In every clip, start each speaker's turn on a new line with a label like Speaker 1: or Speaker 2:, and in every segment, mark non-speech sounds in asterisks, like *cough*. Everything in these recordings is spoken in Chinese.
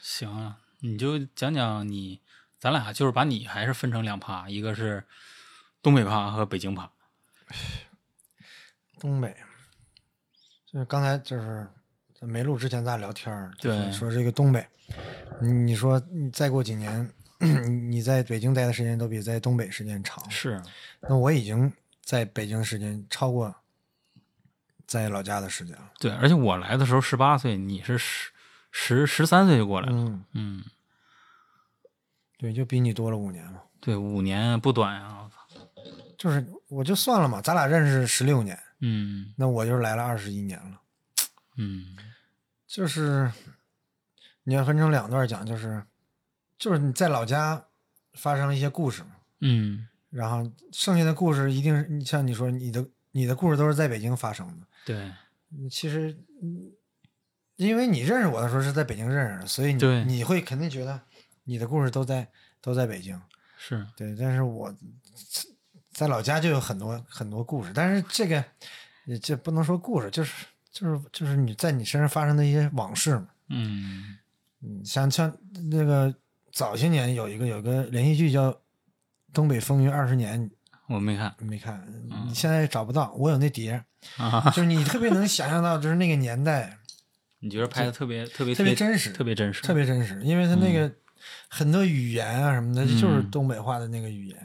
Speaker 1: 行啊，你就讲讲你，咱俩就是把你还是分成两趴，一个是东北趴和北京趴。
Speaker 2: 东北，就是刚才就是在没录之前咱俩聊天儿，就是
Speaker 1: 对
Speaker 2: 说这个东北，你你说你再过几年， *clears throat* 你在北京待的时间都比在东北时间长，
Speaker 1: 是，啊
Speaker 2: 那我已经在北京的时间超过在老家的时间了。
Speaker 1: 对，而且我来的时候十八岁，你是十十十三岁就过来了。
Speaker 2: 嗯，
Speaker 1: 嗯，
Speaker 2: 对，就比你多了五年嘛。
Speaker 1: 对，五年不短啊。
Speaker 2: 就是我就算了嘛，咱俩认识十六年，
Speaker 1: 嗯
Speaker 2: 那我就是来了二十一年了。
Speaker 1: 嗯，
Speaker 2: 就是你要分成两段讲，就是就是你在老家发生了一些故事嘛，
Speaker 1: 嗯，
Speaker 2: 然后剩下的故事一定是你像你说你的你的故事都是在北京发生的。
Speaker 1: 对
Speaker 2: 嗯其实，嗯因为你认识我的时候是在北京认识的，所以你
Speaker 1: 对
Speaker 2: 你会肯定觉得你的故事都在都在北京。
Speaker 1: 是，
Speaker 2: 对，但是我在老家就有很多很多故事，但是这个也这不能说故事，就是就是就是你在你身上发生的一些往事嘛。
Speaker 1: 嗯
Speaker 2: 嗯，像像那个早些年有一个有一个连续剧叫《东北风云二十年》，
Speaker 1: 我没看
Speaker 2: 你没看，
Speaker 1: 嗯
Speaker 2: 你现在找不到，我有那碟儿，
Speaker 1: 啊。
Speaker 2: 就是你特别能想象到，就是那个年代
Speaker 1: 你觉得拍的特别 *laughs* 特别
Speaker 2: 特别真实
Speaker 1: 特别真实，嗯
Speaker 2: 特别真实，因为他那个很多语言啊什么的，就是东北话的那个语言。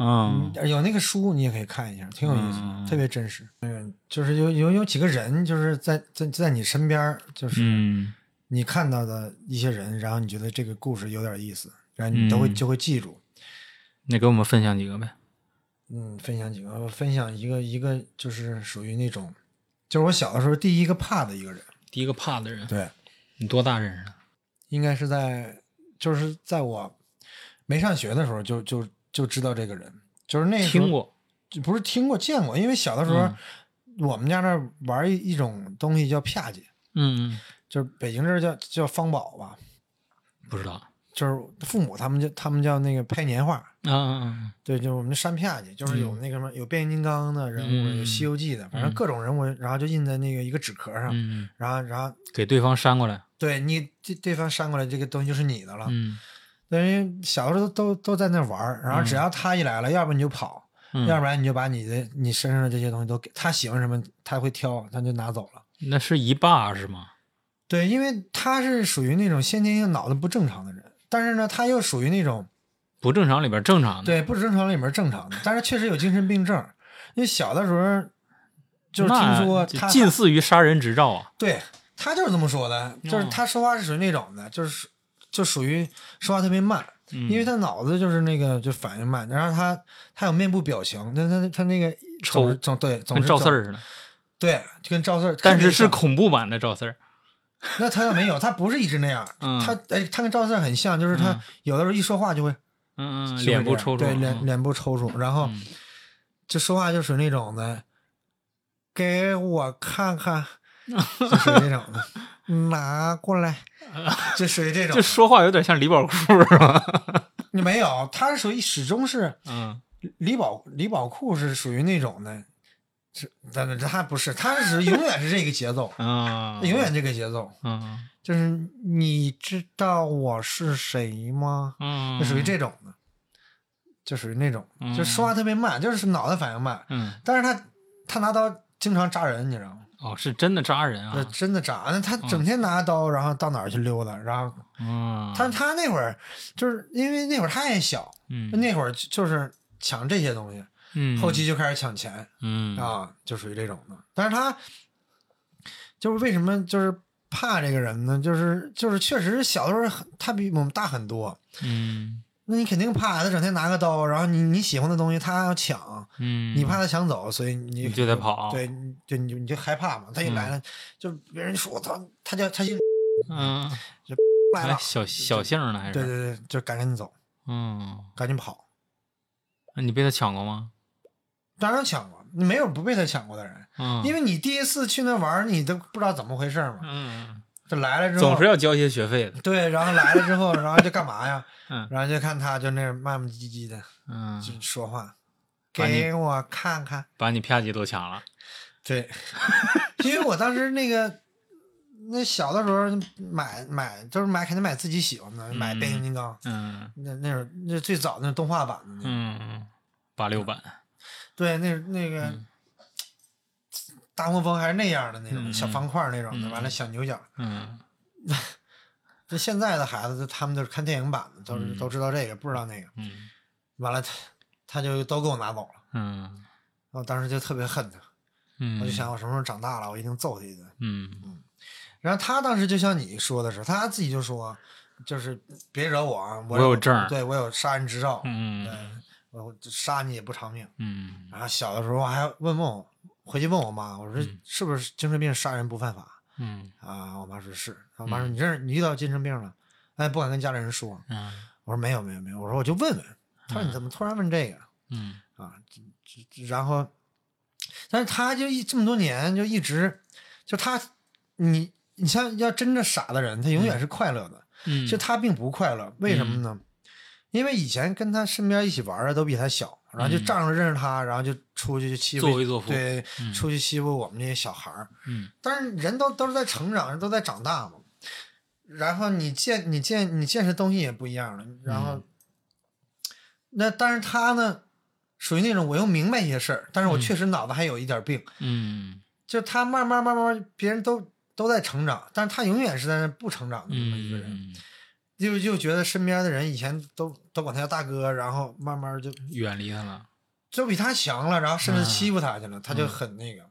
Speaker 1: 嗯
Speaker 2: 有那个书你也可以看一下，挺有意思，
Speaker 1: 嗯
Speaker 2: 特别真实。嗯，就是有有有几个人，就是在在在你身边儿，就是
Speaker 1: 嗯
Speaker 2: 你看到的一些人，然后你觉得这个故事有点意思，然后你都会、
Speaker 1: 嗯
Speaker 2: 就会记住。
Speaker 1: 那给我们分享几个呗。
Speaker 2: 嗯，分享几个，我分享一个一个就是属于那种，就是我小的时候第一个怕的一个人。
Speaker 1: 第一个怕的人，
Speaker 2: 对，
Speaker 1: 你多大啊认识的？
Speaker 2: 应该是在就是在我没上学的时候就就就知道这个人，就是那时候
Speaker 1: 听过，
Speaker 2: 就不是听过见过，因为小的时候、
Speaker 1: 嗯
Speaker 2: 我们家那儿玩一一种东西叫啪姐，
Speaker 1: 嗯，嗯
Speaker 2: 就是北京这儿叫叫方宝吧，
Speaker 1: 不知道啊
Speaker 2: 就是父母他们叫他们叫那个拍年画，
Speaker 1: 啊啊，
Speaker 2: 对，就是我们扇啪姐，就是有
Speaker 1: 嗯
Speaker 2: 那个什么有变形金刚的人物，
Speaker 1: 嗯
Speaker 2: 有西游记的，反正
Speaker 1: 嗯
Speaker 2: 各种人物，然后就印在那个一个纸壳上，
Speaker 1: 嗯，嗯
Speaker 2: 然后然后
Speaker 1: 给对方扇过来，
Speaker 2: 对你对对方扇过来这个东西就是你的了，
Speaker 1: 嗯，
Speaker 2: 等于小时候都都在那玩儿，然后只要他一来了，要不你就跑。
Speaker 1: 嗯
Speaker 2: 要不然你就把你的你身上的这些东西都给他喜欢什么，他会挑，他就拿走了。
Speaker 1: 那是一霸是吗？
Speaker 2: 对，因为他是属于那种先天性脑子不正常的人，但是呢，他又属于那种
Speaker 1: 不正常里边正常的，
Speaker 2: 对不正常里面正常的，但是确实有精神病症。因为小的时候就是听说
Speaker 1: 那
Speaker 2: 他
Speaker 1: 近似于杀人执照啊，
Speaker 2: 对他就是这么说的，就是
Speaker 1: 嗯
Speaker 2: 他说话是属于那种的，就是就属于说话特别慢，
Speaker 1: 因
Speaker 2: 因为他脑子就是那个就反应慢，然后他他有面部表情，那他他那个
Speaker 1: 抽
Speaker 2: 总是总对总
Speaker 1: 跟
Speaker 2: 是
Speaker 1: 赵四
Speaker 2: 总
Speaker 1: 儿似的，
Speaker 2: 对，就跟赵四儿，
Speaker 1: 但是是
Speaker 2: 特别像
Speaker 1: 恐怖版的赵四儿，
Speaker 2: 那他没有，他不是一直那样，
Speaker 1: 嗯
Speaker 2: 他哎，他跟赵四儿很像，就是他
Speaker 1: 嗯
Speaker 2: 有的时候一说话就会
Speaker 1: 嗯嗯，
Speaker 2: 就会
Speaker 1: 脸部
Speaker 2: 这样
Speaker 1: 抽搐，
Speaker 2: 对，脸
Speaker 1: 嗯
Speaker 2: 脸部抽搐，然后
Speaker 1: 嗯
Speaker 2: 就说话就属于那种的，给我
Speaker 1: *laughs*
Speaker 2: 看看，就属于那种的，拿过来，
Speaker 1: *laughs*
Speaker 2: 就属于这种
Speaker 1: 就。说话有点像李宝库
Speaker 2: *laughs*
Speaker 1: 是吧？
Speaker 2: 你没有，他是属于始终是
Speaker 1: 嗯，
Speaker 2: 李宝李宝库是属于那种的，是，但是他不是，他是永远是这个节奏
Speaker 1: *laughs* 啊，
Speaker 2: 嗯永远这个节奏。
Speaker 1: 嗯
Speaker 2: 就是你知道我是谁吗？
Speaker 1: 嗯，
Speaker 2: 就属于这种的，就属于那种，
Speaker 1: 嗯
Speaker 2: 就说话特别慢，就是脑袋反应慢。
Speaker 1: 嗯
Speaker 2: 但是他他拿刀经常扎人，你知道吗？
Speaker 1: 哦，是真的扎人
Speaker 2: 就
Speaker 1: 啊，
Speaker 2: 真的扎。那他整天拿刀，然后到哪儿去溜达，然后
Speaker 1: 嗯，
Speaker 2: 但是他那会儿就是因为那会儿他也小，
Speaker 1: 嗯
Speaker 2: 那会儿就是抢这些东西，
Speaker 1: 嗯
Speaker 2: 后期就开始抢钱
Speaker 1: 嗯
Speaker 2: 啊，就属于这种的。但是他就是为什么就是。怕这个人呢，就是就是确实小的时候很他比我们大很多，
Speaker 1: 嗯
Speaker 2: 那你肯定怕他整天拿个刀，然后你你喜欢的东西他要抢，
Speaker 1: 嗯，
Speaker 2: 你怕他抢走，所以你
Speaker 1: 你就得跑
Speaker 2: 对，你就你就你就害怕嘛。他一来了，就别人说我操，他
Speaker 1: *laughs*
Speaker 2: 就他就
Speaker 1: 嗯，
Speaker 2: 来
Speaker 1: 哎
Speaker 2: 了，
Speaker 1: 小小姓儿呢还
Speaker 2: *laughs* 对
Speaker 1: 哎是？
Speaker 2: 对对，就赶紧走，
Speaker 1: 嗯，
Speaker 2: 赶紧跑。
Speaker 1: 那你被他抢过吗？
Speaker 2: 当然抢过，没有不被他抢过的人，
Speaker 3: 啊
Speaker 1: 嗯，
Speaker 2: 因为你第一次去那玩儿，你都不知道怎么回事嘛。
Speaker 1: 嗯，
Speaker 2: 就来了之后，
Speaker 1: 总是要交一些学费的，
Speaker 2: 对，然后来了之后，然后就干
Speaker 3: *laughs*
Speaker 2: 嘛呀？
Speaker 1: 嗯
Speaker 2: 然后就看他就那儿慢慢唧唧的
Speaker 1: 嗯，
Speaker 2: 就说话，
Speaker 1: 把你
Speaker 2: 给我看看。
Speaker 1: 把你啪叽都抢了，
Speaker 2: 对，因为我当时那个那小的时候买买就是买肯定买自己喜欢的，买变形金刚，
Speaker 3: 嗯
Speaker 2: 那那会儿那最早那动画版的那个，
Speaker 3: 嗯，八六版，
Speaker 2: 对，那那个、
Speaker 3: 嗯
Speaker 2: 大黄蜂还是那样的那种、
Speaker 3: 嗯
Speaker 2: 小方块那种的，
Speaker 3: 嗯
Speaker 2: 完了小牛角。
Speaker 3: 嗯
Speaker 2: 那现在的孩子，他们都是看电影版的，都是、
Speaker 3: 嗯
Speaker 2: 都知道这个，不知道那个。
Speaker 3: 嗯
Speaker 2: 完了，他他就都给我拿走了。
Speaker 3: 嗯
Speaker 2: 我当时就特别恨他，
Speaker 3: 嗯，
Speaker 2: 我就想我什么时候长大了，我一定揍他一顿。
Speaker 3: 嗯，
Speaker 2: 然后他当时就像你说的是，他自己就说，就是别惹我啊，
Speaker 3: 我
Speaker 2: 有
Speaker 3: 有证儿
Speaker 2: 对我有杀人执照，
Speaker 3: 嗯
Speaker 2: 对，我杀你也不偿命。
Speaker 3: 嗯
Speaker 2: 然后小的时候还问问我，回去问我妈，我说
Speaker 3: 嗯
Speaker 2: 是不是精神病杀人不犯法
Speaker 3: 嗯
Speaker 2: 啊？我妈说是，我妈说你这你遇到精神病了，哎，不敢跟家里人说。
Speaker 3: 嗯
Speaker 2: 我说没有没有没有，我说我就问问。她说你怎么突然问这个
Speaker 3: 嗯
Speaker 2: 啊？这这这然后，但是他就一这么多年就一直就他你你像要真的傻的人，他永远是快乐的。
Speaker 3: 嗯，
Speaker 2: 就他并不快乐，为什么呢？因为以前跟他身边一起玩的都比他小，然后就
Speaker 3: 嗯
Speaker 2: 仗着认识他，然后就出去就欺负，
Speaker 3: 作威作福
Speaker 2: 对，
Speaker 3: 嗯
Speaker 2: 出去欺负我们这些小孩儿。
Speaker 3: 嗯
Speaker 2: 但是人都都是在成长，人都在长大嘛。然后你见你见你见识东西也不一样了。然后，
Speaker 3: 嗯
Speaker 2: 那但是他呢，属于那种我又明白一些事儿，但是我确实脑子还有一点病。
Speaker 3: 嗯
Speaker 2: 就他慢慢慢慢，别人都都在成长，但是他永远是在那不成长的那么一个人。
Speaker 3: 嗯，
Speaker 2: 就就觉得身边的人以前都都管他叫大哥，然后慢慢就
Speaker 3: 远离他了，
Speaker 2: 就比他强了，然后甚至
Speaker 3: 嗯
Speaker 2: 欺负他去了，他就
Speaker 3: 嗯
Speaker 2: 很那个。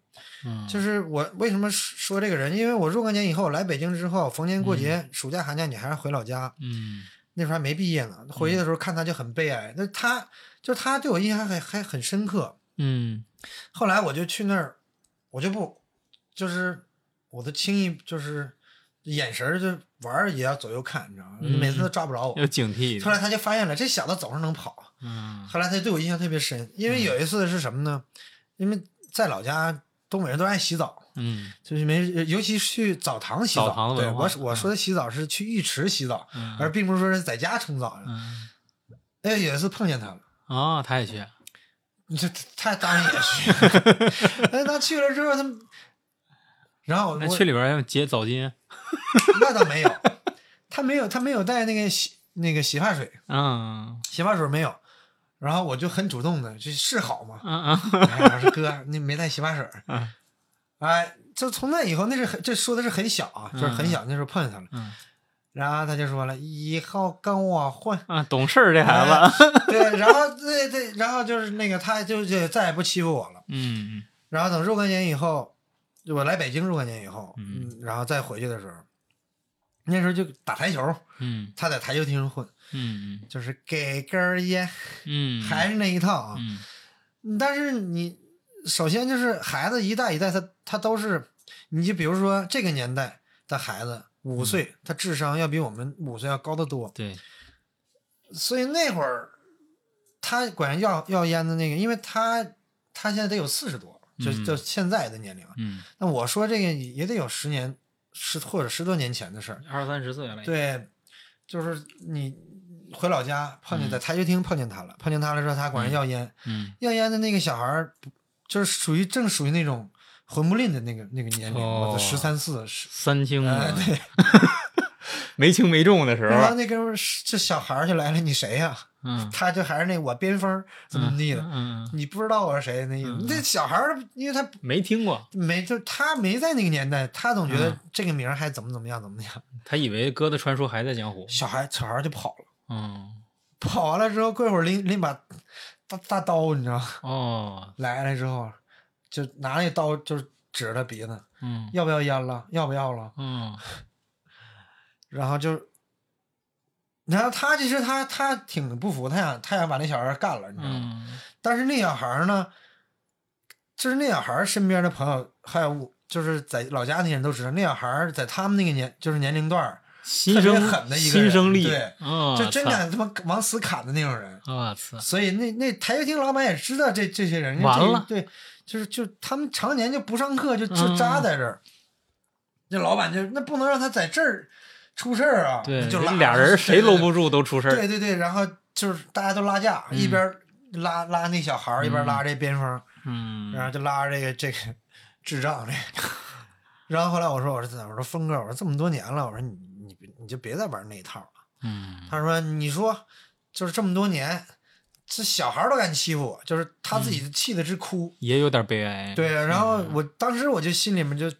Speaker 3: 嗯，
Speaker 2: 就是是我为什么说这个人，因为我若干年以后来北京之后，逢年过节、暑假寒假你还是回老家，
Speaker 3: 嗯
Speaker 2: 那时候还没毕业呢，回去的时候看他就很悲哀。那他就他对我印象还还很深刻。
Speaker 3: 嗯
Speaker 2: 后来我就去那儿，我就不就是我都轻易就是眼神儿就玩儿也要左右看，你知道吗？
Speaker 3: 嗯
Speaker 2: 每次都抓不着我。
Speaker 3: 要警惕，
Speaker 2: 后来他就发现了，这小子总是能跑。
Speaker 3: 嗯
Speaker 2: 后来他对我印象特别深，因为有一次是什么呢？因为在老家，东北人都爱洗澡，
Speaker 3: 嗯
Speaker 2: 就是没，尤其是去澡堂洗澡。
Speaker 3: 澡堂
Speaker 2: 对
Speaker 3: 文化
Speaker 2: 我我说的洗澡是去浴池洗澡，
Speaker 3: 嗯，
Speaker 2: 而并不是说是在家冲澡。
Speaker 3: 嗯
Speaker 2: 哎，有一次碰见他了，
Speaker 3: 啊，他也去，
Speaker 2: 你这他当然也
Speaker 3: *laughs*
Speaker 2: 去。哎，他去了之后，他们然后我
Speaker 3: 那去里边要结澡巾，
Speaker 2: 那倒没有，他没有他没有带那个洗那个洗发水，
Speaker 3: 嗯
Speaker 2: 洗发水没有。然后我就很主动的就示好嘛，
Speaker 3: 嗯
Speaker 2: 哎我说哥，你没带洗发水儿？
Speaker 3: 嗯
Speaker 2: 哎，就从那以后，那是很这说的是很小啊，就是很小那时候碰见他了。
Speaker 3: 嗯
Speaker 2: 然后他就说了，以后跟我混。 *laughs*
Speaker 3: 嗯，懂事儿这孩子，
Speaker 2: 对，然后对对，然后就是那个，他就就再也不欺负我了。
Speaker 3: 嗯
Speaker 2: 然后等若干年以后，我来北京若干年以后，
Speaker 3: 嗯
Speaker 2: 然后再回去的时候，那时候就打台球，
Speaker 3: 嗯
Speaker 2: 他在台球厅混，
Speaker 3: 嗯
Speaker 2: 就是给根儿烟，
Speaker 3: 嗯，
Speaker 2: 还是那一套啊。
Speaker 3: 嗯
Speaker 2: 但是你首先就是孩子一代一代他，他都是，你就比如说这个年代的孩子，五岁、
Speaker 3: 嗯
Speaker 2: 他智商要比我们五岁要高得多，
Speaker 3: 对，
Speaker 2: 所以那会儿他管人要要烟的那个，因为他他现在得有四十多，就
Speaker 3: 嗯
Speaker 2: 就现在的年龄啊。
Speaker 3: 嗯，
Speaker 2: 那我说这个也得有十年十或者十多年前的事儿，
Speaker 3: 二三十岁了，，
Speaker 2: 对，就是你。回老家碰见在台球厅碰见他了，碰见他了之后，他管人要烟，
Speaker 3: 嗯
Speaker 2: 要烟的那个小孩儿，不就是属于正属于那种混不吝的那个那个年龄，
Speaker 3: 哦
Speaker 2: 我十三四十。
Speaker 3: 三清啊
Speaker 2: 哎
Speaker 3: 嘛，
Speaker 2: 对，
Speaker 3: 没轻没重的时
Speaker 2: 然后
Speaker 3: 候，
Speaker 2: 那哥们儿是这小孩儿就来了，你谁呀、
Speaker 3: 嗯，
Speaker 2: 他就还是那我边锋儿怎么怎么地的，
Speaker 3: 嗯，
Speaker 2: 你不知道我是谁那意思。
Speaker 3: 嗯
Speaker 2: 那小孩儿，因为他
Speaker 3: 没听过，
Speaker 2: 没就他没在那个年代，他总觉得
Speaker 3: 嗯
Speaker 2: 这个名儿还怎么怎么样怎么样，
Speaker 3: 他以为哥的传说还在江湖，
Speaker 2: 小孩小孩儿就跑了，
Speaker 3: 嗯，
Speaker 2: *laughs* 跑完了之后过一会儿拎拎把大大刀，你知道吗，
Speaker 3: 哦，
Speaker 2: 来了之后就拿那刀就指着他鼻子，
Speaker 3: 嗯
Speaker 2: 要不要烟了？要不要了？
Speaker 3: 嗯
Speaker 2: 然后就，然后他其实他他挺不服，他想他想把那小孩儿干了，你知道吗？
Speaker 3: 嗯
Speaker 2: 但是那小孩儿呢，就是那小孩儿身边的朋友还有就是在老家那些人都知道，那小孩儿在他们那个年就是年龄段儿，
Speaker 3: 新生新生力，啊，
Speaker 2: 就真敢他妈往死砍的那种人。
Speaker 3: 我哦操，
Speaker 2: 所以那那台球厅老板也知道这这些人，
Speaker 3: 完
Speaker 2: 这
Speaker 3: 了
Speaker 2: 对，就是就他们常年就不上课，就就
Speaker 3: 嗯
Speaker 2: 扎在这儿。那老板就那不能让他在这儿出事儿啊，
Speaker 3: 对，
Speaker 2: 那就拉
Speaker 3: 俩
Speaker 2: 对
Speaker 3: 人谁
Speaker 2: 对
Speaker 3: 搂不住都出事儿，
Speaker 2: 对对对，然后就是大家都拉架，
Speaker 3: 嗯
Speaker 2: 一边拉拉那小孩儿，一边
Speaker 3: 嗯
Speaker 2: 拉这边锋，然
Speaker 3: 嗯
Speaker 2: 后就拉这个这个智障这个。 *laughs* 然后后来我说我说我说峰哥我说这么多年了我说你你别你就别再玩那一套了。
Speaker 3: 嗯，
Speaker 2: 他说你说就是这么多年，这小孩儿都敢欺负我，就是他自己气的直哭。
Speaker 3: 也有点悲哀。
Speaker 2: 对，然后
Speaker 3: 嗯
Speaker 2: 我当时我就心里面就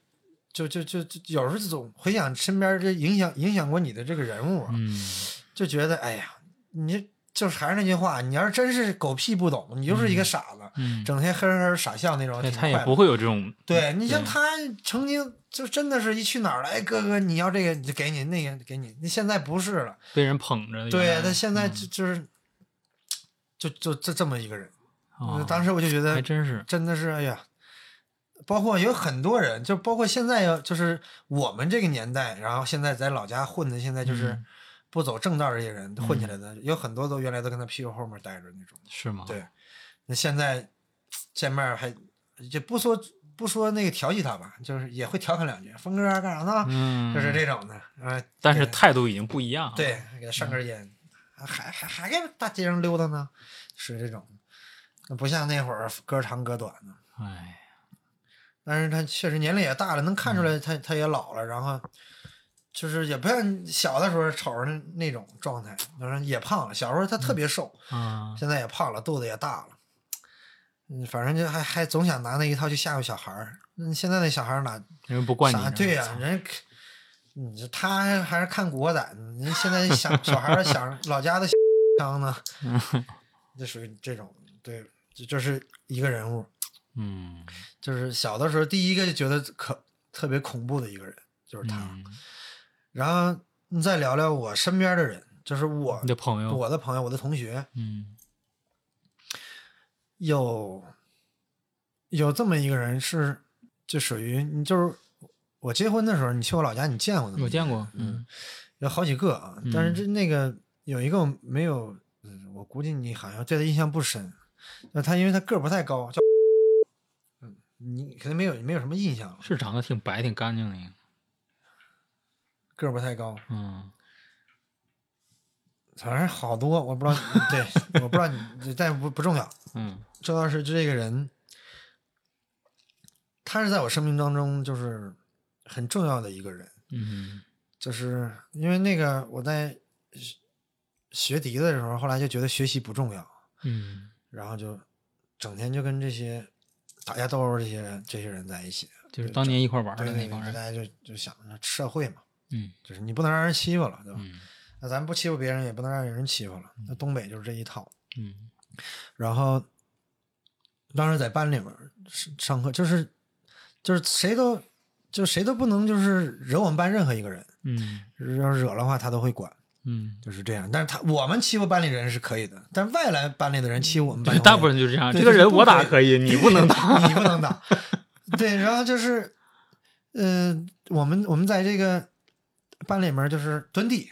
Speaker 2: 就就就就有时候就总回想身边这影响影响过你的这个人物啊，
Speaker 3: 嗯，
Speaker 2: 就觉得哎呀，你这就是还是那句话，你要是真是狗屁不懂，你就是一个傻子，
Speaker 3: 嗯，
Speaker 2: 整天呵呵呵傻笑那种。
Speaker 3: 对
Speaker 2: 挺
Speaker 3: 他
Speaker 2: 快
Speaker 3: 也
Speaker 2: 乐
Speaker 3: 不会有这种，
Speaker 2: 对你像他曾经就真的是一去哪儿了，哎哥哥你要这个你就给你那个给你，那现在不是了。
Speaker 3: 被人捧着的原来。
Speaker 2: 对他现在
Speaker 3: 嗯
Speaker 2: 就就是，就就这这么一个人，
Speaker 3: 哦
Speaker 2: 当时我就觉
Speaker 3: 还
Speaker 2: 得
Speaker 3: 真是，
Speaker 2: 真的是哎呀，包括有很多人，就包括现在要就是我们这个年代，然后现在在老家混的，现在就是
Speaker 3: 嗯
Speaker 2: 不走正道这些人混起来的，有很多都原来都跟他屁股后面待着那种。
Speaker 3: 是吗？
Speaker 2: 对，那现在见面还就不说不说那个调戏他吧，就是也会调侃两句，峰哥干啥呢？
Speaker 3: 嗯，哦嗯
Speaker 2: 就是这种的啊，
Speaker 3: 但是
Speaker 2: 对
Speaker 3: 态度已经不一样了。
Speaker 2: 对，给他上根烟，还还还在大街上溜达呢，是这种，那不像那会儿歌长歌短呢。
Speaker 3: 哎，
Speaker 2: 但是他确实年龄也大了，能看
Speaker 3: 嗯
Speaker 2: 出来他、他也老了，然后就是也不像小的时候瞅着那那种状态，反正也胖了。小时候他特别瘦，
Speaker 3: 嗯，
Speaker 2: 现在也胖了，肚子也大了。嗯，反正就还还总想拿那一套去吓唬小孩儿。那现在那小孩儿哪
Speaker 3: 人家不惯你啊
Speaker 2: 啥
Speaker 3: 呢。
Speaker 2: 对呀、人家你这他还还是看古惑仔呢，人家现在想小孩儿想老家的 *laughs* 枪呢，
Speaker 3: 嗯
Speaker 2: 这属于这种对，这就是一个人物，
Speaker 3: 嗯，
Speaker 2: 就是小的时候第一个就觉得可特别恐怖的一个人就是他。
Speaker 3: 嗯
Speaker 2: 然后你再聊聊我身边的人，就是我
Speaker 3: 你的朋友，
Speaker 2: 我的朋友，我的同学，
Speaker 3: 嗯
Speaker 2: 有有这么一个人是就属于你就是我结婚的时候，你去我老家你见过他吗？
Speaker 3: 有见嗯过，嗯
Speaker 2: 嗯，有好几个啊，但是这那个有一个我没有，嗯，我估计你好像对他印象不深。那他因为他个儿不太高，叫， *laughs* 嗯，你肯定没有没有什么印象了，
Speaker 3: 是长得挺白、挺干净的一个，
Speaker 2: 个儿不太高，
Speaker 3: 嗯，
Speaker 2: 反正好多我不知道，对，我不知道你，但不不重要，
Speaker 3: 嗯
Speaker 2: 重要是这个人，他是在我生命当中就是很重要的一个人，
Speaker 3: 嗯
Speaker 2: 就是因为那个我在学学笛子的时候，后来就觉得学习不重要。
Speaker 3: 嗯，
Speaker 2: 然后就整天就跟这些打架斗殴这些人这些人在一起，
Speaker 3: 就是当年一块玩
Speaker 2: 对
Speaker 3: 的那
Speaker 2: 对对，
Speaker 3: 帮
Speaker 2: 大
Speaker 3: 人，
Speaker 2: 家就就想着社会嘛，
Speaker 3: 嗯
Speaker 2: 就是你不能让人欺负了，对吧？
Speaker 3: 嗯
Speaker 2: 那咱不欺负别人，也不能让人欺负了。那东北就是这一套。
Speaker 3: 嗯
Speaker 2: 然后当时在班里面是上课，就是就是谁都就谁都不能就是惹我们班任何一个人，
Speaker 3: 嗯
Speaker 2: 要是惹了话他都会管。
Speaker 3: 嗯，
Speaker 2: 就是这样，但是他我们欺负班里人是可以的，但外来班里的人欺负我们
Speaker 3: 就
Speaker 2: 班
Speaker 3: 是
Speaker 2: 同学，
Speaker 3: 哎大部分就这样，
Speaker 2: 对
Speaker 3: 这个
Speaker 2: 就是
Speaker 3: 人
Speaker 2: 不
Speaker 3: 我打
Speaker 2: 可以
Speaker 3: 可以，你不能
Speaker 2: *laughs*
Speaker 3: 打，
Speaker 2: 你不能打。对，然后就是，呃，我们我们在这个班里面就是蹲地，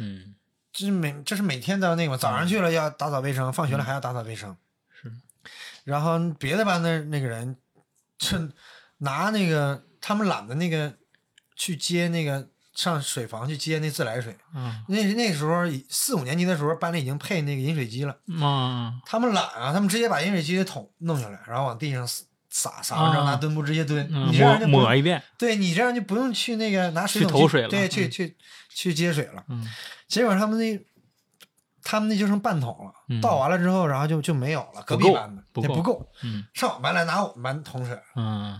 Speaker 3: 嗯
Speaker 2: 这是每这是每天都要那个嘛，早上去了要打扫卫生，放学了还要打扫卫生。
Speaker 3: 嗯是，
Speaker 2: 然后别的班的那个人，就拿那个他们懒得那个去接那个上水房去接那自来水。
Speaker 3: 啊
Speaker 2: 那那时候已四五年级的时候，班里已经配那个饮水机了。
Speaker 3: 嘛，
Speaker 2: 他们懒啊，他们直接把饮水机的桶弄下来，然后往地上撒撒上，
Speaker 3: 啊
Speaker 2: 让他蹲不直接蹲。
Speaker 3: 嗯
Speaker 2: 你这样
Speaker 3: 抹
Speaker 2: 就不用
Speaker 3: 抹一遍，
Speaker 2: 对你这样就不用去那个拿水
Speaker 3: 去
Speaker 2: 桶
Speaker 3: 投水了
Speaker 2: 对，去
Speaker 3: 嗯
Speaker 2: 去去接水了。
Speaker 3: 嗯
Speaker 2: 结果他们那他们那就剩半桶了，
Speaker 3: 嗯
Speaker 2: 倒完了之后，然后就就没有了，隔
Speaker 3: 不
Speaker 2: 壁
Speaker 3: 够
Speaker 2: 班的
Speaker 3: 不
Speaker 2: 也
Speaker 3: 够
Speaker 2: 不够，
Speaker 3: 嗯
Speaker 2: 上我们班来拿我们班桶水，
Speaker 3: 嗯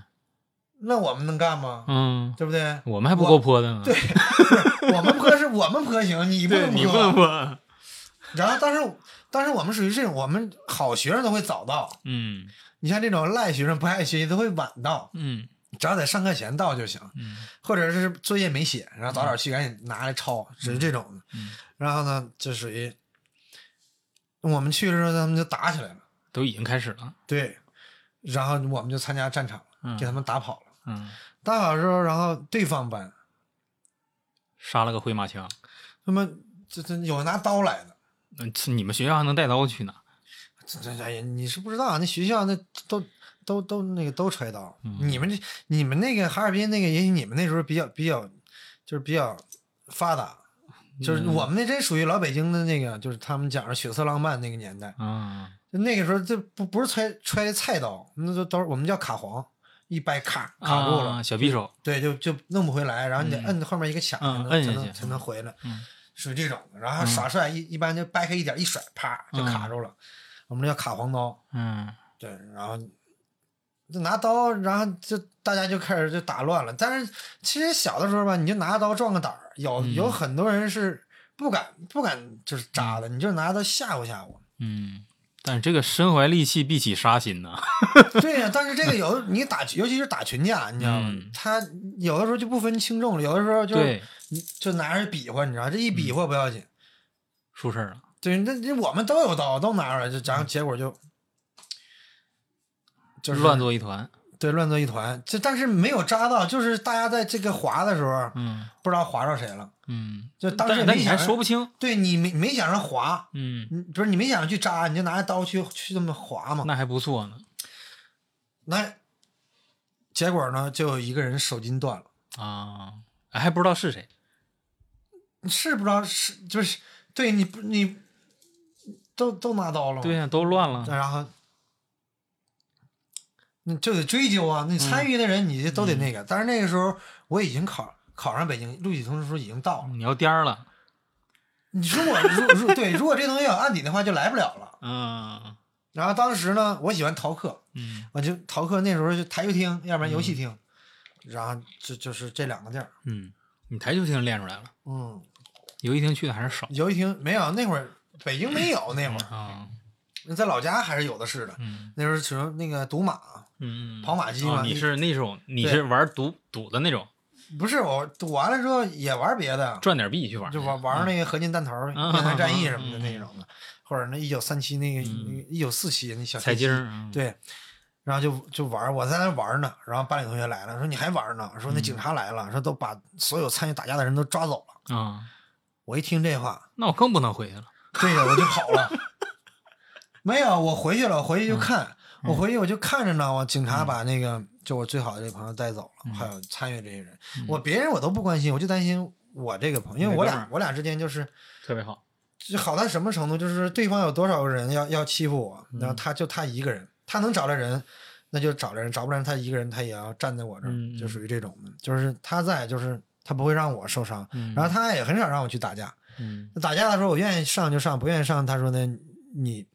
Speaker 2: 那我们能干吗？
Speaker 3: 嗯，
Speaker 2: 对不对？
Speaker 3: 我们还不够泼的呢，
Speaker 2: 对，我们泼是我们泼行，你不
Speaker 3: 对，
Speaker 2: 能
Speaker 3: 你不
Speaker 2: 泼
Speaker 3: 能泼，
Speaker 2: 然后当时当时我们属于这种，我们好学生都会早到，
Speaker 3: 嗯
Speaker 2: 你像这种赖学生不爱学习都会晚到，
Speaker 3: 嗯
Speaker 2: 只要在上课前到就行。
Speaker 3: 嗯
Speaker 2: 或者是作业没写，然后早点去赶紧拿来抄，属于这种的。
Speaker 3: 嗯
Speaker 2: 然后呢，就属于我们去的时候，他们就打起来了，
Speaker 3: 都已经开始了，
Speaker 2: 对，然后我们就参加战场了，
Speaker 3: 嗯
Speaker 2: 给他们打跑了。
Speaker 3: 嗯，
Speaker 2: 打跑之后，然后对方班
Speaker 3: 杀了个回马枪。
Speaker 2: 他们这这有拿刀来的，
Speaker 3: 嗯，这你们学校还能带刀去呢？
Speaker 2: 这这哎呀，你是不知道，那学校那都。都都那个都揣刀，
Speaker 3: 嗯
Speaker 2: 你们这你们那个哈尔滨那个，也许你们那时候比较比较，就是比较发达，就是
Speaker 3: 嗯
Speaker 2: 我们那真属于老北京的那个，就是他们讲的血色浪漫那个年代，
Speaker 3: 啊，
Speaker 2: 就那个时候，这不不是揣揣菜刀，那都都是我们叫卡簧，一掰卡卡住了，
Speaker 3: 啊小匕首，
Speaker 2: 对，就就弄不回来，然后你得
Speaker 3: 嗯
Speaker 2: 摁后面一个卡才
Speaker 3: 嗯
Speaker 2: 能、
Speaker 3: 摁
Speaker 2: 才
Speaker 3: 下
Speaker 2: 能
Speaker 3: 去
Speaker 2: 才能回来，
Speaker 3: 嗯
Speaker 2: 属于这种的。然后耍帅一、一般就掰开一点一甩，啪就卡住了，我们这叫卡黄刀。
Speaker 3: 嗯
Speaker 2: 对，然后就拿刀，然后就大家就开始就打乱了。但是其实小的时候吧，你就拿刀壮个胆儿，有、
Speaker 3: 嗯
Speaker 2: 有很多人是不敢不敢就是扎的，你就拿刀吓唬吓唬。 *laughs*
Speaker 3: 嗯，但是这个身怀利器必起杀心呐，
Speaker 2: 对呀、但是这个有你打，尤其是打群架，你知道吗
Speaker 3: 嗯？
Speaker 2: 他有的时候就不分轻重了，有的时候就
Speaker 3: 对，嗯
Speaker 2: 就拿着比划，你知道，这一比划不要紧，
Speaker 3: 出事儿了，
Speaker 2: 对，那那我们都有刀，都拿出来，就然后
Speaker 3: 嗯
Speaker 2: 结果就就是
Speaker 3: 乱，作一团，
Speaker 2: 对，乱作一团。这但是没有扎到，就是大家在这个划的时候，
Speaker 3: 嗯
Speaker 2: 不知道划着谁了，
Speaker 3: 嗯，
Speaker 2: 就当时
Speaker 3: 但但
Speaker 2: 没
Speaker 3: 你
Speaker 2: 想
Speaker 3: 还
Speaker 2: 着
Speaker 3: 说不清，
Speaker 2: 对你没没想着划，
Speaker 3: 嗯，
Speaker 2: 你不是你没想着去扎，你就拿着刀去去这么划嘛，
Speaker 3: 那还不错呢
Speaker 2: 那结果呢，就有一个人手筋断了。
Speaker 3: 啊，哎还不知道是谁，
Speaker 2: 是不知道是就是对你不你都都拿刀了，
Speaker 3: 对，啊呀，都乱了，
Speaker 2: 然后你就得追究啊，
Speaker 3: 嗯
Speaker 2: 你参与的人你就都得那个。但是那个时候我已经考考上北京录取通知书已经到了，
Speaker 3: 你要颠儿了，
Speaker 2: 你说我如如对，如果这东西有案底的话就来不了了。
Speaker 3: 嗯
Speaker 2: 然后当时呢，我喜欢逃课，
Speaker 3: 嗯
Speaker 2: 我就逃课那时候就台球厅，要不然游戏厅，然后就就是这两个地儿，
Speaker 3: 嗯，你台球厅练出来了，
Speaker 2: 嗯，
Speaker 3: 游戏厅去的还是少
Speaker 2: 游戏厅没有那会儿北京没有那会儿，
Speaker 3: 啊，
Speaker 2: 在老家还是有的是的。
Speaker 3: 嗯
Speaker 2: 那时候喜欢那个赌马，
Speaker 3: 嗯，嗯
Speaker 2: 跑马机
Speaker 3: 哦
Speaker 2: 嘛
Speaker 3: 你
Speaker 2: 你
Speaker 3: 是那种你
Speaker 2: 对
Speaker 3: 是玩赌赌的那种，
Speaker 2: 不是我赌完了之后也玩别的，
Speaker 3: 赚点币去玩，
Speaker 2: 就玩玩那个合金弹头、
Speaker 3: 嗯嗯
Speaker 2: 越南战役什么的那种的，或者那一九三七那个一九四七那小
Speaker 3: 彩
Speaker 2: 飞机
Speaker 3: 金，儿，嗯
Speaker 2: 对，然后就就玩，我在那玩呢，然后班里同学来了，说你还玩呢，说那
Speaker 3: 嗯
Speaker 2: 警察来了，说都把所有参与打架的人都抓走了。
Speaker 3: 啊，
Speaker 2: 我一听这话，
Speaker 3: 那我更不能回去了。
Speaker 2: 对呀，我就跑了。 *laughs* 没有，我回去了，我回去
Speaker 3: 嗯
Speaker 2: 就看，我回去我就看着呢，我警察把那个就我最好的这朋友带走
Speaker 3: 嗯
Speaker 2: 了，还有参与这些人，我别人我都不关心，我就担心我这个朋友，因为我
Speaker 3: 那哥们
Speaker 2: 俩
Speaker 3: 儿
Speaker 2: 我俩之间就是
Speaker 3: 特别好，
Speaker 2: 就好到什么程度，就是对方有多少个人要要欺负我，
Speaker 3: 嗯
Speaker 2: 然后他就他一个人，他能找着人，那就找着人，找不着人他一个人他也要站在我这儿，
Speaker 3: 嗯嗯
Speaker 2: 就属于这种的，就是他在就是他不会让我受伤，
Speaker 3: 嗯
Speaker 2: 然后他也很少让我去打架，
Speaker 3: 嗯
Speaker 2: 打架的时候我愿意上就上，不愿意上他说呢你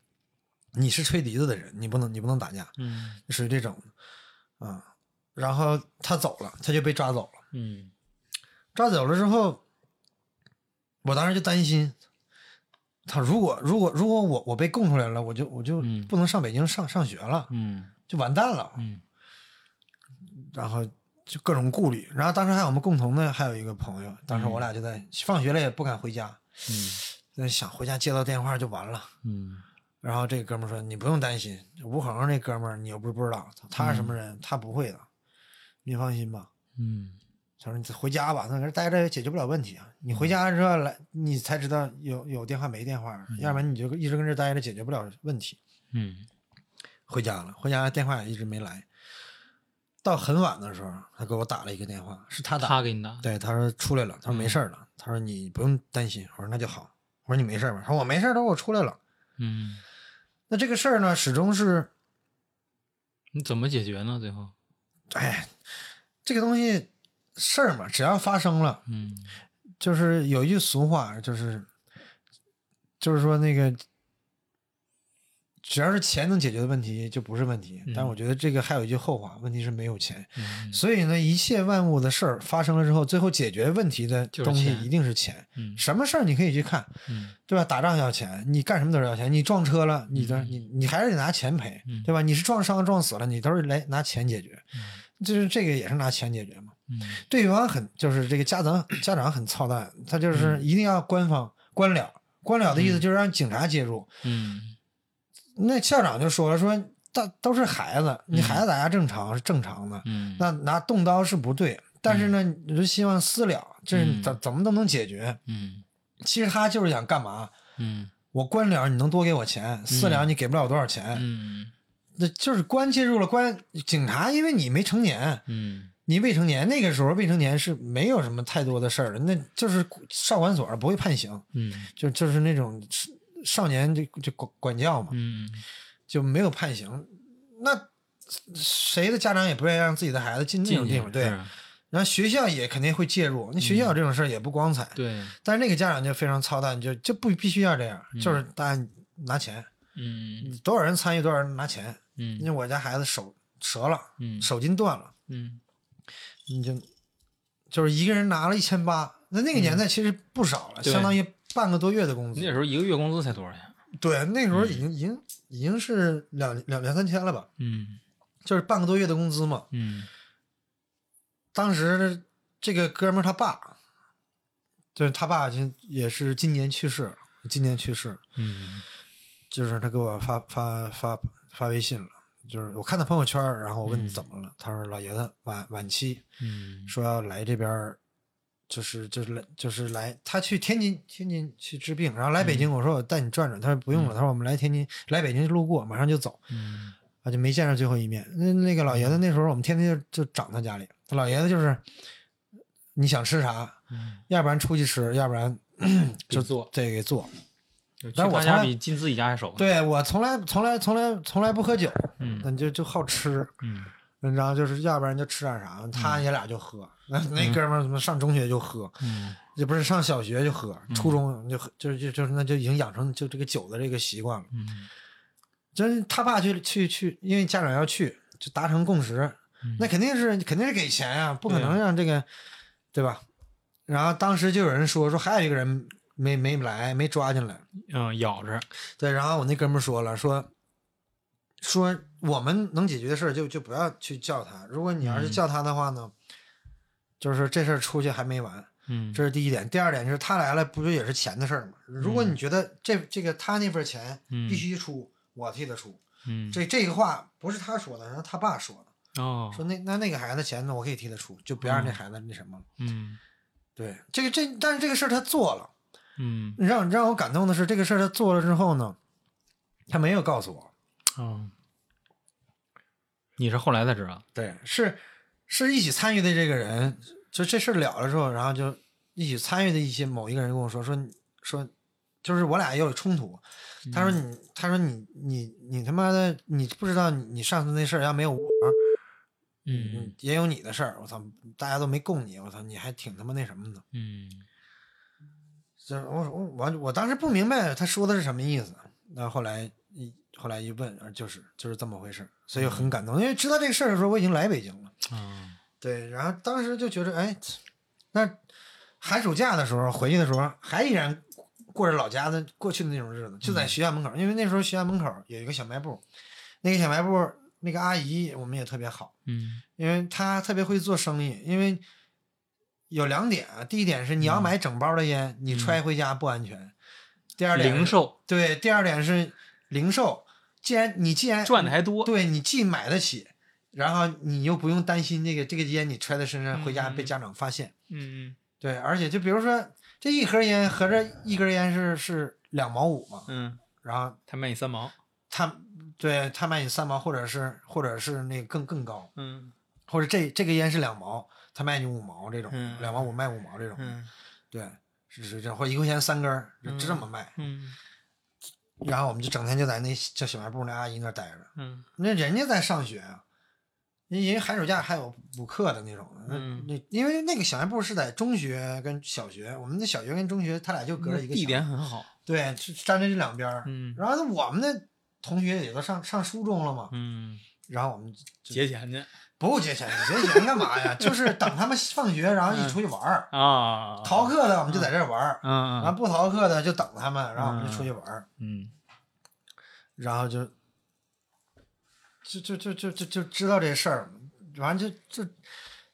Speaker 2: 你是吹笛子的人，你不能你不能打架，
Speaker 3: 嗯
Speaker 2: 属于这种的，啊、然后他走了，他就被抓走了。
Speaker 3: 嗯
Speaker 2: 抓走了之后，我当时就担心，他如果如果如果我我被供出来了，我就我就
Speaker 3: 嗯
Speaker 2: 不能上北京上上学了，
Speaker 3: 嗯
Speaker 2: 就完蛋了。
Speaker 3: 嗯
Speaker 2: 然后就各种顾虑。然后当时还有我们共同的还有一个朋友，当时我俩就在放学了也不敢回家，在想回家接到电话就完了。
Speaker 3: 嗯
Speaker 2: 然后这哥们儿说：“你不用担心，吴恒那哥们儿你又不是不知道，他是什么人，他不会的，你放心吧。”
Speaker 3: 嗯
Speaker 2: 他说：“你回家吧，那搁这待着也解决不了问题啊。你回家之后来，你才知道有有电话没电话，要不然你就一直跟这儿待着，解决不了问题。
Speaker 3: 嗯
Speaker 2: 回家了，回家电话也一直没来。到很晚的时候，他给我打了一个电话，是他打的。
Speaker 3: 他给你打，
Speaker 2: 对，他说出来了，他说没事儿了，他说你不用担心。我说那就好，我说你没事儿吧？他说我没事儿，他说我出来了。
Speaker 3: 嗯，
Speaker 2: 那这个事儿呢，始终是，
Speaker 3: 你怎么解决呢？最后，
Speaker 2: 哎，这个东西事儿嘛，只要发生了，
Speaker 3: 嗯
Speaker 2: 就是有一句俗话，就是就是说那个，只要是钱能解决的问题就不是问题。但是我觉得这个还有一句后话，问题是没有钱。
Speaker 3: 嗯
Speaker 2: 所以呢，一切万物的事儿发生了之后，最后解决问题的
Speaker 3: 就是
Speaker 2: 东西
Speaker 3: 钱
Speaker 2: 一定是钱。
Speaker 3: 嗯
Speaker 2: 什么事儿你可以去看，
Speaker 3: 嗯
Speaker 2: 对吧？打仗要钱，你干什么都是要钱。你撞车了，你
Speaker 3: 嗯
Speaker 2: 的、你你还是得拿钱赔，对吧？你是撞伤撞死了，你都是来拿钱解决，就是这个也是拿钱解决嘛。
Speaker 3: 嗯
Speaker 2: 对方很就是这个家长家长很操蛋，他
Speaker 3: 嗯
Speaker 2: 就是一定要官方官僚，官僚的意思就是让警察介入。
Speaker 3: 嗯
Speaker 2: 那校长就说了说，大都是孩子，你孩子打架正常是正常的，
Speaker 3: 嗯，
Speaker 2: 那拿动刀是不对，但是呢，你就希望私了，这是
Speaker 3: 嗯
Speaker 2: 怎怎么都能解决。
Speaker 3: 嗯
Speaker 2: 其实他就是想干嘛？
Speaker 3: 嗯
Speaker 2: 我官僚你能多给我钱，私了你给不了多少钱，
Speaker 3: 嗯
Speaker 2: 那就是官介入了，官警察因为你没成年，
Speaker 3: 嗯
Speaker 2: 你未成年那个时候，未成年是没有什么太多的事儿的，那就是少管所不会判刑，
Speaker 3: 嗯
Speaker 2: 就就是那种少年就就管管教嘛，
Speaker 3: 嗯
Speaker 2: 就没有判刑。那谁的家长也不愿意让自己的孩子进那
Speaker 3: 进
Speaker 2: 种
Speaker 3: 去
Speaker 2: 地方，对。
Speaker 3: 是
Speaker 2: 然后学校也肯定会介入，那学校这种事儿也不光彩。
Speaker 3: 对，
Speaker 2: 但是那个家长就非常操蛋，就就不必须要这样，
Speaker 3: 嗯
Speaker 2: 就是大家拿钱，
Speaker 3: 嗯
Speaker 2: 多少人参与多少人拿钱。因
Speaker 3: 嗯
Speaker 2: 为我家孩子手折了，
Speaker 3: 嗯
Speaker 2: 手筋断了，
Speaker 3: 嗯，
Speaker 2: 你就就是一个人拿了一千八，那那个年代其实不少了，
Speaker 3: 嗯对
Speaker 2: 相当于半个多月的工资
Speaker 3: 那。时候嗯一个月工资才多少钱？啊
Speaker 2: 对，那时候已经、已经已经是两两两三千了吧，
Speaker 3: 嗯
Speaker 2: 就是半个多月的工资嘛。
Speaker 3: 嗯
Speaker 2: 当时这个哥们儿他爸，就是他爸，就也是今年去世了，今年去世，
Speaker 3: 嗯
Speaker 2: 就是他给我发发发发微信了，就是我看他朋友圈儿，然后我问
Speaker 3: 嗯
Speaker 2: 怎么了，他说老爷子晚晚期
Speaker 3: 嗯
Speaker 2: 说要来这边儿，就是就是来就是来，他去天津天津去治病，然后来北
Speaker 3: 嗯
Speaker 2: 京，我说我带你转转，他说不用了，他说我们来天津来北京路过，马上就走，
Speaker 3: 嗯
Speaker 2: 啊就没见着最后一面。那那个老爷子那时候我们天天就就长他家里，他老爷子就是你想吃啥，
Speaker 3: 嗯，
Speaker 2: 要不然出去吃，要
Speaker 3: *clears throat*
Speaker 2: 不然
Speaker 3: 就
Speaker 2: 就
Speaker 3: 做
Speaker 2: 对给做。
Speaker 3: 但
Speaker 2: 但是我
Speaker 3: 他嗯家
Speaker 2: 从来
Speaker 3: 比进自己家还熟。，
Speaker 2: 对我从来从来从来从来不喝酒，
Speaker 3: 嗯
Speaker 2: 嗯就就好吃，
Speaker 3: 嗯
Speaker 2: 然后就是要不然就吃点啥，他爷俩就喝， *laughs* 那那哥们儿怎么上中学就喝。
Speaker 3: 嗯
Speaker 2: 也不是上小学就喝，初中就喝，就就就是那就已经养成就这个酒的这个习惯了。
Speaker 3: 嗯，
Speaker 2: 真是他爸去去去，因为家长要去，就达成共识，
Speaker 3: 嗯
Speaker 2: 那肯定是肯定是给钱啊，不可
Speaker 3: 对啊
Speaker 2: 能让这个，对吧？然后当时就有人说说还有一个人没没来没抓进来，呃
Speaker 3: 嗯，咬着，
Speaker 2: 对，然后我那哥们儿说了说说我们能解决的事儿就就不要去叫他，如果你要是
Speaker 3: 嗯
Speaker 2: 叫他的话呢，就是这事儿出去还没完，
Speaker 3: 嗯，
Speaker 2: 这是第一点。第二点就是他来了，不就也是钱的事儿吗？如果
Speaker 3: 嗯
Speaker 2: 你觉得这这个他那份钱
Speaker 3: 嗯
Speaker 2: 必须出，我替他出，
Speaker 3: 嗯
Speaker 2: 这这个话不是他说的，是他爸说的，
Speaker 3: 哦，
Speaker 2: 说那那那个孩子钱呢，我可以替他出，就不要让这
Speaker 3: 嗯
Speaker 2: 孩子那什么了。
Speaker 3: 嗯
Speaker 2: 对，这个这但是这个事儿他做了，
Speaker 3: 嗯
Speaker 2: 让让我感动的是这个事儿他做了之后呢，他没有告诉我，
Speaker 3: 哦，你是后来才知道？
Speaker 2: 对，是是一起参与的这个人，就这事儿了了之后，然后就一起参与的一些某一个人跟我说说你说，就是我俩也有冲突。
Speaker 3: 嗯
Speaker 2: 他说你，他说你你你他妈的，你不知道你你上次那事儿要没有我，
Speaker 3: 嗯
Speaker 2: 也有你的事儿，我操，大家都没供你，我操，你还挺他妈那什么的。
Speaker 3: 嗯
Speaker 2: 这我我我我当时不明白他说的是什么意思，那后来一后来一问，啊就是就是这么回事儿，所以
Speaker 3: 嗯
Speaker 2: 我很感动，因为知道这个事儿的时候我已经来北京了。
Speaker 3: 啊
Speaker 2: 对，然后当时就觉着，哎，那寒暑假的时候回去的时候，还依然过着老家的过去的那种日子，
Speaker 3: 嗯
Speaker 2: 就在学校门口，因为那时候学校门口有一个小卖部，那个小卖部那个阿姨我们也特别好，
Speaker 3: 嗯
Speaker 2: 因为她特别会做生意，因为有两点啊，第一点是你
Speaker 3: 嗯
Speaker 2: 要买整包的烟，你揣回家不安全；第二点
Speaker 3: 零售
Speaker 2: 对，第二点是零售，既然你既然
Speaker 3: 赚的还多，
Speaker 2: 哎对你既买得起，然后你又不用担心这个这个烟你揣在身上回家被家长发现。
Speaker 3: 嗯
Speaker 2: 对，而且就比如说这一盒烟合着一根烟是是两毛五嘛，
Speaker 3: 嗯，
Speaker 2: 然后
Speaker 3: 他卖你三毛，
Speaker 2: 他对他卖你三毛，或者是或者是那个更更高，
Speaker 3: 嗯
Speaker 2: 或者这这个烟是两毛，他卖你五毛这种，
Speaker 3: 嗯
Speaker 2: 两毛五卖五毛这种，
Speaker 3: 嗯
Speaker 2: 对，是是这样，或者一块钱三根儿，就这么卖。
Speaker 3: 嗯
Speaker 2: 然后我们就整天就在那叫小卖部那阿姨那儿待着。
Speaker 3: 嗯
Speaker 2: 那人家在上学啊，人人家寒暑假还有补课的那种。
Speaker 3: 嗯
Speaker 2: 那因为那个小卖部是在中学跟小学，我们的小学跟中学，他俩就隔着一个
Speaker 3: 地
Speaker 2: 墙
Speaker 3: 点很好，
Speaker 2: 对，是站在这两边儿。
Speaker 3: 嗯
Speaker 2: 然后我们的同学也都上上初中了嘛，
Speaker 3: 嗯，
Speaker 2: 然后我们
Speaker 3: 节钱去
Speaker 2: 不节钱，节钱干嘛呀？ *laughs* 就是等他们放学，然
Speaker 3: 嗯
Speaker 2: 后一起出去玩儿。
Speaker 3: 啊，
Speaker 2: 逃，课的我们就在这儿玩儿，然
Speaker 3: 嗯
Speaker 2: 后不逃课的就等他们，然后我们就出去玩儿，
Speaker 3: 嗯
Speaker 2: 然后就就就就就就就知道这事儿，完就就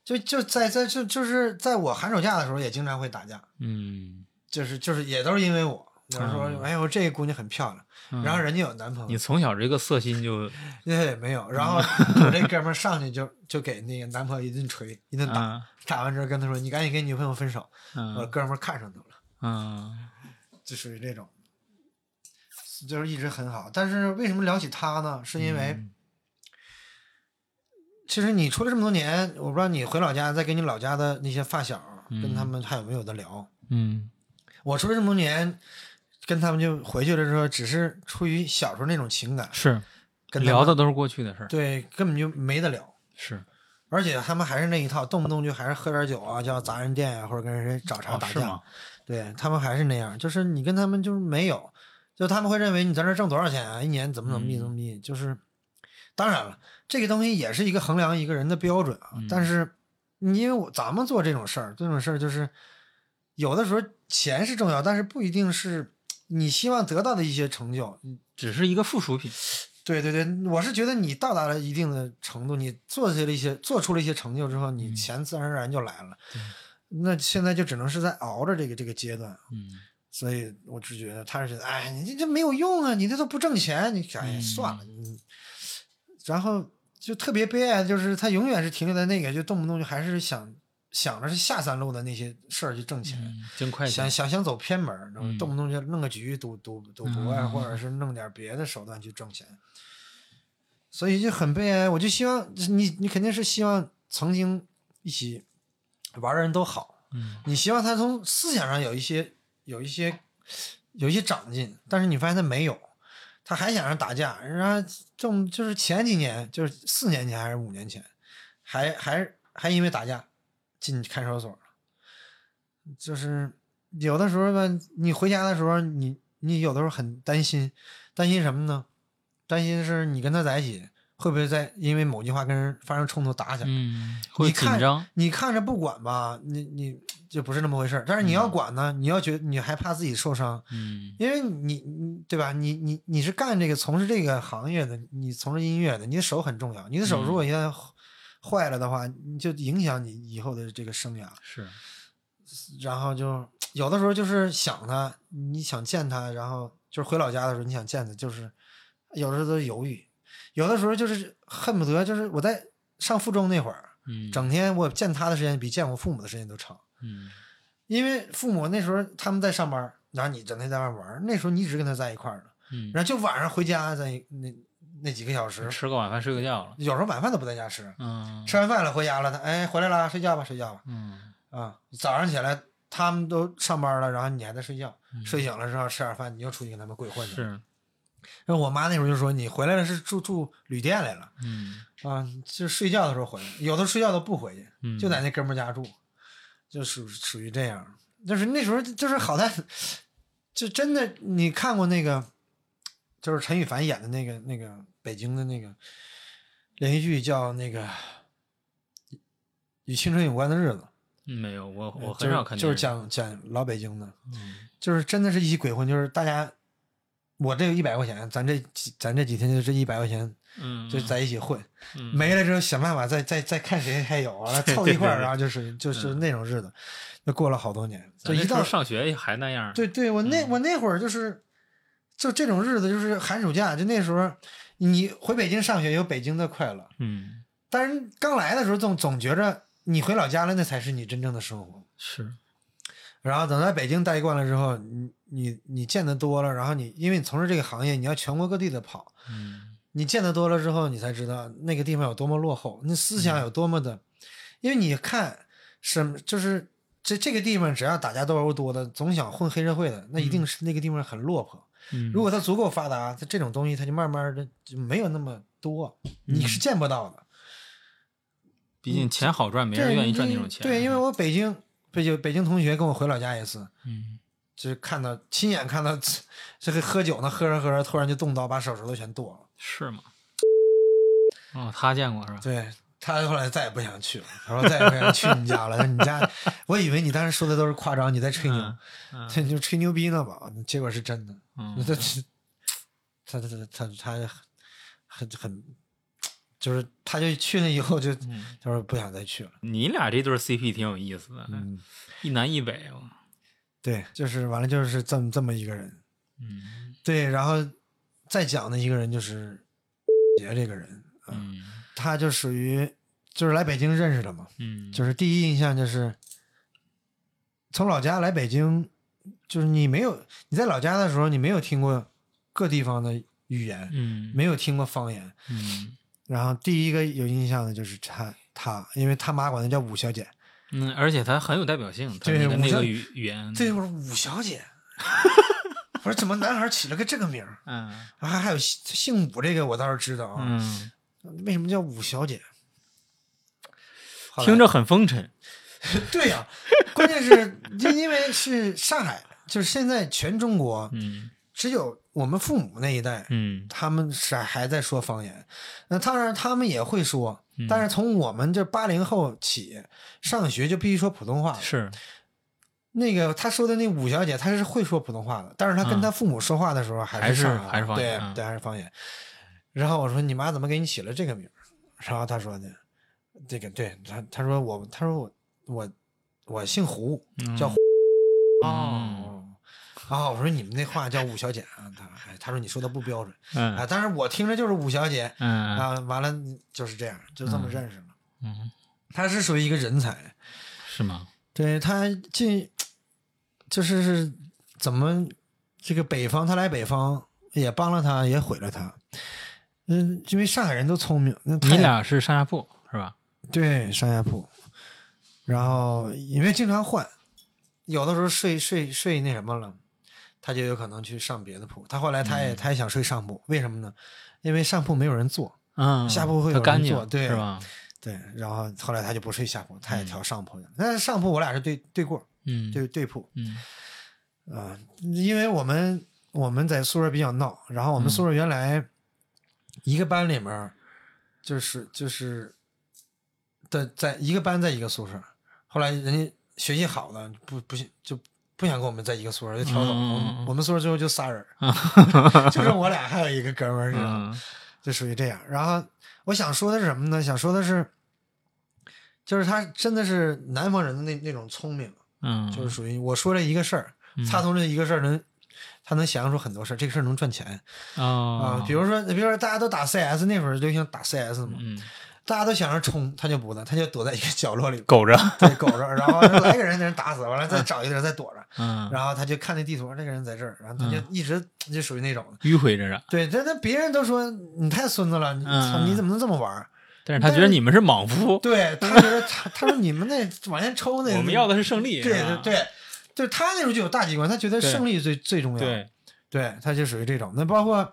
Speaker 2: 就就在在就就是在我寒暑假的时候也经常会打架，
Speaker 3: 嗯，
Speaker 2: 就是就是也都是因为我，就是
Speaker 3: 嗯
Speaker 2: 说哎呦这个姑娘很漂亮，然后人家有男朋
Speaker 3: 你
Speaker 2: 友，
Speaker 3: 从小这个色心
Speaker 2: *laughs*
Speaker 3: 就
Speaker 2: 对没有，然后我这哥们儿上去就就给那个男朋友一顿锤一顿
Speaker 1: 嗯
Speaker 2: 打，
Speaker 3: 啊
Speaker 2: 打完之后跟他说你赶紧跟女朋友分手，我
Speaker 3: 嗯
Speaker 2: 哥们儿看上他了。
Speaker 3: 嗯
Speaker 2: 就属于这种，就是一直很好。但是为什么聊起他呢？是因为、
Speaker 3: 嗯
Speaker 2: 其实你出来这么多年，我不知道你回老家再跟你老家的那些发小、跟他们还有没有的聊。
Speaker 3: 嗯
Speaker 2: 我出来这么多年，跟他们就回去了之后，只是出于小时候那种情感，
Speaker 3: 是
Speaker 2: 跟他
Speaker 3: 聊
Speaker 2: 们
Speaker 3: 的都是过去的事儿，
Speaker 2: 对根本就没得聊，
Speaker 3: 是
Speaker 2: 而且他们还是那一套，动不动就还是喝点酒啊，叫砸人店呀、或者跟人找茬
Speaker 3: 哦
Speaker 2: 打
Speaker 3: 是
Speaker 2: 架，
Speaker 3: 吗？
Speaker 2: 对他们还是那样，就是你跟他们就是没有，就他们会认为你在这儿挣多少钱啊，一年怎么怎么地
Speaker 3: 嗯
Speaker 2: 怎么地，就是当然了，这个东西也是一个衡量一个人的标准啊。
Speaker 3: 嗯
Speaker 2: 但是你因为我咱们做这种事儿，这种事儿就是有的时候钱是重要，但是不一定是你希望得到的一些成就。
Speaker 3: 只是一个附属品，
Speaker 2: 对对对，我是觉得你到达了一定的程度，你做些了一些做出了一些成就之后，你
Speaker 3: 嗯
Speaker 2: 钱自然而然就来了。那现在就只能是在熬着这个这个阶段，
Speaker 3: 嗯，
Speaker 2: 所以我就觉得他是觉得，哎，你这这没有用啊，你这都不挣钱，你哎呀
Speaker 3: 嗯
Speaker 2: 算了，你。然后就特别悲哀，就是他永远是停留在那个，就动不动就还是想想着是下三路的那些事儿去挣钱，
Speaker 3: 嗯真快
Speaker 2: 想
Speaker 3: 钱，
Speaker 2: 想想走偏门儿，然后
Speaker 3: 嗯
Speaker 2: 动不动就弄个局赌赌赌博啊，
Speaker 3: 嗯
Speaker 2: 或者是弄点别的手段去挣钱，所以就很悲哀。我就希望你，你肯定是希望曾经一起玩儿的人都好，
Speaker 3: 嗯
Speaker 2: 你希望他从思想上有一些有一些有一些长进，但是你发现他没有，他还想让打架。然后正就是前几年，就是四年前还是五年前，还还还因为打架进看守所了。就是有的时候吧，你回家的时候，你你有的时候很担心，担心什么呢？担心是你跟他在一起会不会再因为某句话跟人发生冲突打起来？
Speaker 3: 嗯，会
Speaker 2: 你
Speaker 3: 紧
Speaker 2: 看
Speaker 3: 张，
Speaker 2: 你看着不管吧，你你就不是那么回事儿。但是你要管呢，你要觉你还怕自己受伤，
Speaker 3: 嗯
Speaker 2: 因为你你对吧？你你你是干这个从事这个行业的，你从事音乐的，你的手很重要。你的手
Speaker 3: 嗯
Speaker 2: 如果一旦坏了的话，你就影响你以后的这个生涯。
Speaker 3: 是，
Speaker 2: 然后就有的时候就是想他，你想见他，然后就是回老家的时候你想见他，就是有的时候都犹豫，有的时候就是恨不得就是我在上附中那会儿，
Speaker 3: 嗯
Speaker 2: 整天我见他的时间比见我父母的时间都长，
Speaker 3: 嗯
Speaker 2: 因为父母那时候他们在上班，然后你整天在外玩儿，那时候你一直跟他在一块儿呢，
Speaker 3: 嗯，
Speaker 2: 然后就晚上回家在一那那几个小时，
Speaker 3: 吃个晚饭睡个觉了，
Speaker 2: 有时候晚饭都不在家吃，
Speaker 3: 嗯，
Speaker 2: 吃完饭了回家了，他哎回来了，睡觉吧睡觉吧
Speaker 3: 嗯，
Speaker 2: 啊，早上起来他们都上班了，然后你还在睡觉，
Speaker 3: 嗯
Speaker 2: 睡醒了之后吃点饭，你又出去跟他们鬼混去了。
Speaker 3: 是，
Speaker 2: 然后我妈那时候就说你回来了是住住旅店来了
Speaker 3: 嗯
Speaker 2: 啊，就睡觉的时候回来，有的睡觉都不回去，
Speaker 3: 嗯，
Speaker 2: 就在那哥们儿家住，就属属于这样。就是那时候就是好在，就真的你看过那个，就是陈羽凡演的那个那个北京的那个连续剧叫那个《与青春有关的日子》，
Speaker 3: 嗯没有我我
Speaker 2: 呃就
Speaker 3: 很
Speaker 2: 是
Speaker 3: 少看电
Speaker 2: 就是
Speaker 3: 视，
Speaker 2: 讲讲老北京的，
Speaker 3: 嗯
Speaker 2: 就是真的是一起鬼混，就是大家。我这有一百块钱，咱这几咱这几天就这一百块钱
Speaker 3: 嗯，
Speaker 2: 就在一起混，
Speaker 3: 嗯
Speaker 2: 没了之后想办法再再再看谁还有
Speaker 3: *laughs*
Speaker 2: 啊，
Speaker 3: 对
Speaker 2: 凑一
Speaker 3: 对
Speaker 2: 块儿，
Speaker 3: 对
Speaker 2: 然后就是就是那种日子，就过了好多年。
Speaker 3: 咱
Speaker 2: 就
Speaker 3: 那
Speaker 2: 一
Speaker 3: 时候嗯
Speaker 2: 到
Speaker 3: 上学还那样儿，
Speaker 2: 对对，我那我那会儿就是，就这种日子，就是寒暑假，就那时候你回北京上学有北京的快乐，
Speaker 3: 嗯
Speaker 2: 但是刚来的时候总总觉着你回老家了，那才是你真正的生活。
Speaker 3: 是，
Speaker 2: 然后等在北京待惯了之后，你你你见得多了，然后你因为你从事这个行业，你要全国各地的跑，
Speaker 3: 嗯
Speaker 2: 你见得多了之后，你才知道那个地方有多么落后，那思
Speaker 3: 嗯
Speaker 2: 想有多么的，因为你看什么就是这这个地方只要打架斗殴多的，总想混黑社会的，那一定是那个地方很落魄。
Speaker 3: 嗯，
Speaker 2: 如果它足够发达，它这种东西它就慢慢的就没有那么多，你
Speaker 3: 嗯
Speaker 2: 是见不到的。
Speaker 3: 毕竟钱好赚，没
Speaker 2: 嗯对
Speaker 3: 人愿意
Speaker 2: 你
Speaker 3: 赚那种钱，啊
Speaker 2: 对，因为我北京北京北京同学跟我回老家一次，
Speaker 3: 嗯
Speaker 2: 就是看到亲眼看到 *laughs* 这个喝酒呢，喝着喝着突然就动刀，把手指头全剁了。
Speaker 3: 是吗？哦，他见过是吧？
Speaker 2: 对他后来再也不想去了，他说再也不想去你家了。你 *laughs* 家，我以为你当时说的都是夸张，你在吹牛
Speaker 3: 嗯，嗯
Speaker 2: 他、你就吹牛逼呢吧？结果是真的。 *laughs*
Speaker 3: 嗯
Speaker 2: 那他他他他他他很很，就是他就去那以后就
Speaker 3: 嗯
Speaker 2: 他说不想再去了。
Speaker 3: 你俩这对儿 CP 挺有意思的，
Speaker 2: 嗯，
Speaker 3: 一南一北，哦我
Speaker 2: 对，就是完了就是这么这么一个人。
Speaker 3: 嗯
Speaker 2: 对，然后再讲的一个人就是杰这个人，
Speaker 3: 嗯
Speaker 2: 他就属于就是来北京认识的嘛。
Speaker 3: 嗯，
Speaker 2: 就是是第一印象就是，从老家来北京，就是你没有你在老家的时候，你没有听过各地方的语言，
Speaker 3: 嗯
Speaker 2: 没有听过方言。
Speaker 3: 嗯
Speaker 2: 然后第一个有印象的就是他他，因为他妈管他叫武小姐，
Speaker 3: 嗯，而且他很有代表性，他
Speaker 2: 对
Speaker 3: 那个
Speaker 2: 我
Speaker 1: 嗯
Speaker 3: 那
Speaker 2: 像
Speaker 1: *laughs*
Speaker 3: 个语语言，
Speaker 2: 这会儿武小姐，我说怎么男孩起了个这个名儿？
Speaker 1: 嗯
Speaker 2: 还还有姓姓武这个我倒是知道啊，
Speaker 1: 嗯，
Speaker 2: 为什么叫武小姐？后来
Speaker 1: 听着很风尘。
Speaker 2: 对呀、关键是因因为是上海，就是现在全中国
Speaker 1: 嗯
Speaker 2: 只有我们父母那一代，
Speaker 1: 嗯
Speaker 2: 他们是还在说方言。那当然他们也会说
Speaker 1: 嗯，
Speaker 2: 但是从我们这八零后起，上学就必须说普通话了。
Speaker 1: 是
Speaker 2: 那个他说的那武小姐，她是会说普通话的，但是她跟她父母说话的时候还是上海
Speaker 3: 还
Speaker 2: 话、
Speaker 3: 是还是方言
Speaker 2: 对、
Speaker 1: 嗯
Speaker 2: 对，还是方言。然后我说你妈怎么给你起了这个名儿？然后她说的，这个对她她说我她说我我我姓胡，叫胡。
Speaker 1: 哦
Speaker 2: 啊，我说你们那话叫武小姐啊，她哎她说你说的不标准啊，
Speaker 1: 嗯
Speaker 2: 但是我听着就是武小姐
Speaker 1: 嗯
Speaker 2: 啊，完了就是这样，就这么认识了。
Speaker 1: 嗯，
Speaker 2: 她是属于一个人才，
Speaker 3: 是吗？
Speaker 2: 对他这，就是是怎么这个北方，他来北方也帮了他，也毁了他。嗯，因为上海人都聪明，那
Speaker 3: 你
Speaker 2: 太
Speaker 3: 俩是上下铺是吧？
Speaker 2: 对上下铺，然后因为经常换，有的时候睡睡睡那什么了，他就有可能去上别的铺。他后来他
Speaker 3: 嗯
Speaker 2: 也、他也想睡上铺，为什么呢？因为上铺没有人坐，
Speaker 3: 嗯，
Speaker 2: 下铺
Speaker 3: 它
Speaker 2: 会有人
Speaker 3: 干净
Speaker 2: 做对
Speaker 3: 是吧？
Speaker 2: 对，然后后来他就不睡下铺，他也调上铺去了。但是上铺我俩是对对过，
Speaker 3: 嗯，
Speaker 2: 对对铺，
Speaker 3: 嗯
Speaker 2: 啊、因为我们我们在宿舍比较闹，然后我们
Speaker 3: 嗯
Speaker 2: 宿舍原来一个班里面儿就是就是的，在一个班在一个宿舍，后来人家学习好的不不行就不想跟我们在一个宿舍，就调走了。
Speaker 3: 嗯嗯嗯
Speaker 2: 我们
Speaker 3: 嗯
Speaker 2: 我们宿舍最后就
Speaker 3: *laughs*
Speaker 2: 仨人儿，就剩我俩还有一个哥们儿，你知道吗？
Speaker 1: 嗯
Speaker 2: 就属于这样。然后我想说的是什么呢？想说的是，就是他真的是南方人的那那种聪明，
Speaker 1: 嗯，
Speaker 2: 就是属于我说这一个事儿，
Speaker 3: 嗯
Speaker 2: 擦通这一个事儿能，他能想象出很多事儿，这个事儿能赚钱啊
Speaker 3: 哦。
Speaker 2: 比如说，比如说大家都打 CS 那会儿流行打 CS 嘛，
Speaker 3: 嗯
Speaker 2: 大家都想着冲，他就不的，他就躲在一个角落里
Speaker 1: 苟着。
Speaker 2: 对苟着，然
Speaker 3: *laughs*
Speaker 2: 后来个人给人打死，完了再找一个人再躲着，
Speaker 3: 啊
Speaker 1: 嗯，
Speaker 2: 然后他就看那地图，这个人在这儿，然后他
Speaker 3: 嗯
Speaker 2: 就一直就属于那种。
Speaker 3: 迂回着的，
Speaker 2: 对，但但别人都说你太孙子了，你
Speaker 1: 嗯
Speaker 2: 操你怎么能这么玩
Speaker 3: *laughs*
Speaker 2: 儿？
Speaker 3: 但是他觉得你们是莽夫，
Speaker 2: 对他觉得他他说你们那往前抽那，
Speaker 3: 我们要的是胜利，
Speaker 2: 对
Speaker 3: 是吧
Speaker 2: 对对，就是他那时候就有大局观，他觉得
Speaker 3: 对
Speaker 2: 胜利最最重要。
Speaker 3: 对，
Speaker 2: 对，他就属于这种。那包括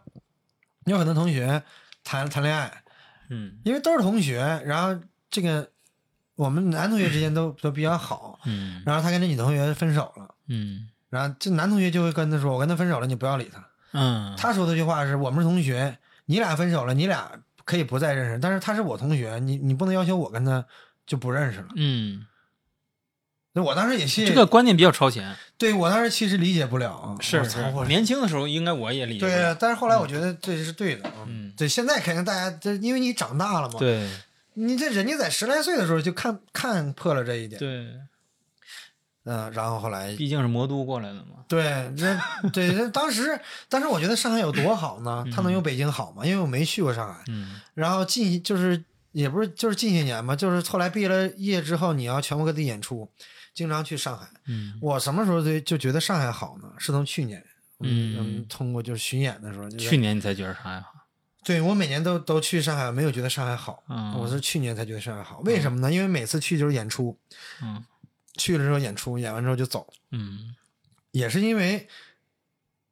Speaker 2: 有很多同学谈谈恋爱，
Speaker 3: 嗯
Speaker 2: 因为都是同学，然后这个我们男同学之间都都比较好，
Speaker 3: 嗯
Speaker 2: 然后他跟这女同学分手了，
Speaker 3: 嗯
Speaker 2: 然后这男同学就会跟他说：“我跟他分手了，你不要理他。”
Speaker 3: 嗯，
Speaker 2: 他说的一句话是：“我们是同学，你俩分手了，你俩可以不再认识，但是他是我同学，你你不能要求我跟他就不认识了。
Speaker 3: 嗯，”
Speaker 2: 那我当时也是
Speaker 3: 这个观念比较超前，
Speaker 2: 对我当时其实理解不了，啊我操我
Speaker 3: 年轻的时候应该我也理解不
Speaker 2: 对
Speaker 3: 了，
Speaker 2: 啊，但是后来我觉得这是对的，啊
Speaker 3: 嗯
Speaker 2: 对，现在肯定大家这因为你长大了嘛，
Speaker 3: 对
Speaker 2: 你这人家在十来岁的时候就看看破了这一点，
Speaker 3: 对，
Speaker 2: 嗯、然后后来
Speaker 3: 毕竟是魔都过来的嘛，
Speaker 2: 对，那对，那当时当时我觉得上海有多好呢？
Speaker 3: *laughs*
Speaker 2: 它能有北京好吗？因为我没去过上海，
Speaker 3: 嗯
Speaker 2: 然后近就是也不是就是近些年嘛，就是后来毕了业之后，你要全国各地演出，经常去上海。
Speaker 3: 嗯
Speaker 2: 我什么时候就就觉得上海好呢？是从去年，
Speaker 3: 嗯
Speaker 2: 我们通过就是巡演的时候，就是
Speaker 3: 去年你才觉得啥呀？
Speaker 2: 对我每年都都去上海，没有觉得上海好。
Speaker 3: 嗯
Speaker 2: 我是去年才觉得上海好，为什么呢？因为每次去就是演出，
Speaker 3: 嗯
Speaker 2: 去了之后演出，演完之后就走，
Speaker 3: 嗯
Speaker 2: 也是因为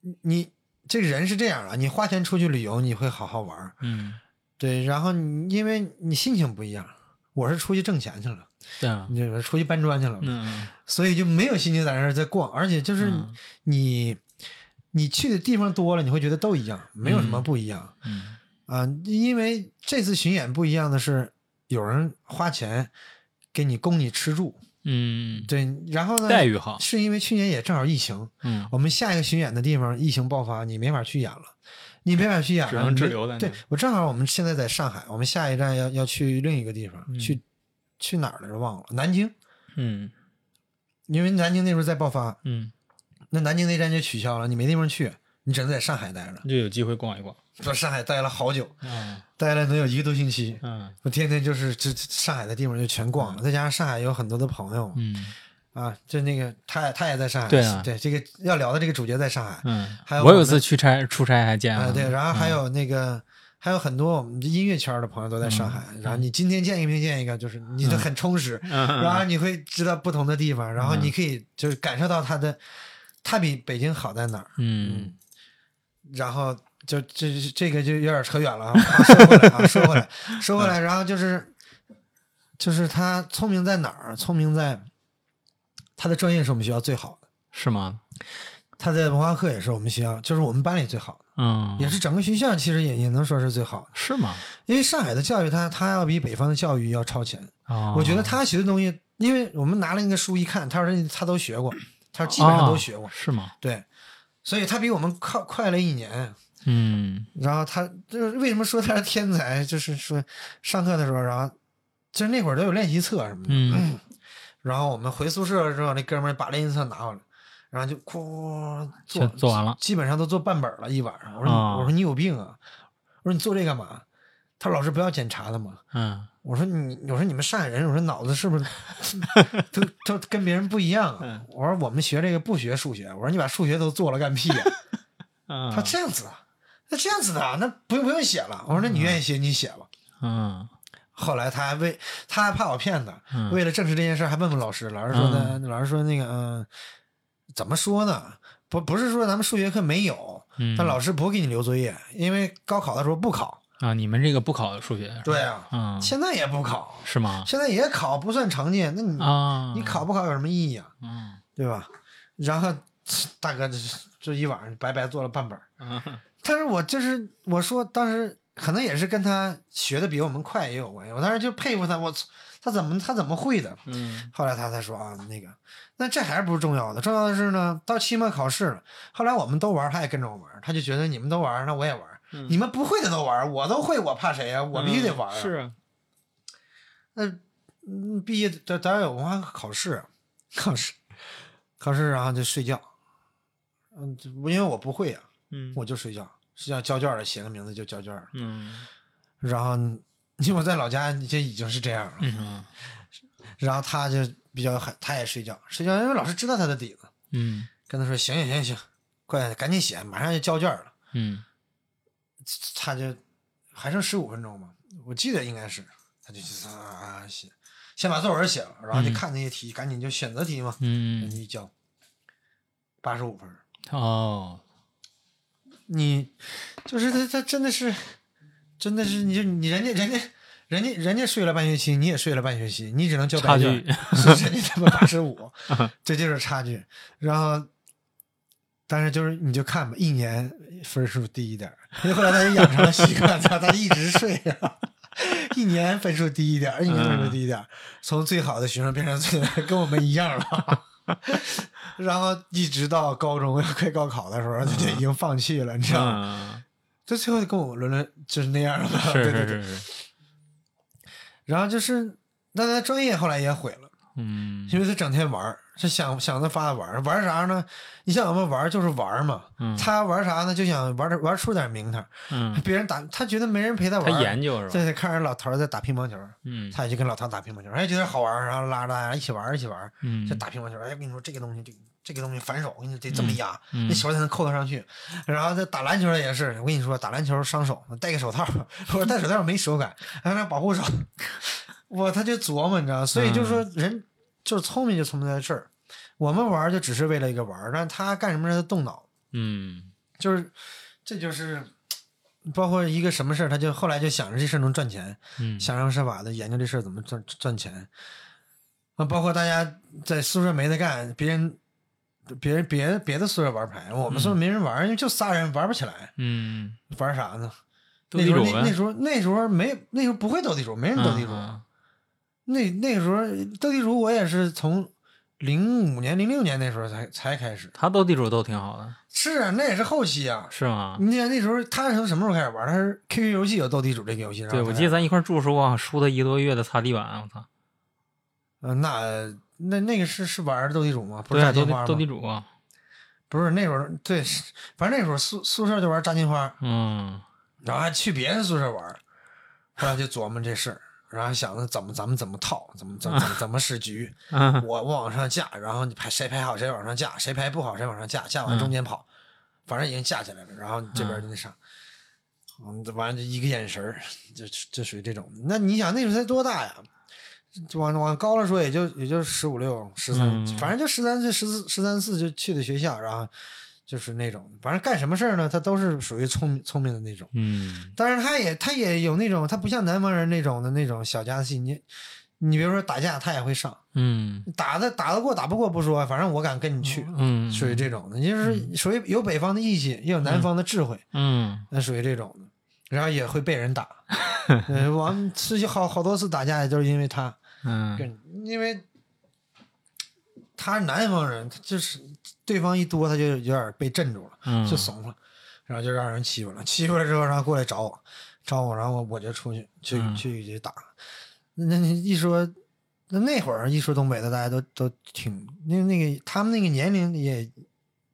Speaker 2: 你你这个人是这样啊，你花钱出去旅游，你会好好玩儿，
Speaker 3: 嗯，
Speaker 2: 对，然后你因为你心情不一样，我是出去挣钱去了，
Speaker 3: 对啊，
Speaker 2: 你是出去搬砖去了，
Speaker 3: 嗯
Speaker 2: 所以就没有心情在那儿再逛，而且就是
Speaker 3: 嗯
Speaker 2: 你、你去的地方多了，你会觉得都一样，没有什么不一样。
Speaker 3: 嗯
Speaker 2: 啊，因为这次巡演不一样的是，有人花钱给你供你吃住，
Speaker 3: 嗯，
Speaker 2: 对，然后呢，
Speaker 3: 待遇好，
Speaker 2: 是因为去年也正好疫情，
Speaker 3: 嗯
Speaker 2: 我们下一个巡演的地方疫情爆发，你没法去演了，你没法去演了，
Speaker 3: 只能
Speaker 2: 你
Speaker 3: 滞留在那
Speaker 2: 对我正好我们现在在上海，我们下一站要要去另一个地方，去去哪儿来着忘了，南京，
Speaker 3: 嗯
Speaker 2: 因为南京那时候在爆发，
Speaker 3: 嗯，
Speaker 2: 那南京那站就取消了，你没地方去，你只能在上海待着，
Speaker 3: 就有机会逛一逛，
Speaker 2: 说上海待了好久，
Speaker 3: 嗯
Speaker 2: 待了能有一个多星期，
Speaker 3: 嗯
Speaker 2: 我天天就是这这上海的地方就全逛了，再加上上海有很多的朋友、
Speaker 3: 嗯
Speaker 2: 啊，就那个他他也在上海，
Speaker 3: 对啊
Speaker 2: 这个要聊的这个主角在上海，
Speaker 3: 嗯，
Speaker 2: *laughs* 还有
Speaker 3: 我
Speaker 2: 我
Speaker 3: 有
Speaker 2: 们
Speaker 3: 次去差出差还见
Speaker 2: 啊
Speaker 3: 了，
Speaker 2: 对，然后
Speaker 3: 嗯
Speaker 2: 还有那个、还有很多我们音乐圈的朋友都在
Speaker 3: 嗯
Speaker 2: 上海，然后你今天见一个明天见一个，就是你就很充实，
Speaker 3: 嗯
Speaker 2: 然后你会知道不同的地方，然后你可以就是感受到他的它比北京好在哪儿？
Speaker 3: 嗯
Speaker 2: 然后就这这个就有点扯远了啊，说回来啊，说回来，说
Speaker 3: 嗯
Speaker 2: 回来，然后就是就是他聪明在哪儿？聪明在他的专业是我们学校最好的，
Speaker 1: 是吗？
Speaker 2: 他在文化课也是我们学校，就是我们班里最好的，
Speaker 3: 嗯，
Speaker 2: 也是整个学校其实也也能说是最好的，
Speaker 3: 是吗？
Speaker 2: 因为上海的教育它它要比北方的教育要超前，
Speaker 3: 哦
Speaker 2: 我觉得他学的东西，因为我们拿了那个书一看，他说他都学过，他说基本上都学过，
Speaker 3: 哦是吗？
Speaker 2: 对，所以他比我们快快了一年，
Speaker 3: 嗯
Speaker 2: 然后他就是为什么说他是天才，就是说上课的时候，然后就是那会儿都有练习册什么的，
Speaker 3: 嗯
Speaker 2: 然后我们回宿舍之后，那哥们儿把练习册拿过来，然后就哐做
Speaker 3: 全做完了
Speaker 2: 基本上都做半本儿了一晚上。我说、
Speaker 3: 啊
Speaker 2: 我说你有病啊！我说你做这干嘛？他说老师不要检查的嘛。
Speaker 3: 嗯
Speaker 2: 我说你我说你们上海人，我说脑子
Speaker 3: *laughs*
Speaker 2: 是不是都都跟别人不一样啊？
Speaker 3: 嗯
Speaker 2: 我说我们学这个不学数学，我说你把数学都做了干屁啊呀、他
Speaker 3: 嗯
Speaker 2: 这样子，啊，那这样子的啊，那不用不用写了。我说那你愿意写你写吧。
Speaker 3: 嗯
Speaker 2: 后来他还为他还怕我骗他，
Speaker 3: 嗯
Speaker 2: 为了证实这件事儿还问问老师，老师说的，
Speaker 3: 嗯
Speaker 2: 老师说那个嗯、怎么说呢？不不是说咱们数学课没有，
Speaker 3: 嗯，
Speaker 2: 但老师不会给你留作业，因为高考的时候不考。
Speaker 3: 啊，你们这个不考数学？
Speaker 2: 对，啊，
Speaker 3: 嗯，
Speaker 2: 现在也不考，
Speaker 3: 是吗？
Speaker 2: 现在也考不算成绩，那你、
Speaker 3: 啊，
Speaker 2: 你考不考有什么意义啊？
Speaker 3: 嗯
Speaker 2: 对吧？然后大哥这这一晚上白白做了半本儿。
Speaker 3: 嗯
Speaker 2: 但是我就是我说，当时可能也是跟他学的比我们快也有关系。我当时就佩服他，我操他怎么他怎么会的？
Speaker 3: 嗯
Speaker 2: 后来他才说啊，那个，那这还不是重要的，重要的是呢，到期末考试了，后来我们都玩，他也跟着我玩，他就觉得你们都玩，那我也玩，
Speaker 1: 嗯
Speaker 2: 你们不会的都玩，我都会，我怕谁呀、我必须得
Speaker 3: 嗯
Speaker 2: 玩、啊
Speaker 1: 是啊，
Speaker 2: 那嗯毕业得得有文化课考试，考试，考试，然后就睡觉。嗯，就因为我不会呀、
Speaker 1: 嗯
Speaker 2: 我就睡觉，睡觉交卷儿了，写个名字就交卷儿了。
Speaker 1: 嗯
Speaker 2: 然后 *laughs* 因为我在老家就已经是这样了，
Speaker 3: 嗯
Speaker 2: 然后他就比较狠，他也睡觉，睡觉，因为老师知道他的底子，
Speaker 3: 嗯
Speaker 2: 跟他说行行行行，快赶紧写，马上就交卷了。
Speaker 3: 嗯
Speaker 2: 他就还剩十五分钟嘛，我记得应该是，他就去啊写，先把作文写了，然后就看那些题，赶紧就选择题嘛，赶
Speaker 3: 嗯
Speaker 2: 紧一交，八十五分儿。 *laughs*
Speaker 3: 哦，
Speaker 2: 你就是他，他真的是，真的是，你就你人家人家人家人家睡了半学期，你也睡了半学期，你只能交
Speaker 3: 差
Speaker 2: 白
Speaker 3: 距
Speaker 2: 卷儿，是人家他妈八
Speaker 3: *laughs*
Speaker 2: 十五，这就是差距。然后，但是就是你就看吧，一年分数低一点儿，因为后来他也养成了习惯，他他一直睡啊。一年分数低一点儿，一年分数低一点
Speaker 3: 嗯
Speaker 2: 儿，从最好的学生变成最跟我们一样了， *laughs* 然后一直到高中快高考的时候，他就已经放弃了，你知道吗？
Speaker 1: 嗯
Speaker 2: 就最后跟我轮轮就是那样了吧？
Speaker 3: 是
Speaker 2: 对对
Speaker 3: 是
Speaker 2: 对。
Speaker 3: 是是，
Speaker 2: 然后就是，但他专业后来也毁了，
Speaker 3: 嗯
Speaker 2: 因为他整天玩儿，是想想着法玩儿，玩儿啥呢？你想我们玩儿就是玩儿嘛，
Speaker 3: 嗯
Speaker 2: 他玩啥呢？就想玩点玩出点名堂，
Speaker 3: 嗯，
Speaker 2: 别人打他觉得没人陪他玩
Speaker 3: 他
Speaker 2: 儿，
Speaker 3: 研究是吧？
Speaker 2: 对对，看着老头儿在打乒乓球儿，
Speaker 3: 嗯
Speaker 2: 他也就跟老头儿打乒乓球儿，哎，觉得好玩儿，然后拉着大家一起玩儿，一起玩儿，
Speaker 3: 嗯
Speaker 2: 就打乒乓球儿。哎，我跟你说这个东西，这个这个东西反手，我跟你说得这么压，
Speaker 3: 嗯
Speaker 2: 那球才能扣得上去。然后这打篮球的也是，我跟你说，打篮球伤手，戴个手套， *laughs* 我说戴手套没手感，还让保护手。 *laughs* 我他就琢磨，你知道，所以就
Speaker 3: 嗯
Speaker 2: 是说人就是聪明就聪明在这儿。我们玩儿就只是为了一个玩儿，但是他干什么事儿他动脑，
Speaker 3: 嗯
Speaker 2: 就是这就是包括一个什么事儿，他就后来就想着这事儿能赚钱，
Speaker 3: 嗯
Speaker 2: 想方设法的研究这事儿怎么赚赚钱。啊，包括大家在宿舍没得干，别人别人别别的宿舍玩牌，我们宿舍没人玩，因为就仨人玩不起来，
Speaker 3: 嗯，
Speaker 2: 玩啥呢？
Speaker 3: 斗
Speaker 2: 那
Speaker 3: 地
Speaker 2: 时候
Speaker 3: 主
Speaker 2: 那
Speaker 3: 呗
Speaker 2: 那时候那时候没那时候不会斗地主，没人斗地主。
Speaker 3: 嗯
Speaker 2: 那那时候斗地主我也是从零五年零六年那时候才才开始，
Speaker 3: 他斗地主斗挺好的，
Speaker 2: 是啊，那也是后期啊。
Speaker 3: 是吗？
Speaker 2: 你看那时候他是从什么时候开始玩？他是 QQ 游戏有斗地主这个游戏，然后
Speaker 3: 对，
Speaker 2: 他
Speaker 3: 我记得咱一块儿住的时候，我好像输他一个多月的擦地板，啊我操！
Speaker 2: 呃，那那那个是是玩斗地主吗？不
Speaker 3: 对
Speaker 2: 是
Speaker 3: 啊，
Speaker 2: 炸
Speaker 3: 斗
Speaker 2: 金
Speaker 3: 地
Speaker 2: 花吗？
Speaker 3: 斗地主啊，
Speaker 2: 不是那时候，对，是反正那时候宿宿舍就玩炸金花， *laughs*
Speaker 3: 嗯
Speaker 2: 然后还去别人宿舍玩，后来就琢磨这事儿，然后想着怎么咱们怎么套，怎么怎么怎么怎么使局，
Speaker 1: *laughs*
Speaker 3: 嗯
Speaker 2: 我我往上架，然后你排谁排好谁往上架，谁排不好谁往上架，架完中间跑，反正已经架起来了，然后这边就那啥，嗯，完了就一个眼神儿，就就属于这种。那你想那时候才多大呀？就往往高了说也就也就十五六、十三
Speaker 1: 嗯，
Speaker 2: 反正就十三岁、十四、十三四就去的学校，然后就是那种，反正干什么事儿呢，他都是属于聪明聪明的那种。
Speaker 1: 嗯
Speaker 2: 但是他也他也有那种，他不像南方人那种的那种小家子气。你你比如说打架，他也会上，
Speaker 1: 嗯
Speaker 2: 打的打得过打不过不说，反正我敢跟你去，
Speaker 1: 嗯，
Speaker 2: 属于这种的，就是属于有北方的义气，也有南方的智慧，
Speaker 1: 嗯
Speaker 2: 那、属于这种的。然后也会被人打，呃，我们吃去好好多次打架，也就是因为他，
Speaker 1: 嗯
Speaker 2: 跟因为他是南方人，他就是对方一多，他就有点被镇住了。
Speaker 1: 嗯，
Speaker 2: 就怂了，然后就让人欺负了。欺负了之后，然后过来找我，找我，然后我我就出去去
Speaker 1: 嗯
Speaker 2: 去去打。那那一说，那那会儿一说东北的，大家都都挺那那个他们那个年龄也，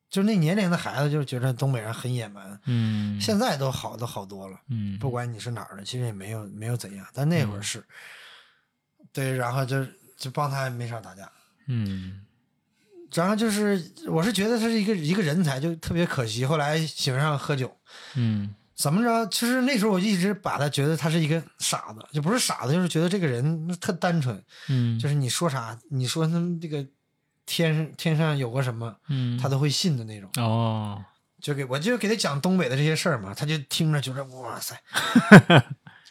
Speaker 2: 就那年龄的孩子就觉得东北人很野蛮。
Speaker 1: 嗯，
Speaker 2: 现在都好都好多了，
Speaker 1: 嗯
Speaker 2: 不管你是哪儿的，其实也没有没有怎样，但那会儿是，对，然后就就帮他没少打架。
Speaker 1: 嗯
Speaker 2: 然后就是，我是觉得他是一个一个人才，就特别可惜。后来喜欢上喝酒，
Speaker 1: 嗯
Speaker 2: 怎么着？其实那时候我一直把他觉得他是一个傻子，就不是傻子，就是觉得这个人特单纯，
Speaker 1: 嗯，
Speaker 2: 就是是你说啥，你说他们这个天上天上有个什么，
Speaker 1: 嗯
Speaker 2: 他都会信的那种。
Speaker 1: 哦
Speaker 2: 就给我就给他讲东北的这些事儿嘛，他就听着觉得
Speaker 1: *laughs*
Speaker 2: 哇塞，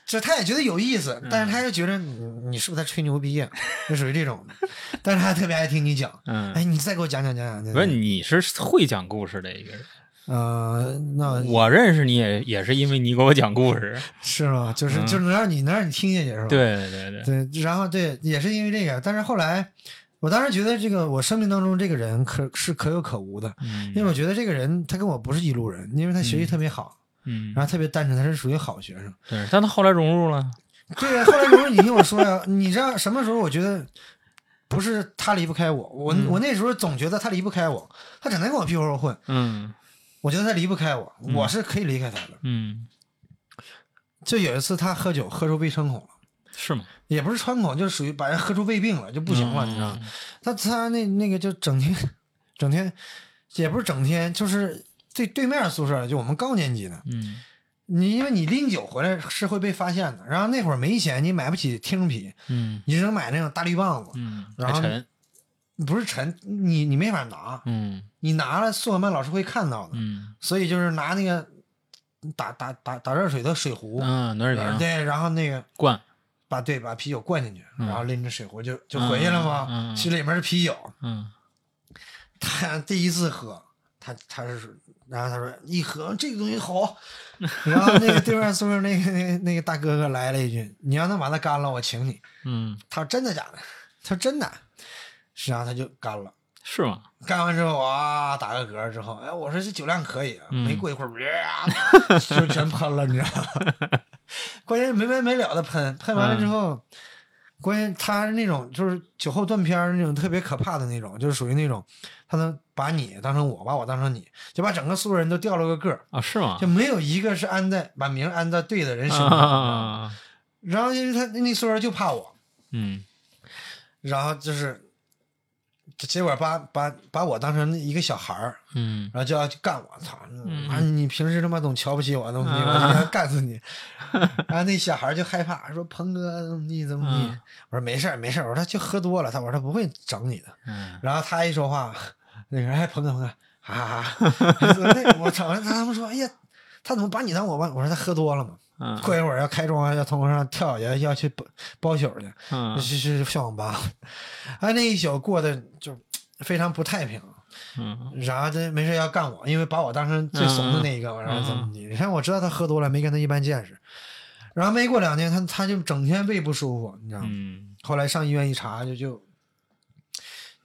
Speaker 2: 这他也觉得有意思，但是他又觉得你你是不是在吹牛逼呀、就属于这种的。但是他特别爱听你讲，
Speaker 1: 嗯，
Speaker 2: 哎，你再给我讲讲讲讲讲。
Speaker 1: 不是你是会讲故事的一个人，
Speaker 2: 呃，那
Speaker 1: 我认识你也也是因为你给我讲故事，
Speaker 2: 是吗？
Speaker 1: 嗯
Speaker 2: 就是、就是能让你能让你听下去是吧？。
Speaker 1: 对对对，
Speaker 2: 对，然后对，也是因为这个，但是后来，我当时觉得这个我生命当中这个人可是可有可无的，
Speaker 1: 嗯
Speaker 2: 因为我觉得这个人他跟我不是一路人，因为他学习特别好，
Speaker 1: 嗯，
Speaker 2: 然后特别单纯，他是属于好学生。
Speaker 1: 对，但他后来融入了，
Speaker 2: 对啊呀，后来不是你听我说呀，你知道什么时候我觉得不是他离不开我，我、
Speaker 1: 嗯
Speaker 2: 我那时候总觉得他离不开我，他整天跟我屁股后混，
Speaker 1: 嗯
Speaker 2: 我觉得他离不开我，我是可以离开他的。
Speaker 1: 嗯，
Speaker 2: 就有一次他喝酒喝出胃穿孔了。
Speaker 1: 是吗？
Speaker 2: 也不是穿孔，就是属于把人喝出胃病了，就不行
Speaker 1: 嗯
Speaker 2: 了，你知道吗？他他那那个就整天整天也不是整天，就是对对面宿舍就我们高年级的，
Speaker 1: 嗯
Speaker 2: 你因为你拎酒回来是会被发现的，然后那会儿没钱，你买不起听啤，
Speaker 1: 嗯
Speaker 2: 你只能买那种大绿棒子，
Speaker 1: 嗯，
Speaker 2: 然后
Speaker 1: 还沉，
Speaker 2: 不是沉，你你没法拿，
Speaker 1: 嗯
Speaker 2: 你拿了宿管班老师会看到的，
Speaker 1: 嗯
Speaker 2: 所以就是拿那个打打打打热水的水壶，
Speaker 1: 嗯，暖水瓶
Speaker 2: 对，然后那个
Speaker 1: 灌，
Speaker 2: 把对把啤酒灌进去，
Speaker 1: 嗯
Speaker 2: 然后拎着水壶就就回去了嘛。
Speaker 1: 嗯嗯嗯
Speaker 2: 其实里面是啤酒，
Speaker 1: 嗯
Speaker 2: 他第一次喝，他他是，然后他说一喝这个东西好，然后那个对面宿舍那个那个那个大哥哥来了一句：“你要能把它干了，我请你。
Speaker 1: 嗯”，
Speaker 2: 他说：“真的假的？”他说：“真的。”然后他就干了。
Speaker 1: 是吗？
Speaker 2: 干完之后啊，打个嗝之后，哎，我说这酒量可以啊，
Speaker 1: 嗯
Speaker 2: 没过一会儿，呀就全喷了，你知道吗？ *laughs* 关键是没完没了的喷，喷完了
Speaker 1: 嗯
Speaker 2: 之后，关键他是那种就是酒后断片儿那种特别可怕的那种，就是属于那种他能把你当成我，把我当成你，就把整个宿舍人都掉了个个儿，
Speaker 1: 啊，是吗
Speaker 2: 就？没有一个是安在把名儿安在对的人身上。
Speaker 1: 啊，
Speaker 2: *laughs* 然后因为他那宿舍人就怕我，
Speaker 1: 嗯
Speaker 2: 然后就是结果把把把我当成一个小孩儿。
Speaker 1: 嗯
Speaker 2: 然后就要去干我，操！
Speaker 1: 嗯
Speaker 2: 啊，你平时他妈总瞧不起我，怎么地，我今天干死你！然后那小孩就害怕，说鹏哥怎么地怎么地
Speaker 1: 嗯。
Speaker 2: 我说没事儿没事儿，我说他就喝多了，他我说他不会整你的。
Speaker 1: 嗯
Speaker 2: 然后他一说话，那个人哎鹏哥鹏哥，哈哈哈！那我操！他他们说哎呀，他怎么把你当我吧？我说他喝多了嘛，
Speaker 1: 嗯，
Speaker 2: 过一会儿要开庄，要从楼上跳下去，要去包包宿去。
Speaker 1: 嗯
Speaker 2: 去去上网吧，啊，那一宿过得就非常不太平。
Speaker 1: 嗯
Speaker 2: 然后这没事要干我，因为把我当成最怂的那一个
Speaker 1: 嗯
Speaker 2: 嘛，然后怎么地？你看我知道他喝多了，没跟他一般见识。然后没过两天，他他就整天胃不舒服，你知道吗？
Speaker 1: 嗯
Speaker 2: 后来上医院一查，就就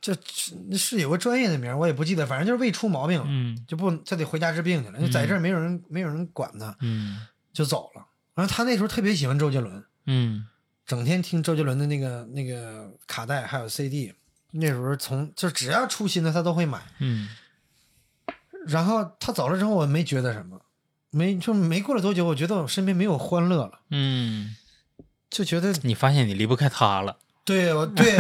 Speaker 2: 这是是有个专业的名儿，我也不记得，反正就是胃出毛病了，
Speaker 1: 嗯
Speaker 2: 就不他得回家治病去了，因为在这儿没有人、没有人管他，
Speaker 1: 嗯
Speaker 2: 就走了。然后他那时候特别喜欢周杰伦，
Speaker 1: 嗯
Speaker 2: 整天听周杰伦的那个那个卡带还有 CD，那时候从就只要出新的他都会买。
Speaker 1: 嗯
Speaker 2: 然后他走了之后，我没觉得什么，没就没过了多久，我觉得我身边没有欢乐了，
Speaker 1: 嗯，
Speaker 2: 就觉得
Speaker 1: 你发现你离不开他了，
Speaker 2: 对我对，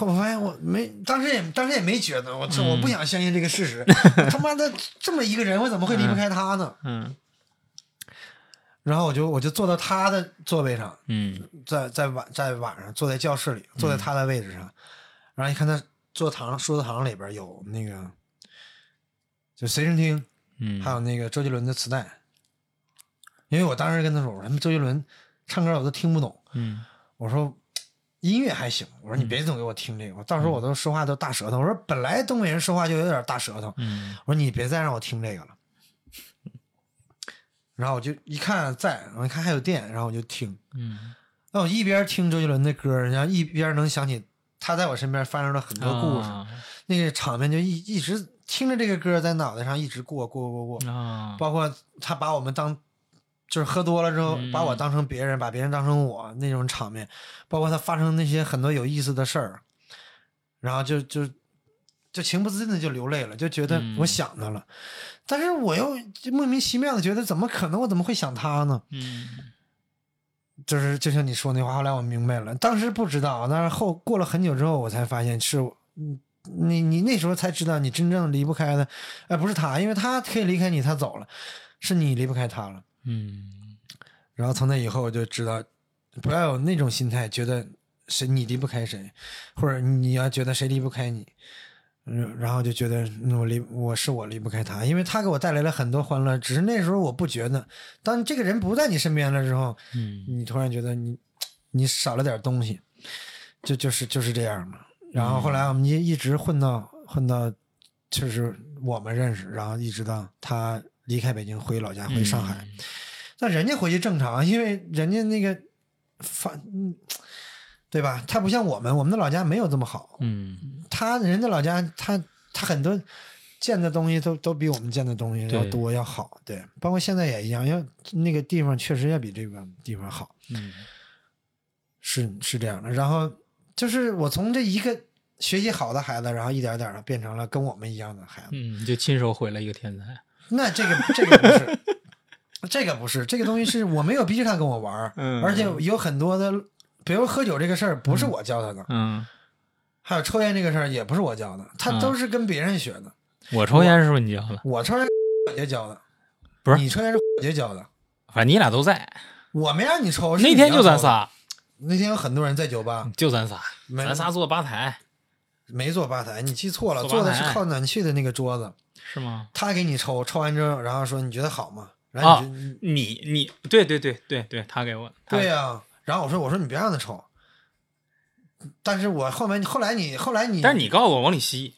Speaker 2: 我发现我没当时也当时也没觉得，我这我不想相信这个事实，我他妈的这么一个人，我怎么会离不开他呢？
Speaker 1: 嗯
Speaker 2: 然后我就我就坐到他的座位上，
Speaker 1: 嗯
Speaker 2: 在在晚在晚上坐在教室里，坐在他的位置上，然后一看他坐堂书桌堂里边有那个就随身听，
Speaker 1: 嗯
Speaker 2: 还有那个周杰伦的磁带，因为我当时跟他说，我哎说他们周杰伦唱歌我都听不懂，
Speaker 1: 嗯
Speaker 2: 我说音乐还行，我说你别总给我听这个，我到时候我
Speaker 1: 嗯
Speaker 2: 都说话都大舌头，我说本来东北人说话就有点大舌头，
Speaker 1: 嗯
Speaker 2: 我说你别再让我听这个了。然后我就一看在，我一看还有电，然后我就听。
Speaker 1: 嗯
Speaker 2: 那我一边听周杰伦的歌，然后一边能想起他在我身边发生了很多故事，
Speaker 1: 啊
Speaker 2: 那个场面就一一直听着这个歌在脑袋上一直过过过过，
Speaker 1: 啊
Speaker 2: 包括他把我们当就是喝多了之后、
Speaker 1: 嗯
Speaker 2: 把我当成别人，把别人当成我那种场面，包括他发生那些很多有意思的事儿，然后就就就情不自禁的就流泪了，就觉得
Speaker 1: 嗯
Speaker 2: 我想他了，但是我又就莫名其妙的觉得怎么可能我怎么会想他呢？
Speaker 1: 嗯
Speaker 2: 就是就像你说那话，后来我明白了，当时不知道，但是后过了很久之后，我才发现是我，嗯，你你那时候才知道，你真正离不开的，哎，不是他，因为他可以离开你，他走了，是你离不开他了。
Speaker 1: 嗯
Speaker 2: 然后从那以后，我就知道，不要有那种心态，觉得谁你离不开谁，或者你要觉得谁离不开你，嗯，然后就觉得嗯我离我是我离不开他，因为他给我带来了很多欢乐，只是那时候我不觉得，当这个人不在你身边了之后，
Speaker 1: 嗯
Speaker 2: 你突然觉得你你少了点东西，就就是就是这样嘛。然后后来我们一一直混到混到，就是我们认识，然后一直到他离开北京回老家回
Speaker 1: 嗯
Speaker 2: 上海。但人家回去正常，因为人家那个反，嗯对吧？他不像我们，我们的老家没有这么好。
Speaker 1: 嗯
Speaker 2: 他人家老家，他他很多见的东西都都比我们见的东西要
Speaker 1: 对
Speaker 2: 多要好，对。包括现在也一样，要那个地方确实要比这个地方好。
Speaker 1: 嗯
Speaker 2: 是是这样的。然后就是我从这一个学习好的孩子，然后一点点的变成了跟我们一样的孩子。
Speaker 1: 嗯，就亲手毁了一个天才。
Speaker 2: *laughs* 那这个这个不是，这个不是，这个东西是我没有逼着他跟我玩儿，
Speaker 1: 嗯
Speaker 2: 而且有很多的，比如喝酒这个事儿不是我教他的，
Speaker 1: 嗯，
Speaker 2: 还有抽烟这个事儿也不是我教的，他
Speaker 1: 嗯
Speaker 2: 都是跟别人学的。
Speaker 1: 我抽烟是不是你教的？
Speaker 2: 我抽烟我姐教的，
Speaker 1: 不是
Speaker 2: 你抽烟是我姐教的，
Speaker 1: 反正你俩都在，
Speaker 2: 我没让你抽。是
Speaker 1: 那
Speaker 2: 你
Speaker 1: 天
Speaker 2: 要
Speaker 1: 就咱
Speaker 2: 抽的，
Speaker 1: 仨，
Speaker 2: 那天有很多人在酒吧，
Speaker 1: 就咱仨，
Speaker 2: 没
Speaker 1: 咱仨坐吧台
Speaker 2: 没坐吧台，你记错了，
Speaker 1: 坐吧
Speaker 2: 坐的是
Speaker 1: 台
Speaker 2: 靠暖气的那个桌子。
Speaker 1: 是吗？
Speaker 2: 他给你抽，抽完之后，然后说你觉得好吗？然
Speaker 1: 啊
Speaker 2: 后你就、你
Speaker 1: 你你对对对对对，他给我，他
Speaker 2: 对啊呀、然后我说我说你别让他抽，但是我后面后来你后来你，
Speaker 1: 但是你告诉我往里吸，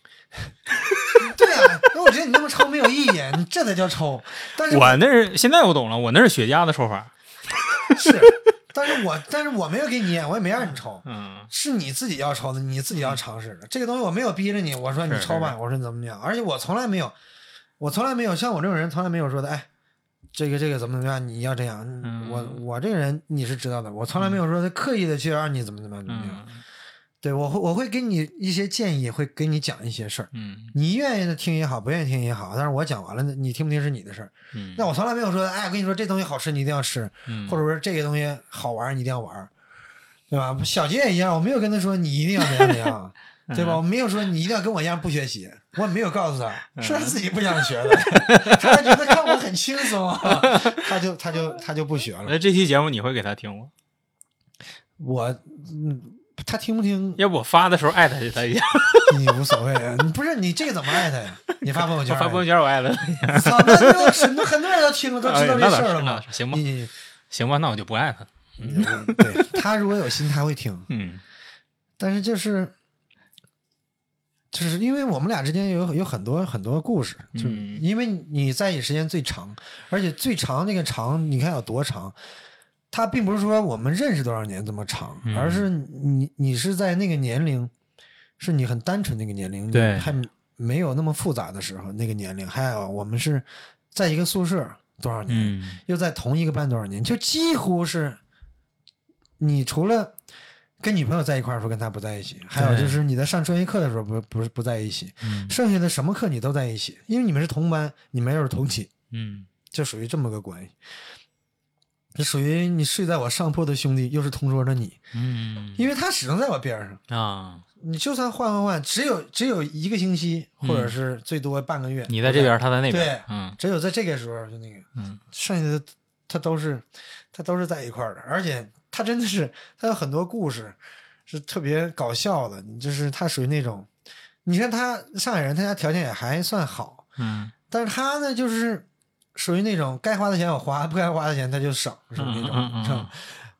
Speaker 2: 对啊，那我觉得你那么抽没有意义，你这才叫抽。但是
Speaker 1: 我那是现在我懂了，我那是雪茄的手法。
Speaker 2: 是，但是我但是我没有给你烟，我也没让你抽，
Speaker 1: 嗯
Speaker 2: 是你自己要抽的，你自己要尝试的。这个东西我没有逼着你，我说你
Speaker 1: 是
Speaker 2: 抽吧，
Speaker 1: 是
Speaker 2: 我说你怎么怎么样，而且我从来没有，我从来没有像我这种人，从来没有说的，哎，这个这个怎么怎么样，你要这样。
Speaker 1: 嗯
Speaker 2: 我我这个人你是知道的，我从来没有说刻意的去让你怎么怎么样怎么样。
Speaker 1: 嗯
Speaker 2: 对我会我会给你一些建议，会给你讲一些事儿。
Speaker 1: 嗯
Speaker 2: 你愿意的听也好，不愿意听也好，但是我讲完了，你听不听是你的事儿。
Speaker 1: 嗯，
Speaker 2: 那我从来没有说，哎，我跟你说这东西好吃，你一定要吃。
Speaker 1: 嗯
Speaker 2: 或者说这个东西好玩儿，你一定要玩儿，对吧？小杰也一样，我没有跟他说你一定要怎样怎样，对吧？我没有说你一定要跟我一样不学习，我没有告诉他，是他自己不想学的，他觉得看我很轻松啊，他就他就他就不学了。
Speaker 1: 那这期节目你会给他听吗？
Speaker 2: 我，嗯，他听不听
Speaker 1: 要不我发的时候艾特他一下，
Speaker 2: *laughs* 你无所谓啊，你不是你这个怎么艾特呀？你发朋友圈
Speaker 1: 我
Speaker 2: 儿
Speaker 1: *laughs*
Speaker 2: 啊，
Speaker 1: 发朋友圈我艾特他一下。
Speaker 2: *laughs* 操，那就很多很多人都听了，都知道
Speaker 1: 哎那
Speaker 2: 这
Speaker 1: 倒
Speaker 2: 事
Speaker 1: 是
Speaker 2: 儿了
Speaker 1: 那
Speaker 2: 嘛
Speaker 1: 倒。是行吧
Speaker 2: 你，你
Speaker 1: 行吧，那我就不艾特了。
Speaker 2: 你对他如果有心，他会听。
Speaker 1: 嗯
Speaker 2: 但是就是就是因为我们俩之间有有很多很多故事，就是
Speaker 1: 嗯
Speaker 2: 因为你在一起时间最长，而且最长那个长，你看有多长？它并不是说我们认识多少年这么长，
Speaker 1: 嗯
Speaker 2: 而是你你是在那个年龄，是你很单纯那个年龄，
Speaker 1: 对
Speaker 2: 你还没有那么复杂的时候那个年龄。还有我们是在一个宿舍多少年，
Speaker 1: 嗯
Speaker 2: 又在同一个班多少年，就几乎是，你除了跟女朋友在一块儿的时候跟她不在一起，还有就是你在上专业课的时候不不是不在一起，
Speaker 1: 嗯
Speaker 2: 剩下的什么课你都在一起，因为你们是同班，你们又是同寝，
Speaker 1: 嗯
Speaker 2: 就属于这么个关系。这属于你睡在我上铺的兄弟，又是同桌的你，
Speaker 1: 嗯
Speaker 2: 因为他始终在我边上。
Speaker 1: 啊，
Speaker 2: 你就算换换换，只有只有一个星期，或者是最多半个月，
Speaker 1: 你在这边，他在那边
Speaker 2: 对，
Speaker 1: 嗯
Speaker 2: 只有在这个时候就那个，
Speaker 1: 嗯
Speaker 2: 剩下的他都是他都是在一块儿的，而且他真的是他有很多故事是特别搞笑的，你就是他属于那种，你看他上海人，他家条件也还算好，
Speaker 1: 嗯
Speaker 2: 但是他呢就是属于那种该花的钱我花，不该花的钱他就省，是那种，
Speaker 1: 嗯嗯嗯嗯
Speaker 2: 是吧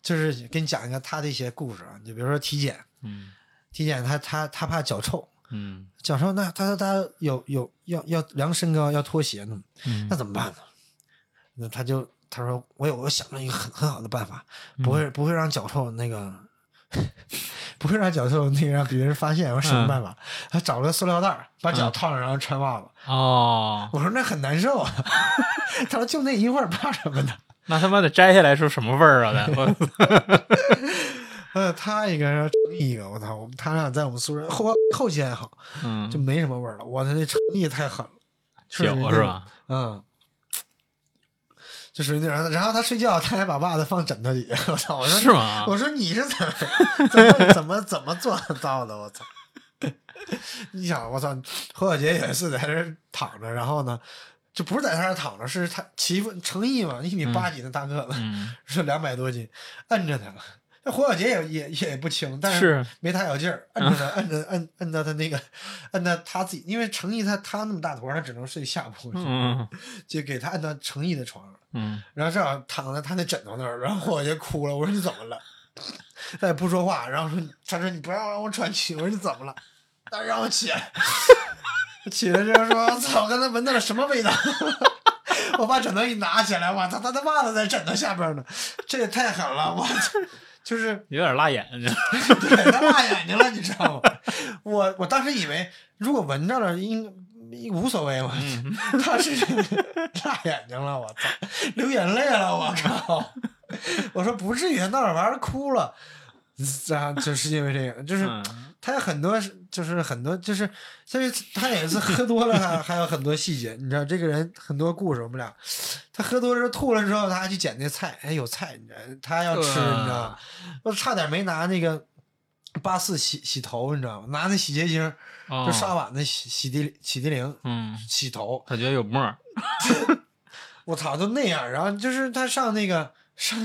Speaker 2: 就是给你讲一个他的一些故事啊，就比如说体检，
Speaker 1: 嗯
Speaker 2: 体检他他他怕脚臭，
Speaker 1: 嗯
Speaker 2: 脚臭那他他他有有要要量身高要脱鞋呢，
Speaker 1: 嗯
Speaker 2: 那怎么办呢？那他就他说我有我想了一个很很好的办法，不会不会让脚臭那个， *laughs* 不会让脚臭那个让别人发现。我说什么办法？他找了个塑料袋儿把脚套上，然后穿袜子。
Speaker 1: 哦，
Speaker 2: 我说那很难受啊。 *laughs* 他说就那一会儿，怕什么呢？
Speaker 1: 那他妈的摘下来是什么味儿啊？那我
Speaker 2: *laughs* 呃，他一个然后另一个，我操！我们他俩在我们宿舍后后期还好，
Speaker 1: 嗯，
Speaker 2: 就没什么味儿了。我那成意太狠了，确实
Speaker 1: 酒
Speaker 2: 那
Speaker 1: 是
Speaker 2: 种
Speaker 1: 吧？
Speaker 2: 嗯，就属于那种。然后他睡觉，他还把袜子放枕头底下。我操！我说
Speaker 1: 是吗？
Speaker 2: 我说你是怎么怎么怎么怎么做到的？我操！ *laughs* 你想，我操，侯小杰有一次在这儿躺着，然后呢，就不是在他那儿躺着，是他欺负成毅嘛，一米八几的大个子，
Speaker 1: 嗯，
Speaker 2: 是两百多斤，摁着他了。那侯小杰也也也不轻，但
Speaker 1: 是
Speaker 2: 没他有劲儿，摁着他，摁着摁摁到他那个，摁到他自己，因为成毅他他那么大坨儿，他只能睡下铺，
Speaker 1: 嗯
Speaker 2: 就给他摁到成毅的床上。
Speaker 1: 嗯
Speaker 2: 然后正好躺在他那枕头那儿，然后我就哭了，我说你怎么了？他也不说话，然后说你他说你不要让我喘气，我说你怎么了？他让我起来， *laughs* 起来之后说，我操，我刚才闻到了什么味道？ *laughs* 我把枕头一拿起来，我操，他的袜子在枕头下边呢，这也太狠了，我操，就是。
Speaker 1: 有点辣
Speaker 2: *laughs*
Speaker 1: 眼睛。
Speaker 2: 对他辣眼睛了，你知道吗？我我当时以为如果闻着了，应应无所谓嘛。 *laughs* 他是辣眼睛了，我操，流眼泪了，我靠！ *laughs* 我说不至于，那玩意儿哭了。 *laughs* 啊，就是因为这个，就是
Speaker 1: 嗯
Speaker 2: 他有很多，就是很多，就是因为他也是喝多了，还还有很多细节，你知道，这个人很多故事，我们俩，他喝多了之后吐了之后，他还去捡那菜，还有菜，你知道，他要吃，
Speaker 1: 呃
Speaker 2: 你知道，我差点没拿那个八四洗洗头，你知道吗？拿那洗洁精，
Speaker 1: 哦
Speaker 2: 就刷碗那洗洗涤洗涤灵
Speaker 1: 嗯，
Speaker 2: 洗头，
Speaker 1: 他觉得有沫儿。
Speaker 2: 我操，都那样，然后就是他上那个上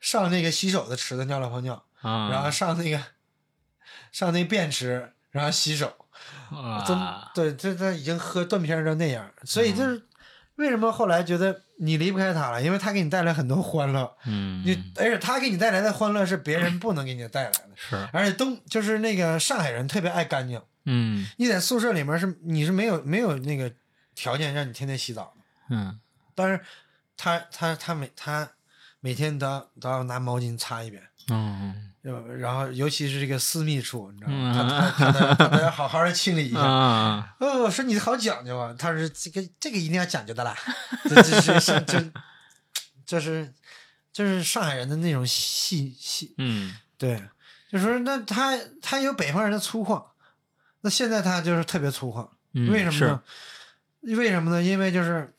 Speaker 2: 上那个洗手的池子尿了泡尿，
Speaker 1: 嗯，
Speaker 2: 然后上那个上那便池，然后洗手。真
Speaker 1: 啊，嗯
Speaker 2: 对，这他已经喝断片儿成那样儿，所以就是为什么后来觉得你离不开他了，因为他给你带来很多欢乐，
Speaker 1: 嗯，
Speaker 2: 你而且他给你带来的欢乐是别人不能给你带来的，
Speaker 1: *laughs* 是
Speaker 2: 而且东就是那个上海人特别爱干净，
Speaker 1: 嗯
Speaker 2: 你在宿舍里面是你是没有没有那个条件让你天天洗澡的，
Speaker 1: 嗯
Speaker 2: 但是他他他每他每天都要都要拿毛巾擦一遍。
Speaker 1: 嗯
Speaker 2: 呃然后，尤其是这个私密处，你知道吗？
Speaker 1: 嗯
Speaker 2: 他他他他他要好好的清理一下。
Speaker 1: 啊，
Speaker 2: 哦，我说你好讲究啊！他说这个这个一定要讲究的啦，这这是是这这是就是上海人的那种细细，
Speaker 1: 嗯
Speaker 2: 对，就说那他他有北方人的粗犷，那现在他就是特别粗犷，
Speaker 1: 嗯
Speaker 2: 为什么呢？为什么呢？因为就是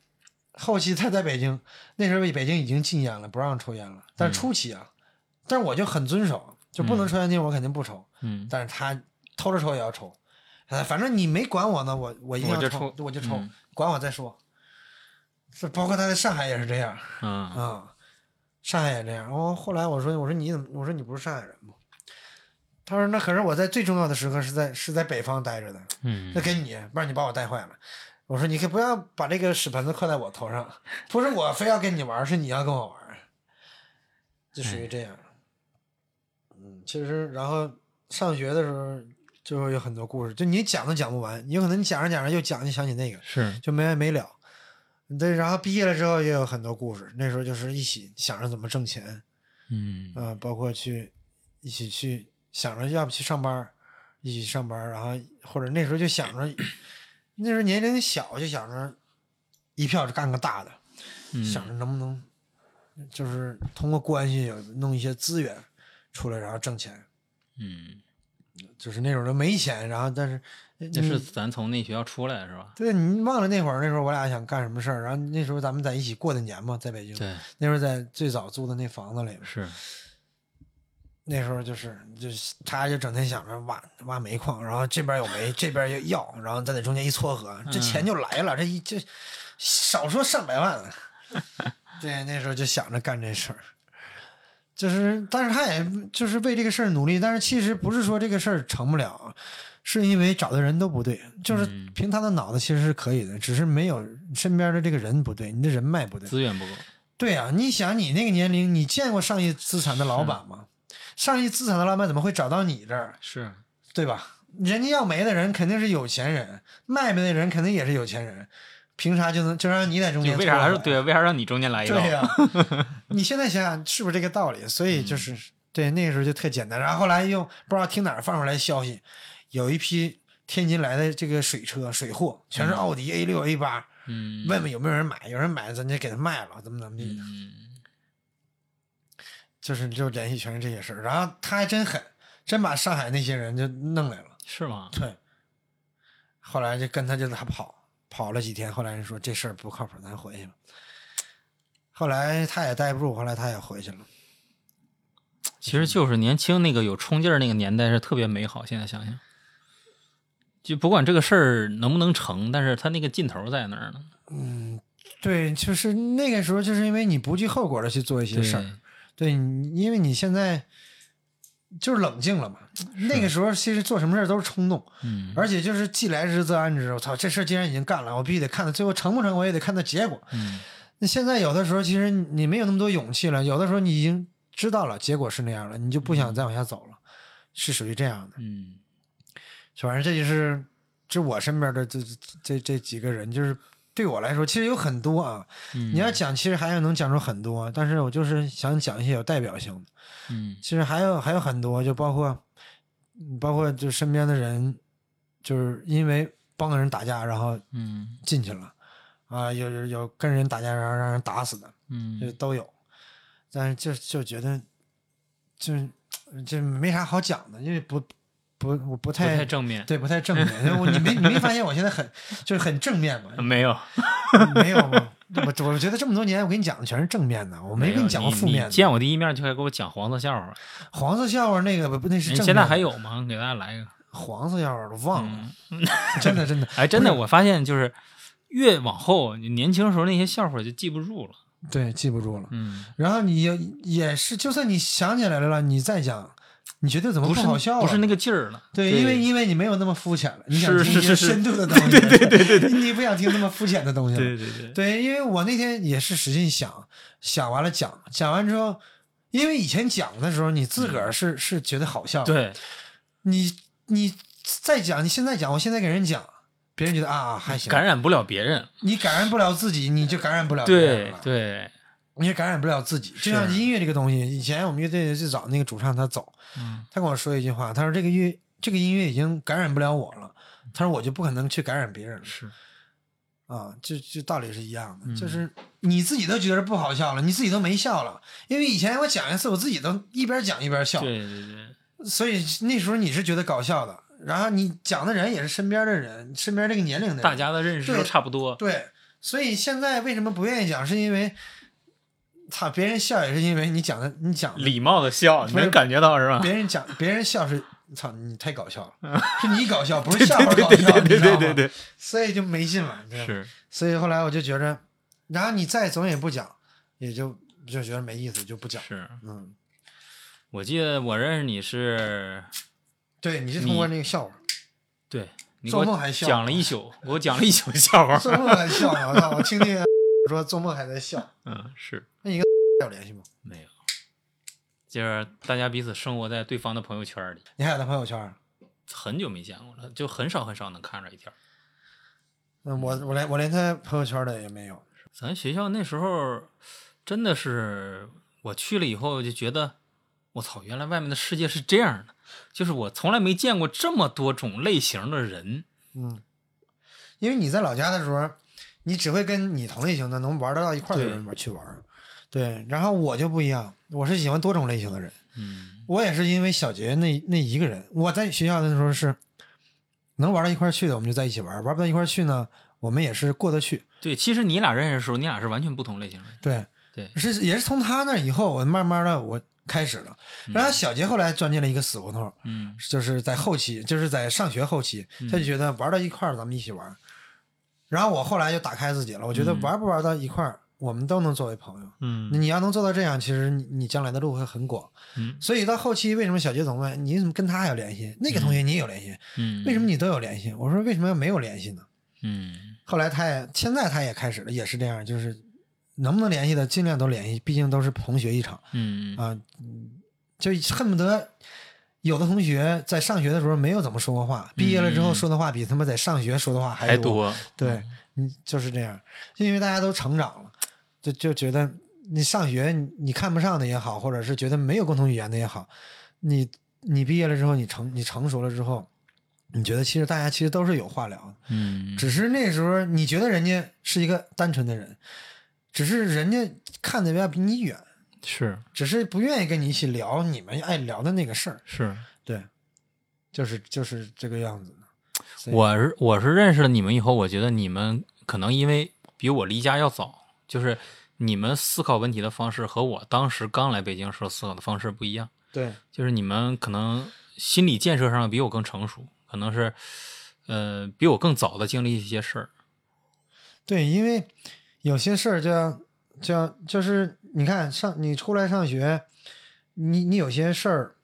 Speaker 2: 后期他在北京，那时候北京已经禁烟了，不让抽烟了，但是初期啊，但是我就很遵守，就不能抽烟禁，我肯定不抽。
Speaker 1: 嗯
Speaker 2: 但是他偷着抽也要抽，哎，反正你没管我呢，我我一定要
Speaker 1: 我就
Speaker 2: 抽，
Speaker 1: 抽
Speaker 2: 我就抽，
Speaker 1: 嗯
Speaker 2: 管我再说。是包括他在上海也是这样啊、
Speaker 1: 嗯
Speaker 2: 上海也这样。然、哦后后来我说我说你怎么我说你不是上海人吗？他说那可是我在最重要的时刻是在是在北方待着的，
Speaker 1: 嗯
Speaker 2: 那给你，不然你把我带坏了。我说你可不要把这个屎盆子扣在我头上，不是我非要跟你玩儿，是你要跟我玩儿，就属于这样。嗯，其实然后上学的时候就会有很多故事，就你讲都讲不完，有可能你讲着讲着又讲就想起那个，
Speaker 1: 是
Speaker 2: 就没完没了。对，然后毕业了之后也有很多故事，那时候就是一起想着怎么挣钱，
Speaker 1: 嗯
Speaker 2: 嗯，包括去一起去想着要不去上班儿，一起上班儿，然后或者那时候就想着，那时候年龄小就想着一票干个大的，
Speaker 1: 嗯
Speaker 2: 想着能不能就是通过关系有弄一些资源出来，然后挣钱。
Speaker 1: 嗯，
Speaker 2: 就是那时候都没钱，然后但是
Speaker 1: 那
Speaker 2: 你
Speaker 1: 是咱从那学校出来的是吧？
Speaker 2: 对你忘了那会儿，那时候我俩想干什么事儿，然后那时候咱们在一起过的年嘛，在北京，
Speaker 1: 对，
Speaker 2: 那时候在最早租的那房子里面。
Speaker 1: 是
Speaker 2: 那时候就是就是他就整天想着挖挖煤矿，然后这边有煤，这边又要，然后在那中间一撮合，这钱就来了，这一这少说上百万了， *laughs* 对，那时候就想着干这事儿，就是，但是他也就是为这个事儿努力，但是其实不是说这个事儿成不了，是因为找的人都不对，就是
Speaker 1: 嗯
Speaker 2: 凭他的脑子其实是可以的，只是没有身边的这个人不对，你的人脉不对。
Speaker 1: 资源不够，
Speaker 2: 对啊，你想你那个年龄，你见过上亿资产的老板吗？上亿资产的老板怎么会找到你这儿，
Speaker 1: 是
Speaker 2: 对吧？人家要没的人肯定是有钱人，卖没的人肯定也是有钱人，凭啥就能就让你在中
Speaker 1: 你
Speaker 2: 间？
Speaker 1: 为啥还是？对？为啥让你中间来一刀？
Speaker 2: 对呀、
Speaker 1: *laughs*
Speaker 2: 你现在想想是不是这个道理？所以
Speaker 1: 嗯
Speaker 2: 就是、对那个时候就特简单，然后后来又不知道听哪儿放出来消息，有一批天津来的这个水车水货，全是奥迪 A 六 A 八，
Speaker 1: 嗯，
Speaker 2: 问问有没有人买，有人买咱就给他卖了，怎么怎么地。
Speaker 1: 嗯，
Speaker 2: 就是就联系全是这些事儿，然后他还真狠，真把上海那些人就弄来了。
Speaker 1: 是吗？
Speaker 2: 对，后来就跟他就他跑跑了几天，后来人说这事儿不靠谱，咱回去吧。后来他也待不住，后来他也回去了。
Speaker 1: 其实就是年轻那个有冲劲儿那个年代是特别美好。现在想想，就不管这个事儿能不能成，但是他那个劲头在那儿呢。
Speaker 2: 嗯对，就是那个时候，就是因为你不计后果的去做一些
Speaker 1: 对，
Speaker 2: 事儿，对，你因为你现在就是冷静了嘛。那个时候其实做什么事儿都是冲动，
Speaker 1: 嗯
Speaker 2: 而且就是既来之则安之。我操，这事儿既然已经干了，我必须得看它最后成不成，我也得看它结果。
Speaker 1: 嗯
Speaker 2: 那现在有的时候，其实你没有那么多勇气了，有的时候你已经知道了结果是那样了，你就不想再往下走了，是属于这样的。
Speaker 1: 嗯
Speaker 2: 反正这就是，这我身边的这这这这几个人，就是对我来说，其实有很多啊。
Speaker 1: 嗯，
Speaker 2: 你要讲，其实还有能讲出很多，但是我就是想讲一些有代表性的。
Speaker 1: 嗯
Speaker 2: 其实还有还有很多，就包括嗯包括就身边的人，就是因为帮着人打架，然后
Speaker 1: 嗯
Speaker 2: 进去了啊，有有有跟人打架，然后让人打死的。就
Speaker 1: 嗯，
Speaker 2: 都有，但是就就觉得，就这没啥好讲的，因为不不我不
Speaker 1: 不
Speaker 2: 太
Speaker 1: 太正面，
Speaker 2: 对不太正面，因为我你
Speaker 1: *laughs*
Speaker 2: 没你没发现我现在很就是很正面吗？
Speaker 1: 没有，
Speaker 2: 没有吗？我我觉得这么多年我给你讲的全是正面的，我没
Speaker 1: 有
Speaker 2: 给讲过负
Speaker 1: 你
Speaker 2: 面
Speaker 1: 你
Speaker 2: 的
Speaker 1: 见。我第一面就该给我讲黄色笑话，
Speaker 2: 黄色笑话那个不那是
Speaker 1: 你
Speaker 2: 正面的，
Speaker 1: 现在还有吗？给大家来一个。
Speaker 2: 黄色笑话我忘了，
Speaker 1: 嗯，
Speaker 2: *laughs* 真的真的
Speaker 1: *laughs* 哎，真的，
Speaker 2: 不是
Speaker 1: 我发现就是越往后，你年轻时候那些笑话就记不住了。
Speaker 2: 对记不住了。
Speaker 1: 嗯，
Speaker 2: 然后你也也是，就算你想起来了，你再讲，你觉得怎么
Speaker 1: 不是
Speaker 2: 好笑了？
Speaker 1: 不是那个劲儿了。
Speaker 2: 对，因为因为你没有那么肤浅了，你想
Speaker 1: 是
Speaker 2: 听一
Speaker 1: 是
Speaker 2: 些
Speaker 1: 是
Speaker 2: 深度的东西，对对对对你不想听那么肤浅的东西了。
Speaker 1: 对对对，
Speaker 2: 对因为我那天也是使劲想，想完了讲，讲完之后，因为以前讲的时候你自个儿是、是觉得好
Speaker 1: 嗯
Speaker 2: 笑，，
Speaker 1: 对，
Speaker 2: 你你再讲，你现在讲，我现在给人讲，别人觉得啊还行，
Speaker 1: 感染不了别人。
Speaker 2: 你感染不了自己，你就感染不了别人
Speaker 1: 对
Speaker 2: 了，
Speaker 1: 对，
Speaker 2: 你也感染不了自己。就像
Speaker 1: 是
Speaker 2: 音乐这个东西，以前我们乐队最早那个主唱他走，
Speaker 1: 嗯
Speaker 2: 他跟我说一句话，他说这个乐这个音乐已经感染不了我了，他说我就不可能去感染别人了
Speaker 1: 是，
Speaker 2: 啊，这这道理是一样的，
Speaker 1: 嗯
Speaker 2: 就是你自己都觉得不好笑了，你自己都没笑了，因为以前我讲一次，我自己都一边讲一边笑，
Speaker 1: 对对对，
Speaker 2: 所以那时候你是觉得搞笑的，然后你讲的人也是身边的人，身边这个年龄的人，
Speaker 1: 大家的认识
Speaker 2: 对
Speaker 1: 都差不多。
Speaker 2: 对，所以现在为什么不愿意讲，是因为，操，别人笑也是因为你讲的，你讲的
Speaker 1: 礼貌的笑，你
Speaker 2: 不
Speaker 1: 能
Speaker 2: 是
Speaker 1: 感觉到是吧？
Speaker 2: 别人讲，别人笑是，操，你太搞笑
Speaker 1: 啊
Speaker 2: 了，是你搞笑，不
Speaker 1: *laughs*
Speaker 2: 是笑话搞笑，你知道吗，所以就没劲了，你知道吗
Speaker 1: 是，
Speaker 2: 所以后来我就觉着，然后你再总也不讲，也就就觉得没意思，就不讲。
Speaker 1: 是
Speaker 2: 嗯，
Speaker 1: 我记得我认识你是，
Speaker 2: 对，你是通过那个笑话，
Speaker 1: 对你给
Speaker 2: 做梦
Speaker 1: 我
Speaker 2: 还笑，
Speaker 1: 讲了一宿，给我讲了一宿笑
Speaker 2: *laughs*
Speaker 1: 话。
Speaker 2: 做梦还笑，我操！我听听说做梦还在笑，
Speaker 1: 嗯，是
Speaker 2: 要联系吗？
Speaker 1: 没有，就是大家彼此生活在对方的朋友圈里，
Speaker 2: 你还有他朋友圈啊？
Speaker 1: 很久没见过了，就很少很少能看着一条。
Speaker 2: 那嗯我我连我连他朋友圈的也没有。
Speaker 1: 咱学校那时候真的是，我去了以后就觉得，我操，原来外面的世界是这样的，就是我从来没见过这么多种类型的人。
Speaker 2: 嗯，因为你在老家的时候，你只会跟你同类型的能玩得到一块儿的
Speaker 1: 对
Speaker 2: 人玩去玩儿。对，然后我就不一样，我是喜欢多种类型的人。
Speaker 1: 嗯
Speaker 2: 我也是因为小杰那那一个人，我在学校的时候是能玩到一块儿去的，我们就在一起玩；玩不到一块儿去呢，我们也是过得去。，
Speaker 1: 对，其实你俩认识的时候，你俩是完全不同类型的人。
Speaker 2: 对，
Speaker 1: 对
Speaker 2: 是也是从他那以后，我慢慢的我开始了。然后小杰后来钻进了一个死胡同，
Speaker 1: 嗯
Speaker 2: 就是在后期，就是在上学后期，
Speaker 1: 嗯
Speaker 2: 他就觉得玩到一块儿咱们一起玩。然后我后来就打开自己了，我觉得
Speaker 1: 嗯
Speaker 2: 玩不玩到一块儿，我们都能作为朋友。
Speaker 1: 嗯
Speaker 2: 那你要能做到这样，其实你你将来的路会很广。
Speaker 1: 嗯
Speaker 2: 所以到后期，为什么小杰总问你怎么跟他还有联系，那个同学你也有联系，
Speaker 1: 嗯，
Speaker 2: 为什么你都有联系？我说为什么要没有联系呢？
Speaker 1: 嗯
Speaker 2: 后来他也现在他也开始了，也是这样，就是能不能联系的尽量都联系，毕竟都是同学一场
Speaker 1: 嗯
Speaker 2: 啊、嗯就恨不得有的同学在上学的时候没有怎么说过话，毕业了之后说的话比他们在上学说的话嗯还
Speaker 3: 还
Speaker 2: 多。嗯
Speaker 3: 多，
Speaker 2: 对，你就是这样，就因为大家都成长了，就就觉得你上学你你看不上的也好，或者是觉得没有共同语言的也好，你你毕业了之后，你成你成熟了之后，你觉得其实大家其实都是有话聊的，
Speaker 1: 嗯
Speaker 2: 只是那时候你觉得人家是一个单纯的人，只是人家看的要比你远，
Speaker 1: 是
Speaker 2: 只是不愿意跟你一起聊你们爱聊的那个事儿，
Speaker 1: 是，
Speaker 2: 对，就是就是这个样子。对
Speaker 1: 我是我是认识了你们以后，我觉得你们可能因为比我离家要早，就是你们思考问题的方式和我当时刚来北京时候思考的方式不一样，
Speaker 2: 对，
Speaker 1: 就是你们可能心理建设上比我更成熟，可能是呃比我更早的经历一些事儿。
Speaker 2: 对，因为有些事儿就要就要就是你看上你出来上学，你你有些事儿，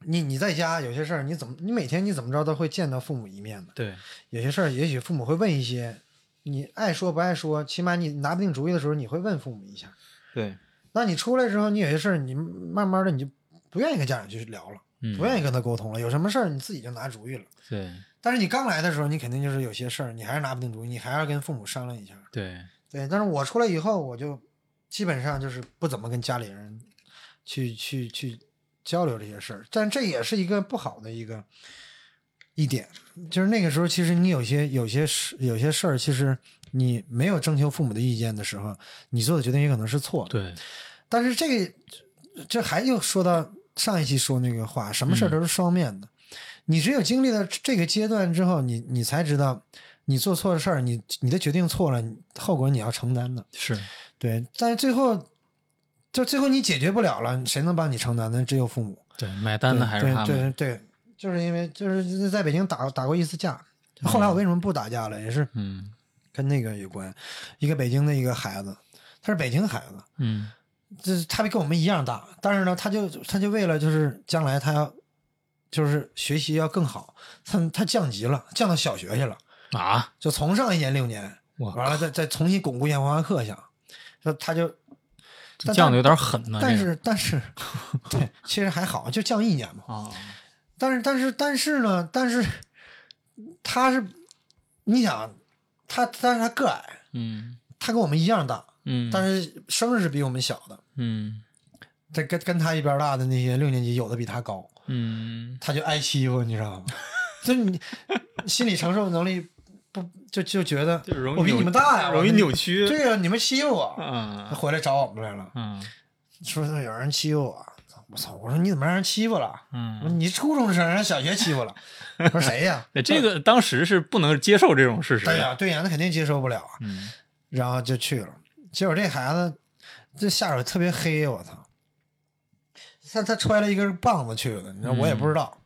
Speaker 2: 你你在家有些事儿你怎么你每天你怎么着都会见到父母一面的，
Speaker 1: 对，
Speaker 2: 有些事儿也许父母会问一些，你爱说不爱说，起码你拿不定主意的时候你会问父母一下。
Speaker 1: 对，
Speaker 2: 那你出来之后，你有些事儿你慢慢的你就不愿意跟家长去聊了，
Speaker 1: 嗯，
Speaker 2: 不愿意跟他沟通了，有什么事儿你自己就拿主意了。
Speaker 1: 对
Speaker 2: 但是你刚来的时候，你肯定就是有些事儿你还是拿不定主意，你还要跟父母商量一下。
Speaker 1: 对，
Speaker 2: 对，但是我出来以后，我就基本上就是不怎么跟家里人去去去交流这些事儿，但这也是一个不好的一个一点，就是那个时候，其实你有些有些事有些事儿，其实你没有征求父母的意见的时候，你做的决定也可能是错的。
Speaker 1: 对，
Speaker 2: 但是这个这还又说到上一期说那个话，什么
Speaker 1: 嗯
Speaker 2: 事儿都是双面的。你只有经历了这个阶段之后，你你才知道，你做错事儿，你你的决定错了，你后果你要承担的。
Speaker 1: 是，
Speaker 2: 对，但是最后，就最后你解决不了了，谁能帮你承担呢？只有父母。
Speaker 1: 对，买单的还是他
Speaker 2: 对
Speaker 1: 们。
Speaker 2: 对对，就是因为就是在北京打打过一次架，后来我为什么不打架了，也是
Speaker 1: 嗯
Speaker 2: 跟那个有关。一个北京的一个孩子，他是北京孩子，
Speaker 1: 嗯
Speaker 2: 就是他跟我们一样大，但是呢，他就他就为了就是将来他要就是学习要更好，他他降级了，降到小学去了，
Speaker 1: 啊，
Speaker 2: 就从上一年六年，
Speaker 1: 我
Speaker 2: 完了再再重新巩固一下文化课项，说他就
Speaker 1: 这
Speaker 2: 但
Speaker 1: 降
Speaker 2: 他
Speaker 1: 的有点狠呢。
Speaker 2: 但
Speaker 1: 这个
Speaker 2: 是
Speaker 1: *laughs*
Speaker 2: 但是对，其实还好，就降一年嘛。
Speaker 1: 啊，
Speaker 2: 但是但是但是呢，但是他是你想他，但是他个矮，
Speaker 1: 嗯
Speaker 2: 他跟我们一样大，
Speaker 1: 嗯，
Speaker 2: 但是生日是比我们小的。
Speaker 1: 嗯
Speaker 2: 他跟跟他一边大的那些六年级，有的比他高，
Speaker 1: 嗯
Speaker 2: 他就挨欺负，你知道吗？ *laughs* 就你心理承受能力不就就觉得
Speaker 1: 就容易
Speaker 2: 我哦比
Speaker 1: 扭
Speaker 2: 你们大呀，
Speaker 1: 容易
Speaker 2: 我
Speaker 1: 扭曲
Speaker 2: 对呀、你们欺负我，他
Speaker 1: 啊
Speaker 2: 回来找我们来了，
Speaker 1: 嗯
Speaker 2: 说有人欺负我，我操！我说你怎么让人欺负了？我说
Speaker 1: 嗯，
Speaker 2: 你初中生让人小学欺负了，我说谁呀？
Speaker 1: 对这个当时是不能接受这种事实
Speaker 2: 对
Speaker 1: 的。
Speaker 2: 呀、对呀、那肯定接受不了啊。
Speaker 1: 嗯
Speaker 2: 然后就去了，结果这孩子这下手特别黑，我操！他他揣了一根棒子去的，你知道我也
Speaker 1: 嗯
Speaker 2: 不知道。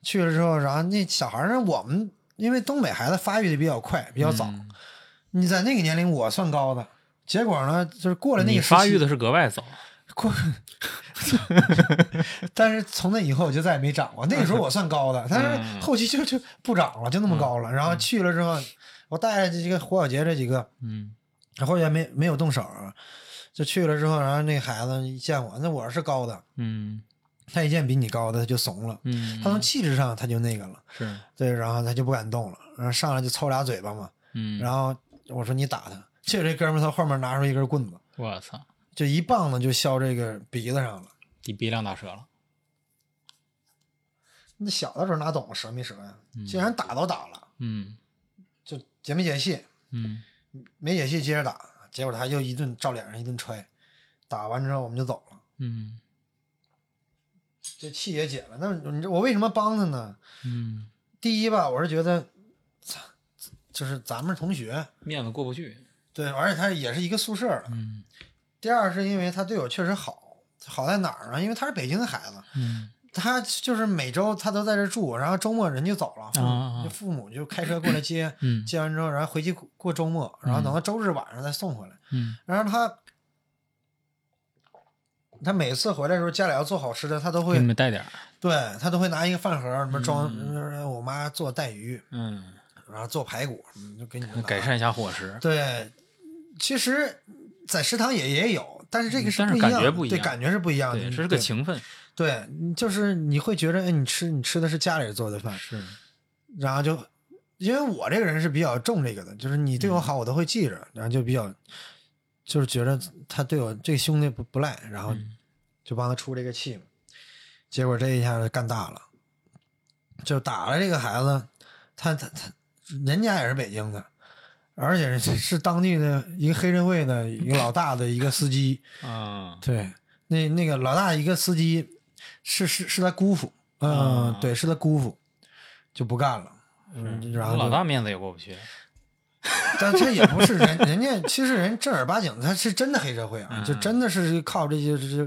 Speaker 2: 去了之后，然后那小孩儿呢，我们因为东北孩子发育的比较快，比较早，
Speaker 1: 嗯
Speaker 2: 你在那个年龄我算高的。结果呢，就是过了那
Speaker 1: 你
Speaker 2: 个时
Speaker 1: 发育
Speaker 2: 期
Speaker 1: 的是格外早，
Speaker 2: 过，但是从那以后我就再也没长过。那个时候我算
Speaker 1: *laughs*
Speaker 2: 高的，但
Speaker 1: 嗯
Speaker 2: 是后期就就不长了，就那么高了。然后去了之后，我带着这个胡小杰这几个，
Speaker 1: 嗯
Speaker 2: 后来没没有动手啊，就去了之后，然后那孩子一见我，那我是高的，
Speaker 1: 嗯
Speaker 2: 他一见比你高的，他就怂了，
Speaker 1: 嗯，
Speaker 2: 他从气质上他就那个了，
Speaker 1: 是
Speaker 2: 对，然后他就不敢动了，然后上来就抽俩嘴巴嘛，
Speaker 1: 嗯，
Speaker 2: 然后我说你打他，结果这哥们儿他后面拿出一根棍子，
Speaker 1: 我操，
Speaker 2: 就一棒子就削这个鼻子上了。
Speaker 1: 你鼻梁打折了。
Speaker 2: 那小的时候哪懂折没折呀？既然打都打了，
Speaker 1: 嗯
Speaker 2: 就解没解气，
Speaker 1: 嗯
Speaker 2: 没解气接着打，结果他又一顿照脸上一顿踹，打完之后我们就走了。
Speaker 1: 嗯
Speaker 2: 这气也解了。那你知道我为什么帮他呢？
Speaker 1: 嗯，
Speaker 2: 第一吧，我是觉得，操就是咱们是同学，
Speaker 1: 面子过不去。
Speaker 2: 对，而且他也是一个宿舍的。
Speaker 1: 嗯
Speaker 2: 第二是因为他对我确实好，好在哪儿呢？因为他是北京的孩子，
Speaker 1: 嗯
Speaker 2: 他就是每周他都在这住，然后周末人就走了，父
Speaker 1: 啊
Speaker 2: 母
Speaker 1: 啊
Speaker 2: 就
Speaker 3: 啊
Speaker 2: 父母就开车过
Speaker 1: *clears throat*
Speaker 2: 来接，
Speaker 3: 嗯
Speaker 2: 接完之后，然后回去过过周末，然后等到周日晚上再送回来。
Speaker 3: 嗯
Speaker 2: 然后他他每次回来的时候，家里要做好吃的，他都
Speaker 3: 给你
Speaker 1: 嗯
Speaker 2: 会
Speaker 3: 们带点儿，
Speaker 2: 对他都会拿一个饭盒儿，什么装、
Speaker 3: 嗯
Speaker 2: 呃我妈做带鱼，
Speaker 3: 嗯，
Speaker 2: 然后做排骨，嗯就给你们
Speaker 3: *laughs*
Speaker 2: 拿
Speaker 3: 改。善一下伙食，
Speaker 2: 对，其实，在食堂也也有，但是这个
Speaker 3: 嗯但是
Speaker 2: 不一样，
Speaker 3: 感觉不一
Speaker 2: 对，
Speaker 3: 样
Speaker 2: 感觉是不一样的。
Speaker 1: 对，
Speaker 2: 你
Speaker 1: 这是个。情分，
Speaker 2: 对，你就是你会觉得，哎，你吃你吃的是家里做的饭，
Speaker 3: 是，
Speaker 2: 然后就，因为我这个人是比较重这个的，就是你对我好，我都会记着，然后就比较，就是觉得他对我这个兄弟不不赖，然后
Speaker 3: 嗯
Speaker 2: 就帮他出这个气嘛。结果这一下子干大了，就打了这个孩子，他他他，人家也是北京的，而且是是当地的一个黑社会的一个老大的一个司机，
Speaker 1: 啊，
Speaker 2: 对，那那个老大一个司机是是是他姑父，嗯、
Speaker 1: 啊
Speaker 2: 对，是他姑父，就不干了，嗯，然后
Speaker 3: 老
Speaker 2: 就
Speaker 3: 大面子也过不去，
Speaker 2: 但这也不是人，人家其实人正儿八经，他是真的黑社会啊，
Speaker 1: 嗯
Speaker 2: 就真的是靠这些，这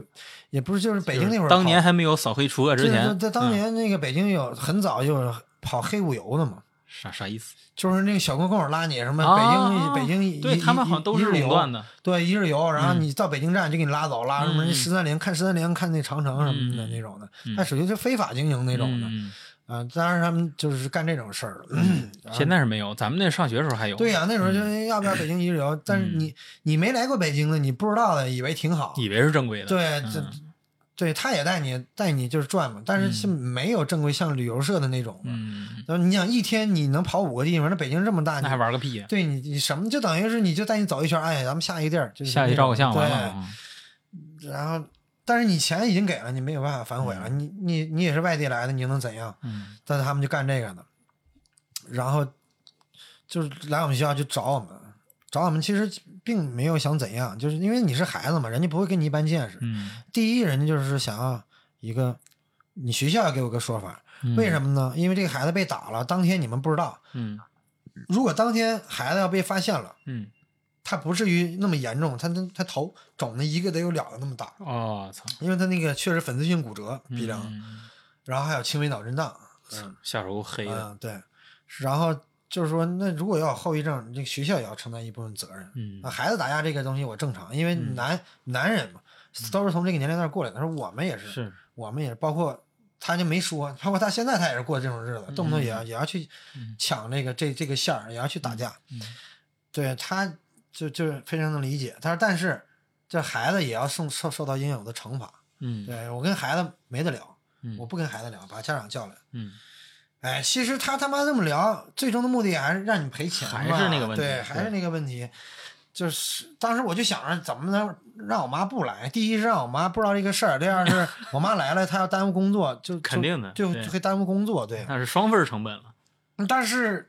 Speaker 2: 也不是就是北京那会儿
Speaker 1: 当年
Speaker 2: 跑
Speaker 1: 还没有扫黑除恶之
Speaker 2: 对对
Speaker 1: 前，
Speaker 2: 对，
Speaker 1: 嗯
Speaker 2: 当年那个北京有很早就有跑黑五油的嘛，
Speaker 1: 啥啥意思？
Speaker 2: 就是那个小公公拉你什么北京
Speaker 1: 啊
Speaker 2: 北京一
Speaker 1: 对
Speaker 2: 一
Speaker 1: 他们好像都
Speaker 2: 一
Speaker 1: 是
Speaker 2: 日游
Speaker 1: 垄断的，
Speaker 2: 对，一日游，
Speaker 3: 嗯
Speaker 2: 然后你到北京站就给你拉走，拉什么
Speaker 1: 嗯嗯
Speaker 2: 十三陵，看十三陵，看那长城什么的
Speaker 1: 嗯嗯
Speaker 2: 那种的，
Speaker 1: 嗯
Speaker 2: 那属于是非法经营那种的。
Speaker 1: 嗯
Speaker 2: 啊，当然他们就是干这种事儿了。然后
Speaker 3: 嗯现在是嗯没有，咱们那上学时候还有，
Speaker 2: 对呀、那时候就哎要不要北京一日游，但是你你没来过北京的，你不知道的，以为挺好。
Speaker 3: 嗯以为是正规的，
Speaker 2: 对，
Speaker 3: 嗯
Speaker 2: 这对他也带你带你就是转嘛，但是是没有正规像旅游社的那种的。
Speaker 3: 嗯，
Speaker 2: 然后你想一天你能跑五个地方，那北京这么大，你
Speaker 3: 那还玩个屁呀，
Speaker 2: 对你你什么就等于是你就带你走一圈，哎，咱们下一个地儿就是
Speaker 3: 下去照个相完
Speaker 2: 对
Speaker 3: 了，嗯
Speaker 2: 然后，但是你钱已经给了，你没有办法反悔了。你你你也是外地来的，你能怎样？
Speaker 3: 嗯
Speaker 2: 但是他们就干这个呢，然后就是来我们学校就找我们，找我们其实并没有想怎样，就是因为你是孩子嘛，人家不会跟你一般见识。
Speaker 3: 嗯
Speaker 2: 第一，人家就是想要一个，你学校要给我个说法，
Speaker 3: 嗯，
Speaker 2: 为什么呢？因为这个孩子被打了，当天你们不知道，
Speaker 3: 嗯
Speaker 2: 如果当天孩子要被发现了，
Speaker 3: 嗯，
Speaker 2: 他不至于那么严重，他他他头肿的一个得有两个那么大。
Speaker 3: 哦操，
Speaker 2: 因为他那个确实粉碎性骨折，鼻梁，
Speaker 3: 嗯
Speaker 2: 然后还有轻微脑震荡，嗯
Speaker 3: 下手黑的，
Speaker 2: 嗯对，然后就是说，那如果要有后遗症，这个学校也要承担一部分责任。
Speaker 3: 嗯
Speaker 2: 啊，孩子打架这个东西我正常，因为
Speaker 3: 嗯
Speaker 2: 男、男人嘛，都是从这个年龄段过来的。他说我们也是，
Speaker 3: 是，
Speaker 2: 我们也是包括他就没说，包括他现在他也是过这种日子，动不动也要、也要去
Speaker 3: 嗯
Speaker 2: 抢这个这这个线儿，也要去打架。
Speaker 3: 嗯
Speaker 2: 对，他就就是非常能理解。他说，但是这孩子也要受受受到应有的惩罚。
Speaker 3: 嗯
Speaker 2: 对我跟孩子没得聊，
Speaker 3: 嗯
Speaker 2: 我不跟孩子聊，把家长叫来。
Speaker 3: 嗯
Speaker 2: 哎，其实他他妈这么聊，最终的目的还是让你赔钱嘛，
Speaker 1: 还是那个问题
Speaker 2: 对，还是那个问题。就是当时我就想着怎么能让我妈不来。第一是让我妈不知道这个事儿，第二
Speaker 1: *laughs*
Speaker 2: 是我妈来了，她要耽误工作，就就
Speaker 1: 肯定的
Speaker 2: 就
Speaker 1: 对嗯
Speaker 2: 就会耽误工作。对，
Speaker 1: 那是双份儿成本了，
Speaker 2: 但是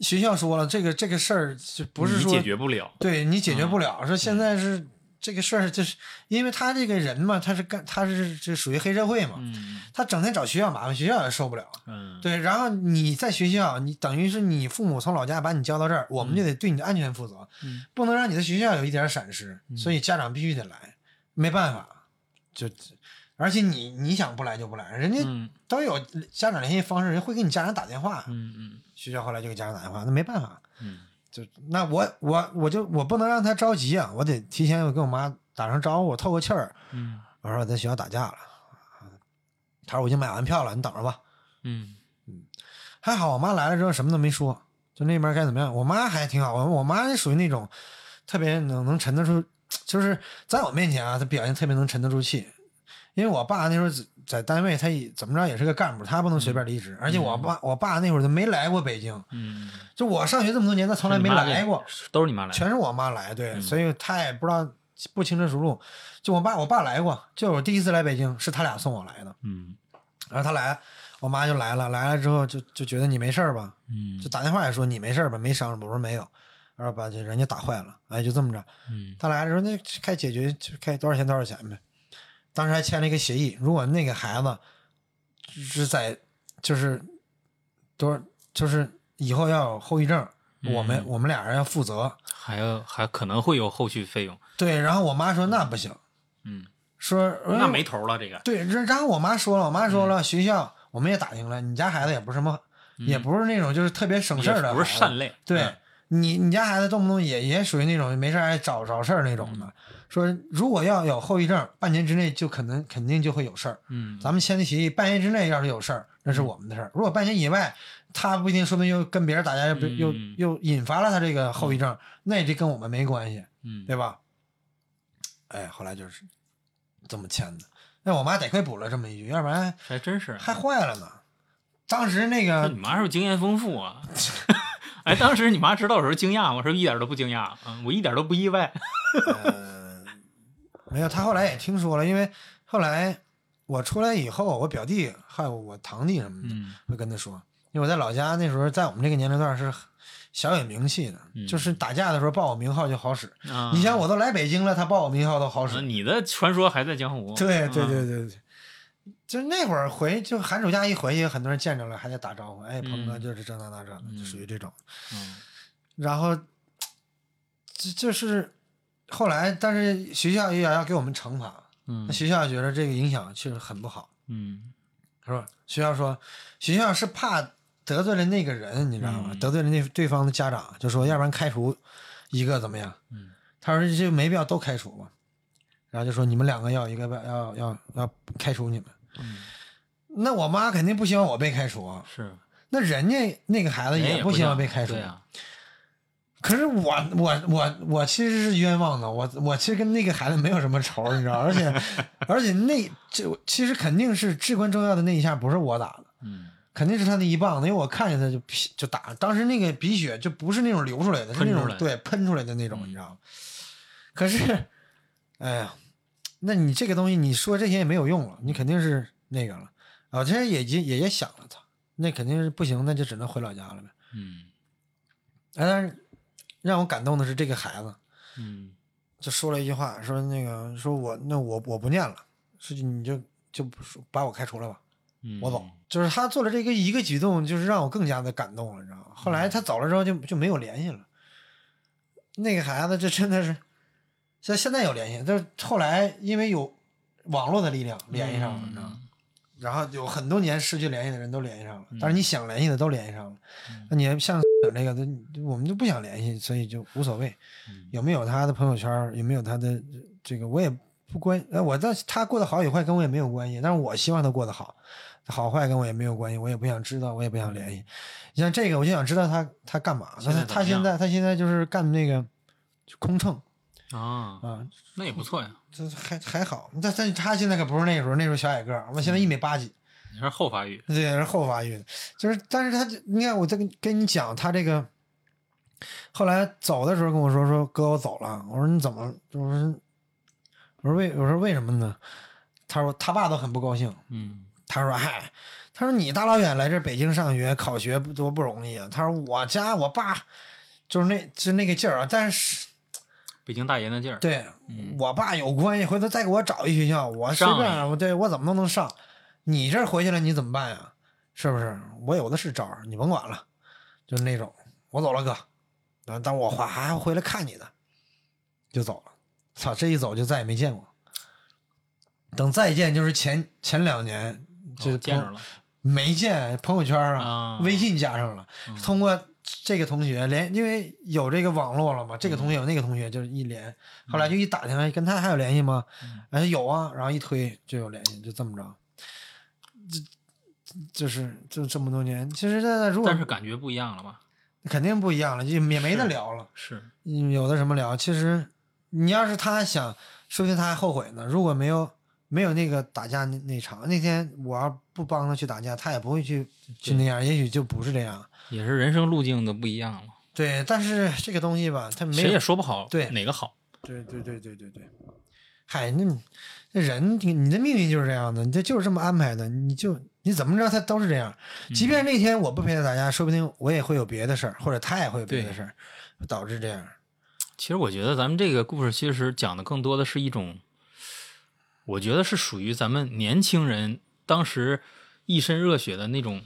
Speaker 2: 学校说了，这个这个事儿就不是
Speaker 1: 你
Speaker 2: 说
Speaker 1: 解决不了，
Speaker 2: 对你解决
Speaker 1: 嗯
Speaker 2: 不了，说现在是这个事儿，就是因为他这个人嘛，他是干他是这属于黑社会嘛，
Speaker 1: 嗯
Speaker 2: 他整天找学校麻烦，学校也受不了。
Speaker 1: 嗯，
Speaker 2: 对，然后你在学校，你等于是你父母从老家把你教到这儿，我们
Speaker 1: 嗯
Speaker 2: 就得对你的安全负责，
Speaker 3: 嗯
Speaker 2: 不能让你的学校有一点闪失，
Speaker 1: 嗯
Speaker 2: 所以家长必须得来，没办法，就而且你你想不来就不来，人家
Speaker 1: 嗯
Speaker 2: 都有家长联系方式，人会给你家长打电话，
Speaker 1: 嗯嗯
Speaker 2: 学校后来就给家长打电话，那没办法，
Speaker 1: 嗯，
Speaker 2: 就那我我我就我不能让他着急啊，我得提前我跟我妈打声招呼，透个气儿。
Speaker 3: 嗯
Speaker 2: 我说我在学校打架了，他说我已经买完票了，你等着吧。
Speaker 3: 嗯
Speaker 2: 还好我妈来了之后什么都没说，就那边该怎么样，我妈还挺好。我我妈属于那种特别能能沉得住，就是在我面前啊，她表现特别能沉得住气。因为我爸那时候在在单位，他也怎么着也是个干部，他不能随便离职。而且我爸我爸那会儿都没来过北京，
Speaker 1: 嗯，
Speaker 2: 就我上学这么多年，他从来没
Speaker 1: 是你妈给
Speaker 2: 来过。，
Speaker 1: 都是你妈来的，
Speaker 2: 全是我妈来，对，
Speaker 1: 嗯
Speaker 2: 所以她也不知道不轻车熟路。就我爸，我爸来过，就我第一次来北京是他俩送我来的，
Speaker 1: 嗯
Speaker 2: 然后他来，我妈就来了，来了之后就就觉得你没事儿吧，
Speaker 3: 嗯
Speaker 2: 就打电话也说你没事儿吧，没伤着吧，我说没有，然后把这人家打坏了，哎，就这么着。
Speaker 3: 嗯
Speaker 2: 他来了之后，那该解决就该多少钱多少钱呗。当时还签了一个协议，如果那个孩子是在就是多少就是以后要有后遗症，我们
Speaker 1: 嗯
Speaker 2: 我们俩人要负责。
Speaker 1: 还有还可能会有后续费用，
Speaker 2: 对，然后我妈说那不行，
Speaker 1: 嗯，
Speaker 2: 说哎
Speaker 1: 那没头了，这个嗯
Speaker 2: 对，然然后我妈说了，我妈说了，学校我们也打听了，你家孩子也不是什么也不是那种就是特别省事儿的孩
Speaker 1: 也
Speaker 2: 子，
Speaker 1: 不是善类，
Speaker 2: 对、
Speaker 1: 嗯
Speaker 2: 你，你家孩子动不动也也属于那种没事儿爱找找事儿那种的。
Speaker 1: 嗯
Speaker 2: 说如果要有后遗症，半年之内就可能肯定就会有事儿。
Speaker 1: 嗯，
Speaker 2: 咱们签的协议，半年之内要是有事儿，那是我们的事儿。如果半年以外，他不一定，说不定又跟别人打架，又不又
Speaker 1: 嗯
Speaker 2: 又引发了他这个后遗症，那也这跟我们没关系，
Speaker 1: 嗯
Speaker 2: 对吧？哎，后来就是这么签的。那我妈得亏补了这么一句，要不然
Speaker 1: 还真是。
Speaker 2: 还坏了呢。当时那
Speaker 1: 那
Speaker 2: 个
Speaker 1: 你妈是不是经验丰富啊？ *laughs* 哎，当时你妈知道的时候惊讶吗？是不是一点都不惊讶？嗯，我一点都不意外。
Speaker 2: 呃，没有，他后来也听说了，因为后来我出来以后，我表弟还有我堂弟什么的
Speaker 1: 嗯
Speaker 2: 会跟他说，因为我在老家那时候，在我们这个年龄段是小有名气的，
Speaker 1: 嗯
Speaker 2: 就是打架的时候报我名号就好使。
Speaker 1: 啊，
Speaker 2: 你想，我都来北京了，他报我名号都好使。
Speaker 1: 嗯你的传说还在江湖。
Speaker 2: 对对
Speaker 1: 嗯
Speaker 2: 对对对，就那会儿回就寒暑假一回去，很多人见着了还得打招呼，哎，鹏哥
Speaker 1: 嗯
Speaker 2: 就是这那那这的，就属于这种。
Speaker 1: 嗯
Speaker 2: 然后这就是后来，但是学校也要给我们惩罚，那
Speaker 1: 嗯
Speaker 2: 学校觉得这个影响确实很不好，
Speaker 1: 嗯
Speaker 2: 是吧？学校说，学校是怕得罪了那个人，你知道吗？
Speaker 1: 嗯
Speaker 2: 得罪了那对方的家长，就说要不然开除一个怎么样？
Speaker 1: 嗯，
Speaker 2: 他说这没必要都开除嘛，然后就说你们两个要一个吧要要要开除你们。
Speaker 1: 嗯，
Speaker 2: 那我妈肯定不希望我被开除啊，
Speaker 1: 是。哎
Speaker 2: 那人家那个孩子
Speaker 1: 人也
Speaker 2: 不希望被
Speaker 1: 想
Speaker 2: 开除
Speaker 1: 对啊，
Speaker 2: 可是我我我我其实是冤枉的，我我其实跟那个孩子没有什么仇，你知道，
Speaker 1: *laughs*
Speaker 2: 而且而且那这其实肯定是至关重要的那一下不是我打的，
Speaker 1: 嗯，
Speaker 2: 肯定是他那一棒子，因为我看见他就劈就打，当时那个鼻血就不是那种流出来的，是
Speaker 1: 喷
Speaker 2: 那
Speaker 1: 出来
Speaker 2: 种对喷出来的那种，
Speaker 1: 嗯
Speaker 2: 你知道吗？可是，哎呀，那你这个东西你说这些也没有用了，你肯定是那个了。啊，其实也也也也想了，操，那肯定是不行，那就只能回老家了呗。
Speaker 1: 嗯
Speaker 2: 哎，但是让我感动的是这个孩子，
Speaker 1: 嗯
Speaker 2: 就说了一句话，说那个说我那我我不念了，说你就就不说把我开除了吧，
Speaker 1: 嗯，
Speaker 2: 我走。就是他做了这个一个举动，就是让我更加的感动了，你知道吗？后来他走了之后就就没有联系了。那个孩子，这真的是，现现在有联系，就是后来因为有网络的力量联系
Speaker 1: 嗯
Speaker 2: 上了，你知道吗？然后有很多年失去联系的人都联系上了，但是
Speaker 1: 嗯
Speaker 2: 你想联系的都联系上了。那你像 *laughs* 这个，都我们就不想联系，所以就无所谓，
Speaker 1: 嗯
Speaker 2: 有没有他的朋友圈，有没有他的这个，我也不关。呃，我倒他过得好与坏跟我也没有关系，但是我希望他过得好，好坏跟我也没有关系，我也不想知道，我也不想联系。你像这个，我就想知道他他干嘛？
Speaker 1: 嗯
Speaker 2: 那
Speaker 1: 现在
Speaker 2: 他
Speaker 1: 怎
Speaker 2: 他
Speaker 1: 么
Speaker 2: 现
Speaker 1: 样
Speaker 2: 在他现在就是干那个就空乘
Speaker 1: 啊，
Speaker 2: 啊，
Speaker 1: 那也不错呀。
Speaker 2: 这还还好。但但他现在可不是那时候，那时候小矮个儿，我现在一米八几。
Speaker 1: 你是后发育，
Speaker 2: 这也是后发育的，就是，但是他就，你看我在跟跟你讲，他这个后来走的时候跟我说说哥我走了，我说你怎么了？我说我说为我说为什么呢？他说他爸都很不高兴，
Speaker 1: 嗯
Speaker 2: 他说嗨，他说你大老远来这北京上学考学不多不容易啊，他说我家我爸就是那就那个劲儿啊，但是
Speaker 1: 北京大爷那劲儿，
Speaker 2: 对、
Speaker 1: 嗯
Speaker 2: 我爸有关系，回头再给我找一学校，我随
Speaker 1: 上
Speaker 2: 便我对我怎么都能上。你这儿回去了，你怎么办呀？是不是？我有的是招儿，你甭管了，就是那种我走了哥，啊，但我还还回来看你的，就走了。操，这一走就再也没见过。等再见就是前前两年，就
Speaker 1: 哦
Speaker 2: 是
Speaker 1: 见
Speaker 2: 朋
Speaker 1: 着了。
Speaker 2: 没见朋友圈啊
Speaker 1: 啊，
Speaker 2: 微信加上了，
Speaker 1: 嗯
Speaker 2: 通过这个同学连，因为有这个网络了嘛，这个同
Speaker 1: 嗯
Speaker 2: 学有那个同学就是一连，后来就一打听，哎跟他还有联系吗？
Speaker 1: 嗯
Speaker 2: 哎，有啊，然后一推就有联系，就这么着。这就是就这么多年，其实现在如果
Speaker 1: 但是感觉不一样了吧？
Speaker 2: 肯定不一样了，就也没得
Speaker 1: 是
Speaker 2: 聊了。
Speaker 1: 是，
Speaker 2: 嗯，有的什么聊？其实你要是他想，说不定他还后悔呢。如果没有没有那个打架那那场，那天我要不帮他去打架，他也不会去去那样，也许就不是这样。
Speaker 1: 也是人生路径的不一样了，
Speaker 2: 对，但是这个东西吧，他没
Speaker 1: 谁
Speaker 2: 有
Speaker 1: 也说不好
Speaker 2: 对
Speaker 1: 哪个好。
Speaker 2: 对对对对对对，嗨，那你那人你的命运就是这样的，你这就是这么安排的，你就你怎么知道他都是这样？
Speaker 1: 嗯
Speaker 2: 即便那天我不陪他打架，说不定我也会有别的事儿，或者他也会有别的
Speaker 1: 对
Speaker 2: 事儿，导致这样。
Speaker 1: 其实我觉得咱们这个故事其实讲的更多的是一种，我觉得是属于咱们年轻人当时一身热血的那种。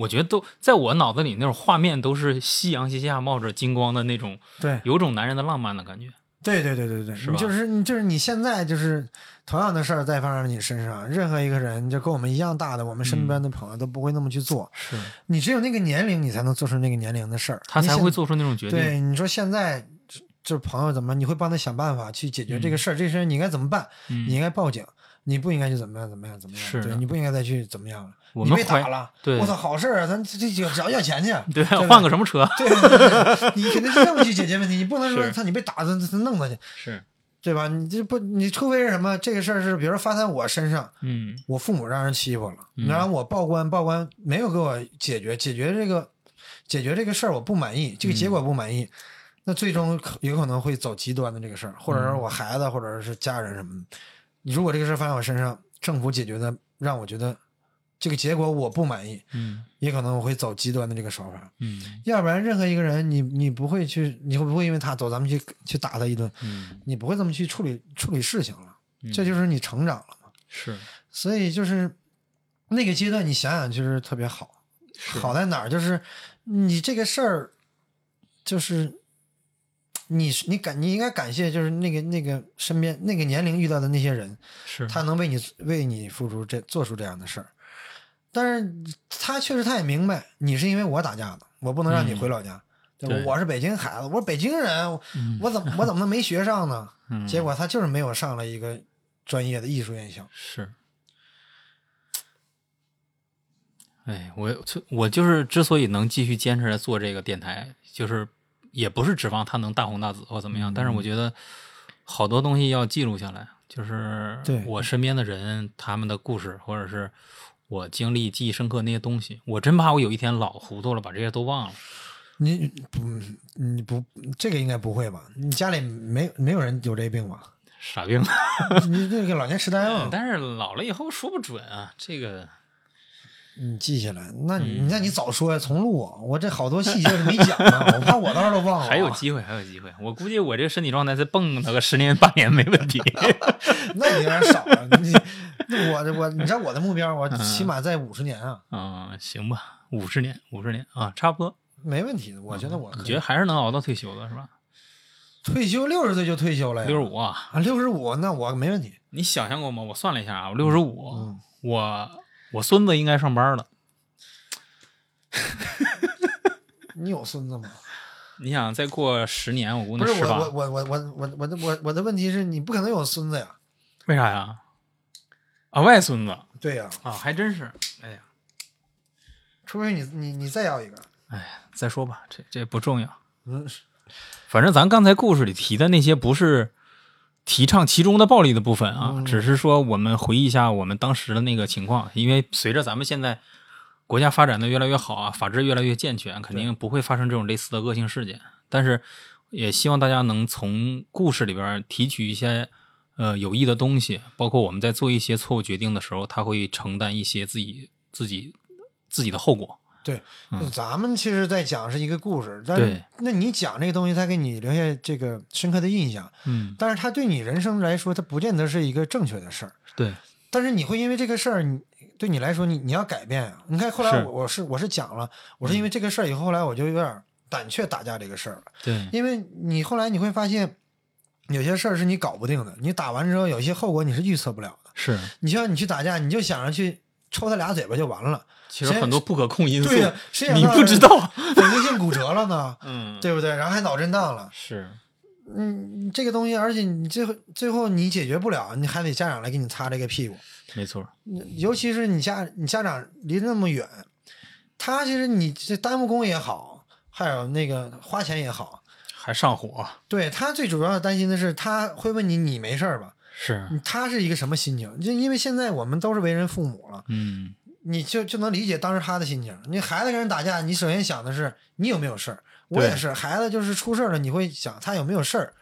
Speaker 1: 我觉得都在我脑子里那种画面都是夕阳西下冒着金光的那种，
Speaker 2: 对
Speaker 1: 有种男人的浪漫的感觉。
Speaker 2: 对对对对对，
Speaker 1: 是
Speaker 2: 你
Speaker 1: 吧
Speaker 2: 就是你就是你现在就是同样的事儿再发生在你身上，任何一个人就跟我们一样大的，我们
Speaker 1: 嗯
Speaker 2: 身边的朋友都不会那么去做。
Speaker 1: 是
Speaker 2: 你只有那个年龄，你才能做出那个年龄的事儿，
Speaker 1: 他才
Speaker 2: 你现
Speaker 1: 会做出那种决定。
Speaker 2: 对，你说现在这这朋友怎么，你会帮他想办法去解决这个事儿，这个事儿你应该怎么办？你
Speaker 1: 嗯，
Speaker 2: 应该报警，你不应该去怎么样怎么样怎么样，
Speaker 1: 是
Speaker 2: 对
Speaker 1: 的
Speaker 2: 你不应该再去怎么样了。
Speaker 1: 我
Speaker 2: 你
Speaker 1: 们
Speaker 2: 被
Speaker 1: 怀
Speaker 2: 打了，
Speaker 1: 对
Speaker 2: 我操，好事儿啊，咱这这这只要要钱去，
Speaker 1: 对，
Speaker 2: 对吧
Speaker 1: 换个什么车？
Speaker 2: 对对对，对你肯定是这么去解决问题，你不能说
Speaker 1: 是
Speaker 2: 操你被打的弄他去，
Speaker 1: 是，
Speaker 2: 对吧？你这不，你除非是什么这个事儿是，比如说发在我身上，
Speaker 1: 嗯，
Speaker 2: 我父母让人欺负了，
Speaker 1: 嗯
Speaker 2: 然后我报官，报官没有给我解决，解决这个解决这个事儿我不满意，这
Speaker 1: 嗯
Speaker 2: 个结果不满意，那最终可有可能会走极端的这个事儿，或者
Speaker 1: 嗯
Speaker 2: 是我孩子，或者是家人什么的。你如果这个事儿发在我身上，政府解决的让我觉得这个结果我不满意，
Speaker 1: 嗯
Speaker 2: 也可能我会走极端的这个手法。
Speaker 1: 嗯
Speaker 2: 要不然，任何一个人你，你不会去，你会不会因为他走，咱们去去打他一顿？
Speaker 1: 嗯，
Speaker 2: 你不会这么去处理处理事情了，
Speaker 1: 嗯
Speaker 2: 这就是你成长了。
Speaker 1: 是
Speaker 2: 所以就是那个阶段，你想想就是特别好，
Speaker 1: 是
Speaker 2: 好在哪儿？就是你这个事儿，就是你你感你应该感谢，就是那个那个身边那个年龄遇到的那些人，
Speaker 1: 是，
Speaker 2: 他能为你为你付出这做出这样的事儿。但是他确实他也明白，你是因为我打架的，我不能让你回老家。对吧
Speaker 1: 嗯对
Speaker 2: 我是北京孩子，我是北京人，我
Speaker 1: 嗯
Speaker 2: 我怎么我怎么能没学上呢？
Speaker 1: *laughs* 嗯
Speaker 2: 结果他就是没有上了一个专业的艺术院校。
Speaker 1: 是。哎，我就我就是之所以能继续坚持来做这个电台，就是也不是指望它能大红大紫或怎么样，但是
Speaker 2: 嗯
Speaker 1: 我觉得好多东西要记录下来，就是
Speaker 2: 对
Speaker 1: 我身边的人他们的故事，或者是我经历记忆深刻那些东西，我真怕我有一天老糊涂了，把这些都忘了。
Speaker 2: 你不，你不，这个应该不会吧？你家里没没有人有这病吧？ *laughs*
Speaker 1: 傻病，
Speaker 2: 你这个老年痴呆嘛，
Speaker 1: 但是老了以后说不准啊，这个
Speaker 2: 你记下来。那你、
Speaker 1: 嗯
Speaker 2: 那你早说呀，重录啊！我这好多细节没讲呢，我怕我到时候都忘了。啊
Speaker 1: 还有，机会，还有机会。我估计我这个身体状态再蹦跶个十年八年没问
Speaker 2: *laughs*
Speaker 1: 题。
Speaker 2: 那你有点少了。你那我我，你知道我的目标，我起码在五十年啊，
Speaker 1: 嗯，行吧，五十年，五十年啊，差不多。
Speaker 2: 没问题的。我觉得我
Speaker 1: 嗯你
Speaker 2: 可
Speaker 1: 觉
Speaker 2: 以
Speaker 1: 得还是能熬到退休的是吧？
Speaker 2: 退休六十岁就退休了呀，
Speaker 1: 六十五啊，
Speaker 2: 啊，六十五那我没问题。
Speaker 1: 你想象过吗？我算了一下啊，我
Speaker 2: 嗯
Speaker 1: 六十五，我我孙子应该上班了。
Speaker 2: 你有孙子吗？
Speaker 1: 嗯你想再过十年，我估
Speaker 2: 不
Speaker 1: 计
Speaker 2: 是
Speaker 1: 十
Speaker 2: 我
Speaker 1: 八
Speaker 2: 我，我我我我我的我我的问题是你不可能有孙子呀。
Speaker 1: 为啥呀？啊，外孙子
Speaker 2: 对呀、
Speaker 1: 啊，还真是。哎呀，
Speaker 2: 除非你你你再要一个。
Speaker 1: 再说吧，这这不重要。
Speaker 2: 嗯，
Speaker 1: 反正咱刚才故事里提的那些不是提倡其中的暴力的部分啊，
Speaker 2: 嗯
Speaker 1: 只是说我们回忆一下我们当时的那个情况，因为随着咱们现在国家发展的越来越好啊，法治越来越健全，肯定不会发生这种类似的恶性事件。但是也希望大家能从故事里边提取一些呃有益的东西，包括我们在做一些错误决定的时候，他会承担一些自己自己自己的后果。
Speaker 2: 对，
Speaker 1: 嗯
Speaker 2: 就咱们其实在讲是一个故事，但
Speaker 1: 对
Speaker 2: 是那你讲这个东西，它给你留下这个深刻的印象，
Speaker 1: 嗯，
Speaker 2: 但是它对你人生来说，它不见得是一个正确的事儿。
Speaker 1: 对，
Speaker 2: 但是你会因为这个事儿，你对你来说，你你要改变啊。你看后来
Speaker 1: 是
Speaker 2: 我我是我是讲了，我是因为这个事儿以后，后来我就有点胆怯打架这个事儿了，
Speaker 1: 对，
Speaker 2: 因为你后来你会发现，有些事儿是你搞不定的，你打完之后有些后果你是预测不了的。
Speaker 1: 是，
Speaker 2: 你就像你去打架，你就想着去抽他俩嘴巴就完
Speaker 1: *laughs*
Speaker 2: 了，
Speaker 1: 其实
Speaker 2: 谁
Speaker 1: 很多不可控因素
Speaker 2: 对呀、谁想
Speaker 1: 你
Speaker 2: 到
Speaker 1: 不知道。
Speaker 2: 粉碎性骨折了呢？
Speaker 1: 嗯，
Speaker 2: 对不对？然后还脑震荡了，
Speaker 1: 是，
Speaker 2: 嗯，这个东西，而且你最后最后你解决不了，你还得家长来给你擦这个屁股，
Speaker 1: 没错，
Speaker 2: 嗯尤其是你家你家长离得那么远，他其实你这耽误工也好，还有那个花钱也好，
Speaker 1: 还上火，
Speaker 2: 对他最主要的担心的是他会问你你没事儿吧？
Speaker 1: 是，
Speaker 2: 你他是一个什么心情？就因为现在我们都是为人父母了，
Speaker 1: 嗯，
Speaker 2: 你就就能理解当时他的心情。你孩子跟人打架，你首先想的是你有没有事儿。我
Speaker 1: 对
Speaker 2: 也是，孩子就是出事儿了，你会想他有没有事儿。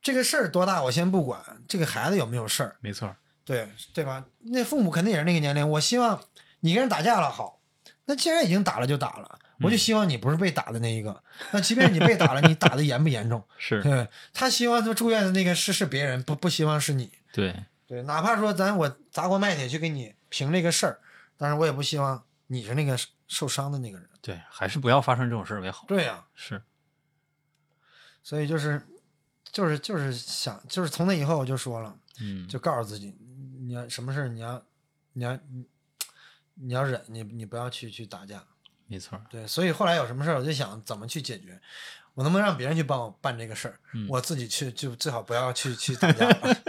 Speaker 2: 这个事儿多大我先不管，这个孩子有没有事儿，
Speaker 1: 没错，
Speaker 2: 对对吧？那父母肯定也是那个年龄。我希望你跟人打架了好，那既然已经打了就打了，我
Speaker 1: 嗯
Speaker 2: 就希望你不是被打的那一个。那即便你被打了，你打的严不严重？
Speaker 1: *laughs* 是
Speaker 2: 对，他希望他住院的那个是是别人，不不希望是你。
Speaker 1: 对，
Speaker 2: 对，哪怕说咱我砸锅卖铁去给你评这个事儿，但是我也不希望你是那个受受伤的那个人。
Speaker 1: 对，还是不要发生这种事儿为好。
Speaker 2: 对呀、
Speaker 1: 是，
Speaker 2: 所以就是就是就是想，就是从那以后我就说了，
Speaker 1: 嗯，
Speaker 2: 就告诉自己，你要什么事儿你要你要你要忍，你你不要去去打架。
Speaker 1: 没错儿，
Speaker 2: 对，所以后来有什么事儿，我就想怎么去解决，我能不能让别人去帮我办这个事儿，
Speaker 1: 嗯
Speaker 2: 我自己去就最好不要去去打
Speaker 1: *laughs*
Speaker 2: 架了。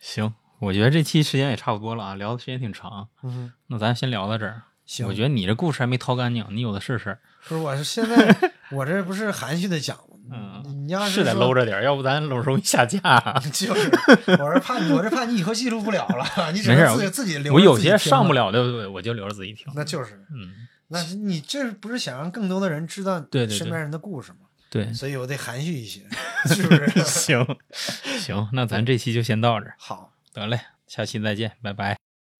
Speaker 1: 行，我觉得这期时间也差不多了啊，聊的时间挺长，
Speaker 2: 嗯，
Speaker 1: 那咱先聊到这儿。
Speaker 2: 行，
Speaker 1: 我觉得你这故事还没掏干净，你有的是事儿。
Speaker 2: 不是，我是现在
Speaker 1: *laughs*
Speaker 2: 我这不是含蓄的讲，你
Speaker 1: 嗯，
Speaker 2: 你要
Speaker 1: 是得
Speaker 2: 说
Speaker 1: 搂着点儿，要不咱搂容易下架。啊
Speaker 2: 就是，我是怕你，我是怕你以后记录不了了，你只
Speaker 1: 没事
Speaker 2: 能
Speaker 1: 儿
Speaker 2: 自己自 *laughs* 己留。啊
Speaker 1: 我有些上不，了的，我就留着自己听。
Speaker 2: 那就是，
Speaker 1: 嗯，
Speaker 2: 那你这不是想让更多的人知道
Speaker 1: 对对对
Speaker 2: 身边人的故事吗？
Speaker 1: 对，
Speaker 2: 所以我得含蓄一些， *laughs* 是不是？
Speaker 1: *laughs* 行行，那咱这期就先到这儿，
Speaker 2: 好，
Speaker 1: 得嘞，下期再见，拜拜。